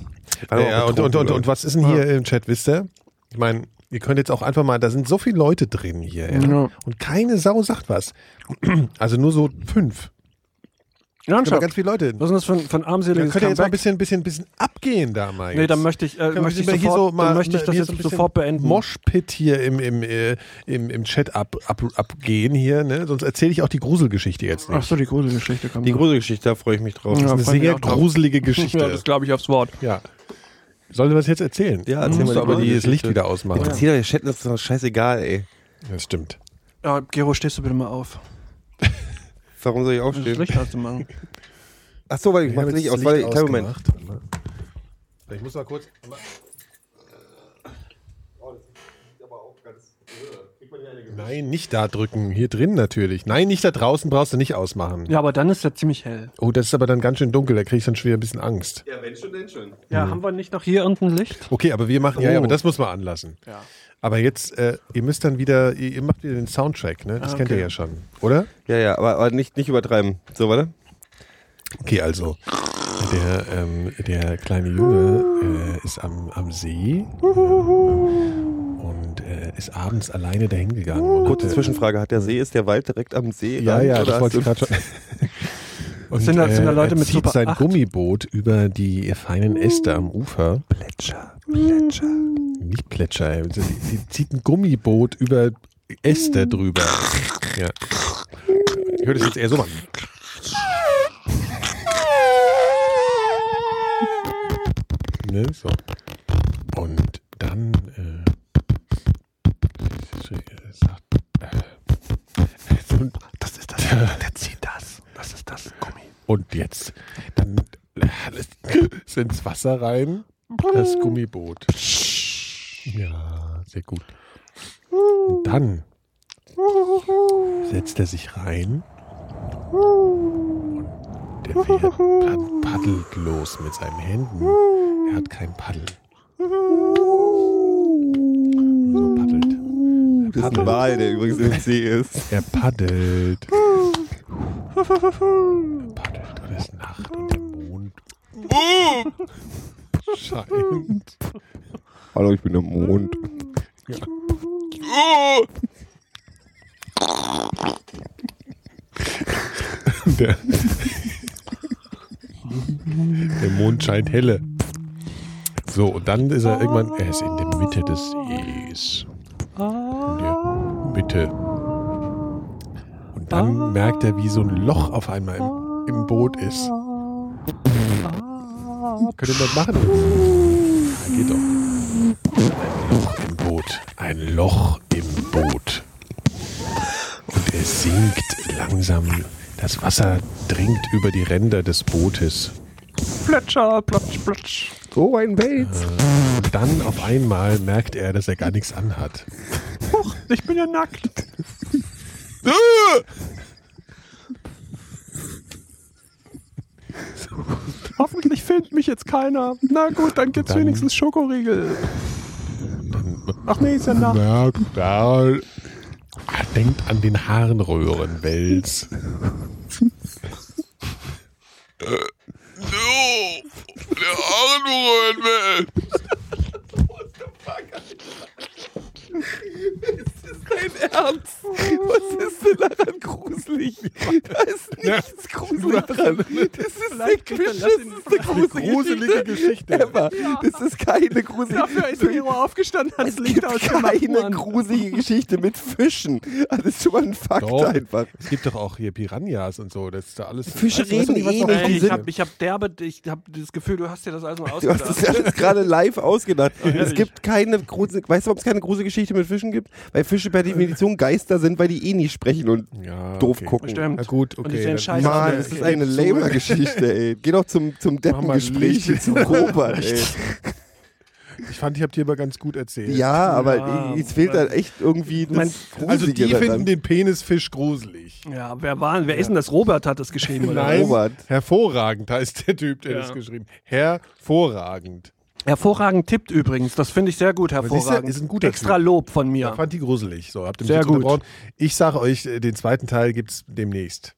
Also
Ja,
auch
und, und, und,
betrunken,
und was ist denn hier im Chat, wisst ihr? Ich meine, ihr könnt jetzt auch einfach mal, da sind so viele Leute drin hier. Ja?
Ja.
Und keine Sau sagt was. Also nur so fünf. Da sind
Ernsthaft?
ganz viele Leute. Dann
Was ist Genau. das für ein, für ein armseliges
könnt ihr jetzt mal ein bisschen,
Comeback?
bisschen, bisschen abgehen da mal.
Nee, dann
jetzt.
möchte ich, äh,
Können wir
möchte ich,
mal
sofort,
hier so mal- ne,
dann möchte ich das
hier
jetzt
so ein bisschen
sofort beenden.
Moshpit hier im, im, äh, im, im Chat ab, ab, abgehen hier, ne? Sonst erzähle ich auch die Gruselgeschichte jetzt nicht.
Ach so, die Gruselgeschichte kommt.
Die Gruselgeschichte, da freue ich mich drauf.
Ja.
das ist eine
fand ich
sehr
auch drauf. <laughs>
gruselige Geschichte.
ja, das glaube ich aufs Wort.
Ja. Sollen wir es jetzt erzählen?
Ja, erzähl mal die
Musst du aber die- das
Geschichte.
Licht wieder ausmachen.
Interessiert euch der Chat, das ist doch scheißegal, ey.
Das stimmt.
Ja, Gero, stehst du bitte mal auf.
Warum soll ich
Das ist
aufstehen?
Licht auszumachen.
Achso, weil ich mach
hab
das
jetzt
Licht aus.
das
Warte,
Licht
kleinen Moment.
ausgemacht. ne? Ich muss mal kurz. Nein, nicht da drücken. Hier drin natürlich. Nein, nicht da draußen brauchst du nicht ausmachen.
<laughs> Ja, aber dann ist ja ziemlich hell.
Oh, das ist aber dann ganz schön dunkel. Da kriege ich dann schon wieder ein bisschen Angst.
Ja, wenn schon, denn schon.
Ja, haben wir nicht noch hier irgendein Licht?
Okay, aber wir machen. Ja, ja,
Oh.
aber das muss man anlassen.
Ja.
Aber jetzt, äh, ihr müsst dann wieder. Ihr, ihr macht wieder den Soundtrack, ne? Das
Ah,
kennt ihr
okay.
ja schon, oder?
Ja, ja, aber, aber nicht, nicht übertreiben. So, warte.
Okay, also der, ähm, der kleine Junge äh, ist am, am See ähm, und äh, ist abends alleine dahin gegangen. Und
Kurze
hatte-
Zwischenfrage. Hat der See, ist der Wald direkt am See?
Ja,
Rand,
ja,
oder
das
hast
wollte ich
du-
gerade schon. Und äh,
Sind da- sind da Leute
er
mit
zieht
Super
sein
8?
Gummiboot über die feinen Äste am Ufer. Plätscher, Plätscher. Nicht Plätscher, ey. Sie, sie zieht ein Gummiboot über Äste drüber. Ja. Ich würde es jetzt eher so machen. Ne, so. Und dann <laughs> äh, sagt, äh, das <laughs> ist das, der zieht das. Das ist das Gummi. Und jetzt, dann äh, ist ins Wasser rein das Gummiboot. Ja, sehr gut. Und dann setzt er sich rein und der Pferd pad- paddelt los mit seinen Händen. Er hat kein Paddel. So paddelt.
Das ist ein Wal, der übrigens im See ist.
Er paddelt. Er paddelt und es ist Nacht und der Mond scheint.
Hallo, ich bin der Mond.
Der, der Mond scheint helle. So, und dann ist er irgendwann, er ist in der Mitte des Sees. In der Mitte. Und dann merkt er, wie so ein Loch auf einmal im, im Boot ist. Könnte man machen. jetzt. Ja, geht doch. Ein Loch im Boot. Ein Loch im Boot. Und er sinkt langsam. Das Wasser dringt über die Ränder des Bootes.
Plätscher, platsch, platsch.
So ein Bild. Und dann auf einmal merkt er, dass er gar nichts anhat.
Huch, ich bin
<laughs>
ja nackt. Hoffentlich findet mich jetzt keiner. Na gut, dann gibt's
Dann-
wenigstens Schokoriegel. Ach nee, ist ja Nacht.
Merkt er, er denkt an den Harnröhrenwels.
Ernst? Was ist denn daran gruselig? Da ist nichts gruselig dran. Das ist die beschissenste gruselige,
gruselige Geschichte
ever. Das ist keine gruselige
Dafür ist Nero aufgestanden, hat das
Es
Licht
gibt
aus
keine gruselige Geschichte mit Fischen. Das ist schon mal ein Fakt
Doch.
einfach.
Es gibt doch auch hier Piranhas und so. Das ist da alles.
Fische
weißt du, weißt
reden
du was
eh
noch
nicht, die
Ey,
passiert?
ich hab, ich hab derbe, ich hab das Gefühl, du hast dir das alles mal
Du hast das
ausgedacht.
alles gerade live ausgedacht. es
ehrlich.
gibt keine große, weißt du, warum es keine große Geschichte mit Fischen gibt? Weil Fische per Definition Geister sind, weil die eh nicht sprechen und
Ja,
doof
okay.
gucken.
Na
Stimmt.
gut,
Und die
okay.
sehen
dann-
scheiße aus.
Mann,
Ja,
das ist
okay.
eine
<laughs>
Lamer-Geschichte, ey. Geh doch zum, zum Deppengespräch mit zum Robert, ey. eh-
Ich fand, ich habe dir aber ganz gut erzählt.
Ja, aber
Ja,
es fehlt halt echt irgendwie
Mein-
das
also die
Gruseligere
finden
dran.
den Penisfisch gruselig.
Ja, wer war, wer ist denn das? Robert hat das geschrieben, oder?
Nein,
Robert.
hervorragend, da ist der Typ, der
Ja.
das geschrieben hat. Hervorragend.
Hervorragend tippt übrigens, das finde ich sehr gut,
siehst du,
hervorragend.
ist ein guter
Extra
Typ.
Lob von
Ja.
mir.
Fand die gruselig. So, habt ihr mich
Sehr
jetzt
gut.
unterbrochen. Ich sage euch, äh, den zweiten Teil gibt es demnächst.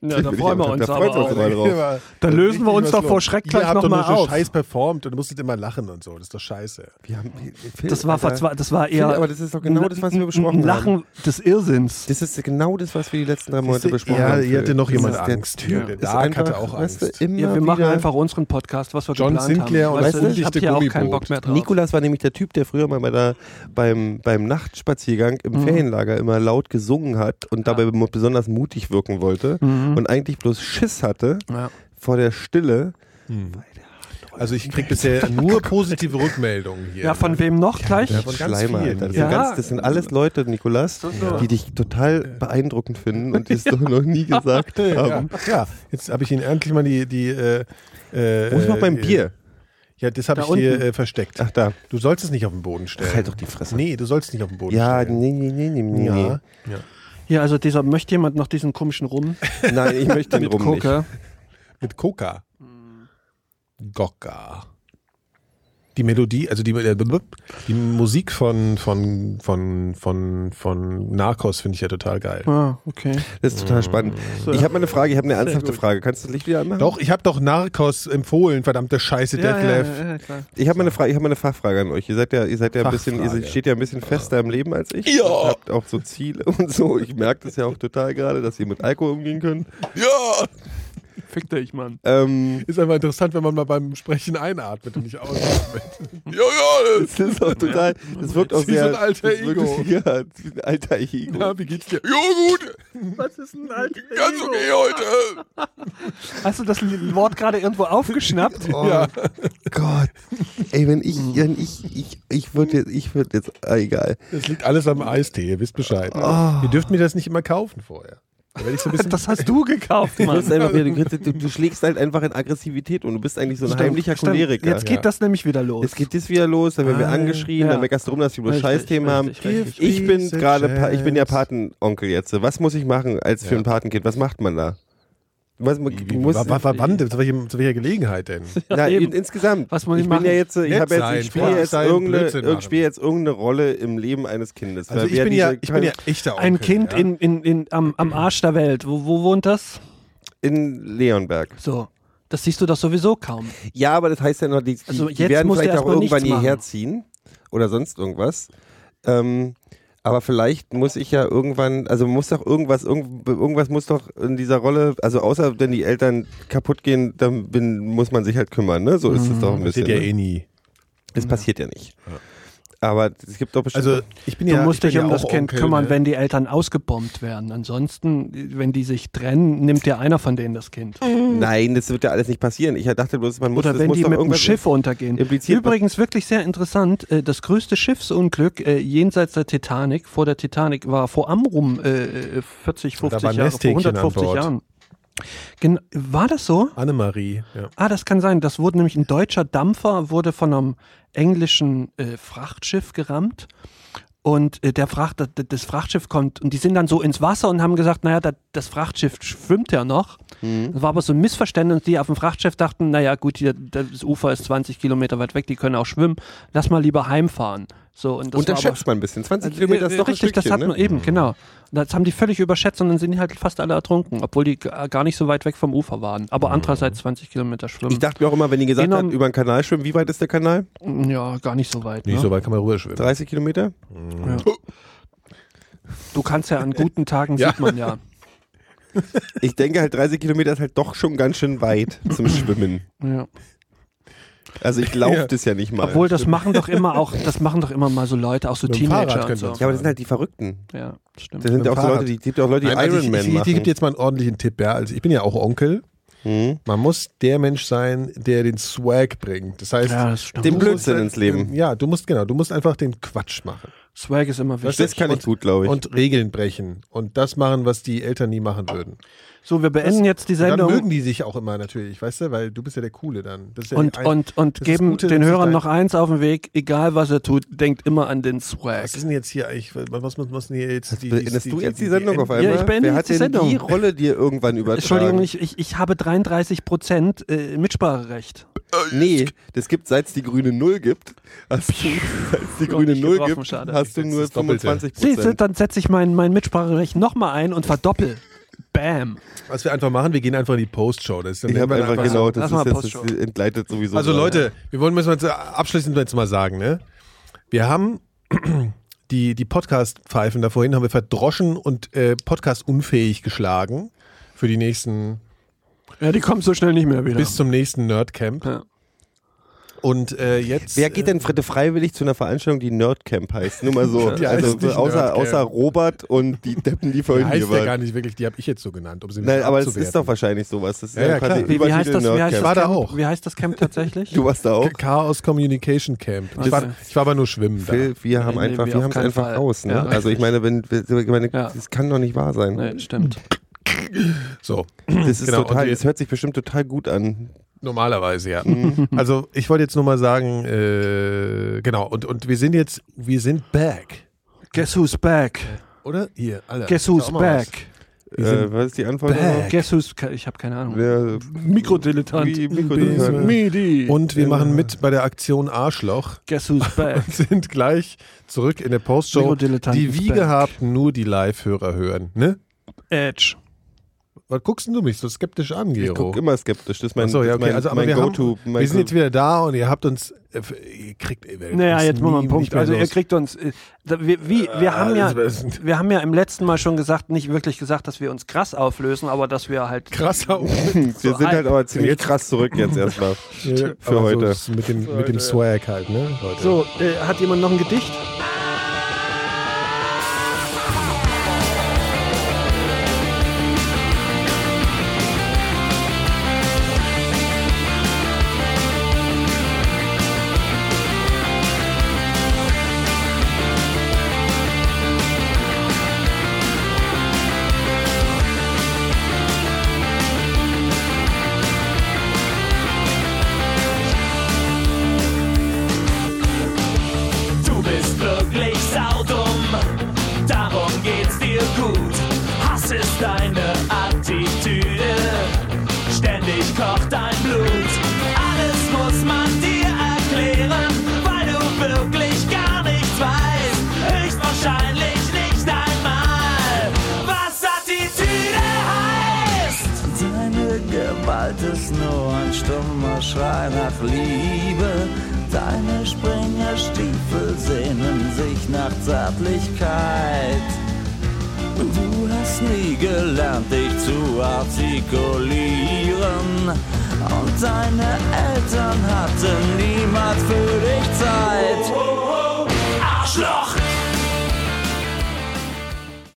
Ja, da freuen wir uns
da freuen
aber
wir uns
auch.
aber. Mal drauf.
Ja,
Dann
das
lösen
ist
wir uns
was
doch vor
los.
Schreck
Ihr
gleich
habt
noch
doch
mal
nur so
auf.
scheiß performt und musstet immer lachen und so. Das ist doch scheiße.
Wir haben- Phil,
Das war,
Alter.
verzwe- das war
Phil,
eher
aber das ist doch genau das, was wir besprochen
ein Lachen
haben.
des Irrsinns.
Das ist genau das, was wir die letzten drei Monate
Siehste,
besprochen
ja,
haben.
hier hatte noch
Das
jemand
ist der
Angst.
Typ.
Ja, der
Ist
Dark
einfach,
hatte auch
weißt
Angst.
Du, immer
Ja, wir machen
wieder.
einfach unseren Podcast, was wir
John
geplant
Sinclair
haben.
und
weißt
das
du, ich habe
undichte
hier auch keinen
Gummiboot.
Bock mehr drauf.
Nikolas war nämlich der Typ, der früher mal bei der, beim, beim Nachtspaziergang
Mhm.
im Ferienlager immer laut gesungen hat und dabei mo- besonders mutig wirken wollte
Mhm.
und eigentlich bloß Schiss hatte
Ja.
vor der Stille.
Also ich
<laughs>
krieg bisher nur positive Rückmeldungen hier.
ja, von wem noch gleich?
Ja, von ganz
Schleimer,
vielen.
Alter. Das,
Ja.
sind ganz, das sind alles Leute, Nikolas, die dich total beeindruckend finden und die es doch noch nie
<laughs>
gesagt haben.
Ja, ja, jetzt habe ich Ihnen endlich mal die. die äh, äh,
Wo ist noch beim
äh,
Bier?
Ja, das habe
Da
ich dir
unten.
äh, versteckt.
Ach, da.
Du sollst es nicht auf den Boden stellen.
Halt doch die Fresse.
Nee, du sollst es nicht auf den Boden
Ja,
stellen.
nee, nee, nee, nee, nee.
Ja. ja.
Hier, also dieser, möchte jemand noch diesen komischen Rum
Nein, ich
<laughs>
möchte den
mit
rum
Coca?
nicht.
Mit Coca. Gocka. die Melodie, also die, die Musik von, von, von, von, von Narcos finde ich ja total geil.
Ah, okay.
Das ist total spannend. Ich habe mal eine Frage, ich habe eine ernsthafte Frage. Kannst du das Licht wieder anmachen?
Doch, ich habe doch Narcos empfohlen, verdammte Scheiße,
Ja,
Detlef.
ja, Ich habe mal eine Frage, ich habe mal eine Fachfrage an euch. Ihr seid ja, ihr seid ja ein bisschen, ihr
Fachfrage.
steht ja ein bisschen fester im Leben als ich.
Ja.
Ihr habt auch so Ziele <laughs> und so. Ich merke das ja auch total gerade, dass ihr mit Alkohol umgehen könnt.
Ja!
Fick dich, Mann.
Ähm, <laughs>
Ist einfach interessant, wenn man mal beim Sprechen einatmet und nicht ausatmet. <laughs> ja, ja,
das ist auch total, das wirkt auch
Sie
sehr.
sind alter
das wirkt-
Ego.
<laughs> Ja, das ist ein alter Ego.
Na, wie geht's dir? Jo, gut!
Was ist ein alter
Ganz okay heute!
Hast du das Wort gerade irgendwo aufgeschnappt?
Oh
Ja.
Gott. Ey, wenn ich, wenn ich, ich, ich würde jetzt, ich würde jetzt, ah, egal.
Das liegt alles am Eistee, ihr wisst Bescheid.
Oh.
Ihr dürft mir das nicht immer kaufen vorher. Da werde ich so ein <laughs> bisschen.
Das hast du gekauft,
Du, <laughs> bist
Mann.
einfach, du, du, du schlägst halt einfach in Aggressivität und du bist eigentlich so ein heimlicher
Stimmt,
Choleriker.
Jetzt geht das nämlich wieder los.
Jetzt geht das wieder los, dann werden wir
Ah,
angeschrien,
ja.
dann meckerst du rum, dass
um
wir bloß
Richtig,
Scheißthemen haben.
richtig, richtig.
Ich
Give
bin
peace a
gerade, pa ich bin ja
chance.
Patenonkel jetzt. Was muss ich machen als für
Ja.
ein Patenkind? Was macht man da? Was, mu-
Wie- wie-
muss,
wa- wa- wa- wann denn? zu, welchem, zu welcher Gelegenheit
<laughs>
denn?
na,
eben.
in, insgesamt.
Was muss ich
ich
machen?
bin ja jetzt, ich
Nett
habe jetzt,
sein,
ich spiele
Spaß
jetzt
sein,
irgendeine,
Blödsinn machen.
ich spiele jetzt irgendeine Rolle im Leben eines Kindes.
Also
weil
ich
wir
bin, ja,
diese-
ich bin ja echter Onkel,
Ein Kind
ja.
in, in, in, am, am Arsch der Welt. Wo, wo wohnt das?
in Leonberg.
So. Das siehst du doch sowieso kaum.
Ja, aber das heißt ja noch, die, die,
Also
die
jetzt
werden
musst du
vielleicht auch
erstmal
irgendwann
nichts machen.
hierher ziehen oder sonst irgendwas. Ähm, aber vielleicht muss ich ja irgendwann, also muss doch irgendwas, irgend, irgendwas muss doch in dieser Rolle, also außer wenn die Eltern kaputt gehen, dann bin, muss man sich halt kümmern, ne? So
Mhm.
ist es doch ein
Das
bisschen.
seht ihr
ne?
eh nie.
das passiert ja nicht. Aber es gibt doch bestimmt.
Also, ich bin
Du
ja. ich
musst
bin
dich
ja
um das
auch
Kind
Onkel,
kümmern,
ne?
wenn die Eltern ausgebombt werden. Ansonsten, wenn die sich trennen, nimmt dir einer von denen das Kind.
nein, das wird ja alles nicht passieren. Ich dachte bloß, man muss,
Oder
das
wenn
muss
die
doch
mit dem
irgendwas
Schiff untergehen.
impliziert-
Übrigens wirklich sehr interessant, äh, das größte Schiffsunglück äh, jenseits der Titanic, vor der Titanic, war vor Amrum äh, äh, 40,
Da
50
waren
Jahre, vor
Nesthäkchen an
150
Bord.
Jahren. Gen war das so?
Annemarie, ja.
Ah, das kann sein. Das wurde nämlich ein deutscher Dampfer wurde von einem englischen äh, Frachtschiff gerammt. Und äh, der Fracht, das- das Frachtschiff kommt und die sind dann so ins Wasser und haben gesagt, naja, das, das Frachtschiff schwimmt ja noch.
Mhm.
Das war aber so ein Missverständnis. Die auf dem Frachtschiff dachten, naja, gut, hier, das Ufer ist 20 Kilometer weit weg, die können auch schwimmen. Lass mal lieber heimfahren. So, und das war aber- Also,
Unterschätzt man ein bisschen. 20 Kilometer ist doch
richtig,
ein Stückchen,
das hat
ne?
man eben, genau. Und das haben die völlig überschätzt und dann sind die halt fast alle ertrunken, obwohl die g- gar nicht so weit weg vom Ufer waren.
Mhm.
Aber andererseits 20 Kilometer schwimmen.
Ich dachte mir auch immer, wenn die gesagt
Genommen-
hat, über den Kanal schwimmen, wie weit ist der Kanal?
ja, gar nicht so weit.
Nicht
Ne?
so weit kann man rüberschwimmen.
30 Kilometer?
Ja. Du kannst ja an guten Tagen,
Ja.
sieht man ja.
Ich denke halt, 30 Kilometer ist halt doch schon ganz schön weit <laughs> zum Schwimmen.
ja.
Also ich laufe
Ja.
das ja nicht mal.
Obwohl, das machen doch immer auch, das machen doch immer mal so Leute, auch so
Mit dem Fahrrad
Teenager und
könnte
so.
man-
ja, aber das sind halt die Verrückten.
Ja,
Das
stimmt.
sind
Mit
ja
dem
auch so Leute,
Fahrrad.
die, es gibt ja auch Leute, die
Nein, also ich,
Ironman
ich, ich, ich gebe
machen.
dir jetzt mal einen ordentlichen Tipp, ja. Also ich bin ja auch Onkel.
Mhm.
Hm?
Man muss der Mensch sein, der den Swag bringt. Das heißt,
Ja, das stimmt.
Den
du musst
Blödsinn
halt-
ins Leben.
Ja, du musst genau, du musst einfach den Quatsch machen
Swag ist immer
Das,
wichtig.
kann ich gut, glaube ich.
und Regeln brechen und das machen, was die Eltern nie machen würden.
So, wir beenden jetzt die
Und dann
Sendung.
mögen die sich auch immer natürlich, weißt du, weil du bist ja der coole dann. Das ist ja
Und,
die ein-
und, und
das ist
geben
das Gute,
den
dass ich
Hörern
dein-
noch eins auf den Weg, egal was er tut, denkt immer an den Swag.
Was ist denn jetzt hier eigentlich? Was muss man denn jetzt? Die,
Beendest du jetzt die Sendung auf einmal?
Ja, ich beende
Wer
jetzt
hat
die
denn
Sendung.
die Rolle dir irgendwann übertragen?
Entschuldigung, ich, ich, ich habe 33 Prozent äh, Mitspracherecht.
Nee, das gibt, seit es die grüne Null gibt, <laughs> hast du, seit es die grüne
nicht
Null
getroffen,
gibt,
schade.
hast du
Jetzt
nur
das Doppelte.
25
Siehst du,
Prozent.
dann setze ich mein, mein Mitspracherecht nochmal ein und verdoppel. Bam.
Was wir einfach machen, wir gehen einfach in die Postshow. Das ist dann
Ich habe
dann
einfach genau,
Lass
das,
mal
ist jetzt,
Postshow.
das entgleitet sowieso.
Also
gerade.
Leute, wir wollen müssen wir jetzt äh, abschließend jetzt mal sagen, ne? Wir haben <clears throat> die, die Podcast-Pfeifen da vorhin haben wir verdroschen und äh, Podcast unfähig geschlagen für die nächsten
Ja, die kommt so schnell nicht mehr wieder.
bis zum nächsten Nerdcamp.
Ja.
Und äh, jetzt
Wer geht denn Fritte freiwillig zu einer Veranstaltung, die Nerdcamp heißt? Nur mal so.
<laughs> Die heißt
also
nicht
außer,
Nerdcamp.
außer Robert und die Deppen, die
äh,
vorhin
heißt
hier
ja
waren.
gar nicht wirklich, die habe ich jetzt so genannt, um sie
Nein, aber es ist doch
was.
wahrscheinlich sowas. Das ist
Ja, ja,
quasi
klar.
Wie, wie, heißt
Übertitel
das, wie, heißt das
Nerdcamp.
War da
Camp?
auch.
wie heißt das Camp tatsächlich?
Du warst da auch.
Chaos Communication Camp. Ich
Okay.
war, ich war aber nur schwimmen
Phil, wir haben
Nee,
einfach,
wir
wir
auf
haben es
keinen
einfach
Fall.
raus. Ne?
Ja,
also ich meine, wenn, ich meine,
Ja.
das kann doch nicht wahr sein.
Nee, stimmt.
da. So.
Das ist
Genau, und
total,
wir-
das hört sich bestimmt total gut an.
Normalerweise, ja.
Mhm.
<laughs>
also ich wollte jetzt nur mal sagen, äh, genau, und, und wir sind jetzt, wir sind back.
Guess who's back?
Oder? Hier, Alter.
Guess
ist doch
who's
auch mal was.
back?
Äh, was ist die Antwort? darauf?
Guess who's, ich habe keine Ahnung.
Wer-
Mikrodilettant.
Wie- Mikrodilettant.
Midi.
Und wir machen mit bei der Aktion Arschloch
Guess who's back.
<laughs> und sind gleich zurück in der Postshow.
Mikrodilettant
Die
ist
wie
back.
gehabt nur die Live-Hörer hören. Ne?
Edge.
Was guckst denn du mich so skeptisch an,
Ich
Gero?
gucke immer skeptisch. Das ist mein,
Ach so,
das ist
ja, okay.
mein,
Also, aber
mein
wir,
Go-To.
haben,
mein
wir sind
Go-
jetzt wieder da und ihr habt uns. Äh, f- ihr kriegt. ihr werdet
Naja,
uns
jetzt machen wir
nie-
einen
nicht
Punkt.
mehr
Also ihr
los. Ah,
kriegt uns, äh, da- wir, wie, wir, haben ja,
das ist-
wir haben ja im letzten Mal schon gesagt, nicht wirklich gesagt, dass wir uns krass auflösen, aber dass wir halt
Krass auf.
Wir sind halt aber ziemlich
Jetzt-
krass zurück jetzt erstmal.
für
<laughs> Für heute.
So, mit, dem, mit dem Swag halt, ne? Leute.
So, äh, hat jemand noch ein Gedicht?
Du bist wirklich saudumm, darum geht's dir gut. Hass ist deine Attitüde, ständig kocht dein Blut. Alles muss man dir erklären, weil du wirklich gar nichts weißt. Höchstwahrscheinlich nicht einmal, was Attitüde heißt.
Deine Gewalt ist nur ein stummer Schrei nach Liebe. Deine Springerstiefel sehnen sich nach Zärtlichkeit. Du hast nie gelernt, dich zu artikulieren. Und deine Eltern hatten niemals für dich Zeit.